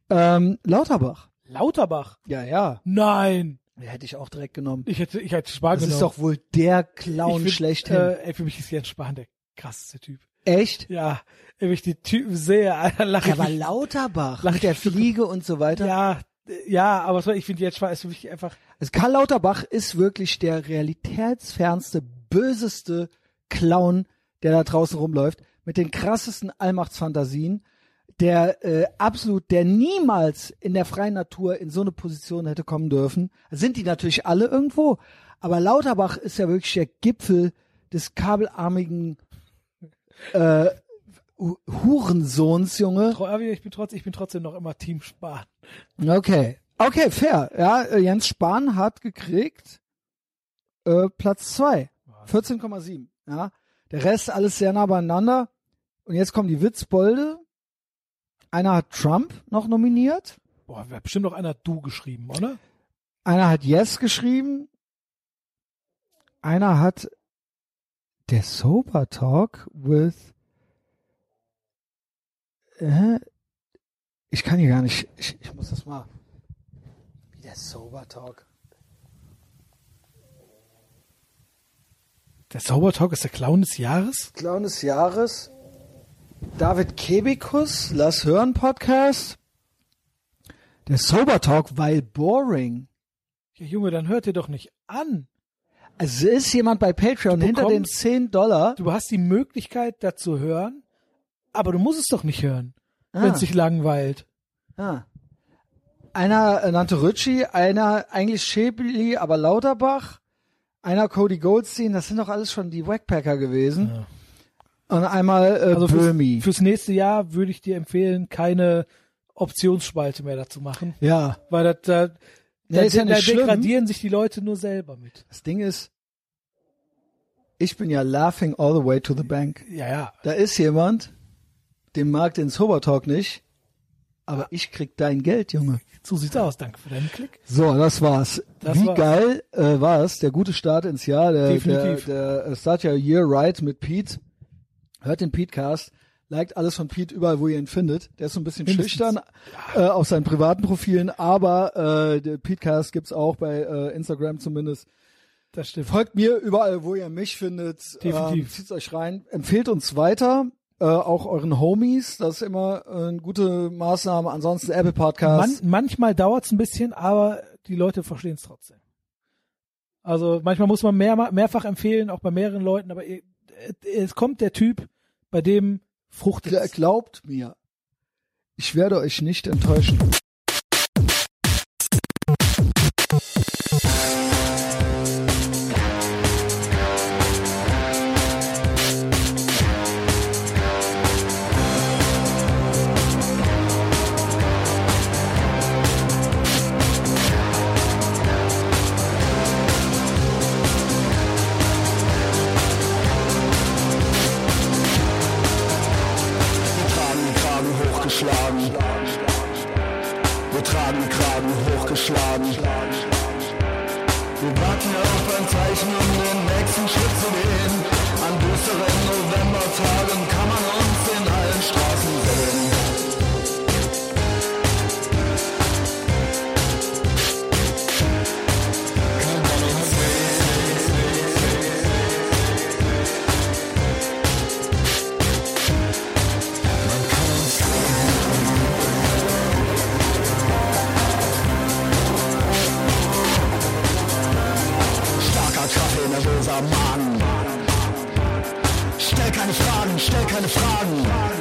ähm, Lauterbach.
Lauterbach.
Ja, ja,
Nein.
hätte ich auch direkt genommen.
Ich hätte, ich hätte Spahn
Das ist
genommen.
doch wohl der
Ich
Clown
find,
schlechthin.
Äh, ey, für mich ist Jens Spahn der krasseste Typ.
Echt?
Ja, wenn ich die Typen sehe, Alter, lache
Ja,
ich
aber
mich-
Lauterbach
Lach
mit der
ich schon.
Fliege und so weiter.
Ja, äh, ja, aber so, ich finde Jens Spahn ist für mich einfach,
Also Karl Lauterbach ist wirklich der realitätsfernste, böseste Clown, der da draußen rumläuft, mit den krassesten Allmachtsfantasien, der äh, absolut, der niemals in der freien Natur in so eine Position hätte kommen dürfen. Also Sind die natürlich alle irgendwo, aber Lauterbach ist ja wirklich der Gipfel des kabelarmigen äh, Hu- Hurensohns, Junge.
tro- aber ich bin trotzdem, ich bin trotzdem noch immer Team Spahn.
Okay. Okay, fair. Ja, äh, Jens Spahn hat gekriegt äh, Platz zwei, 14,7. Ja. Der Rest alles sehr nah beieinander. Und jetzt kommen die Witzbolde. Einer hat Trump noch nominiert.
Boah, wäre bestimmt noch einer du geschrieben, oder?
Einer hat Yes geschrieben. Einer hat der Sober Talk with. Äh, ich kann hier gar nicht. Ich, ich muss das mal. Wie der Sober Talk.
Der Sober Talk ist der Clown des Jahres?
Clown des Jahres. David Kebekus, Lass hören Podcast. Der Sober Talk, weil boring.
Ja, Junge, dann hört ihr doch nicht an.
Also ist jemand bei Patreon
Du
hinter den
bekommst-
10 Dollar.
Du hast die Möglichkeit, da zu hören, aber du musst es doch nicht hören,
Ah.
wenn es dich langweilt.
Ah. Einer äh, nannte Ritchie, einer eigentlich Schäbli, aber Lauterbach, einer Cody Goldstein, das sind doch alles schon die Wackpacker gewesen. Und einmal äh,
Also
Böhmi.
fürs, fürs nächste Jahr würde ich dir empfehlen, keine Optionsspalte mehr dazu machen,
ja.
weil das, da,
Nee,
da,
ist ja
da
nicht schlimm.
degradieren sich die Leute nur selber mit.
Das Ding ist, ich bin ja laughing all the way to the bank.
Ja, ja.
Da ist jemand, dem mag den Sober Talk nicht, aber ich krieg dein Geld, Junge.
So sieht's aus. Danke für deinen Klick.
So, das war's.
Das
Wie
war's.
geil äh, war's? Der gute Start ins Jahr, der, der,
Definitiv.
der äh, Start Your Year Right mit Pete. Hört den Petecast, liked alles von Pete überall, wo ihr ihn findet. Der ist so ein bisschen
Mindestens.
schüchtern äh, auf seinen privaten Profilen, aber äh, der Petecast gibt's auch bei äh, Instagram zumindest.
Das stimmt.
Folgt mir überall, wo ihr mich findet.
Definitiv.
Ähm, zieht's euch rein. Empfehlt uns weiter. Äh, auch euren Homies. Das ist immer äh, eine gute Maßnahme. Ansonsten Apple
Man,
Podcasts.
manchmal dauert's ein bisschen, aber die Leute verstehen's trotzdem. Also manchmal muss man mehr, mehrfach empfehlen, auch bei mehreren Leuten, aber eh- es kommt der Typ, bei dem
Gla-
fruchtet
Glaubt mir. Ich werde euch nicht enttäuschen.
Wir tragen Kragen hochgeschlagen. Wir tragen Kragen hochgeschlagen. Wir warten auf ein Zeichen, um den nächsten Schritt zu gehen. An düsteren Novembertagen kann man uns in allen Straßen sehen. Kann man uns Starker Kaffee, nervöser Magen. Stell keine Fragen, stell keine Fragen.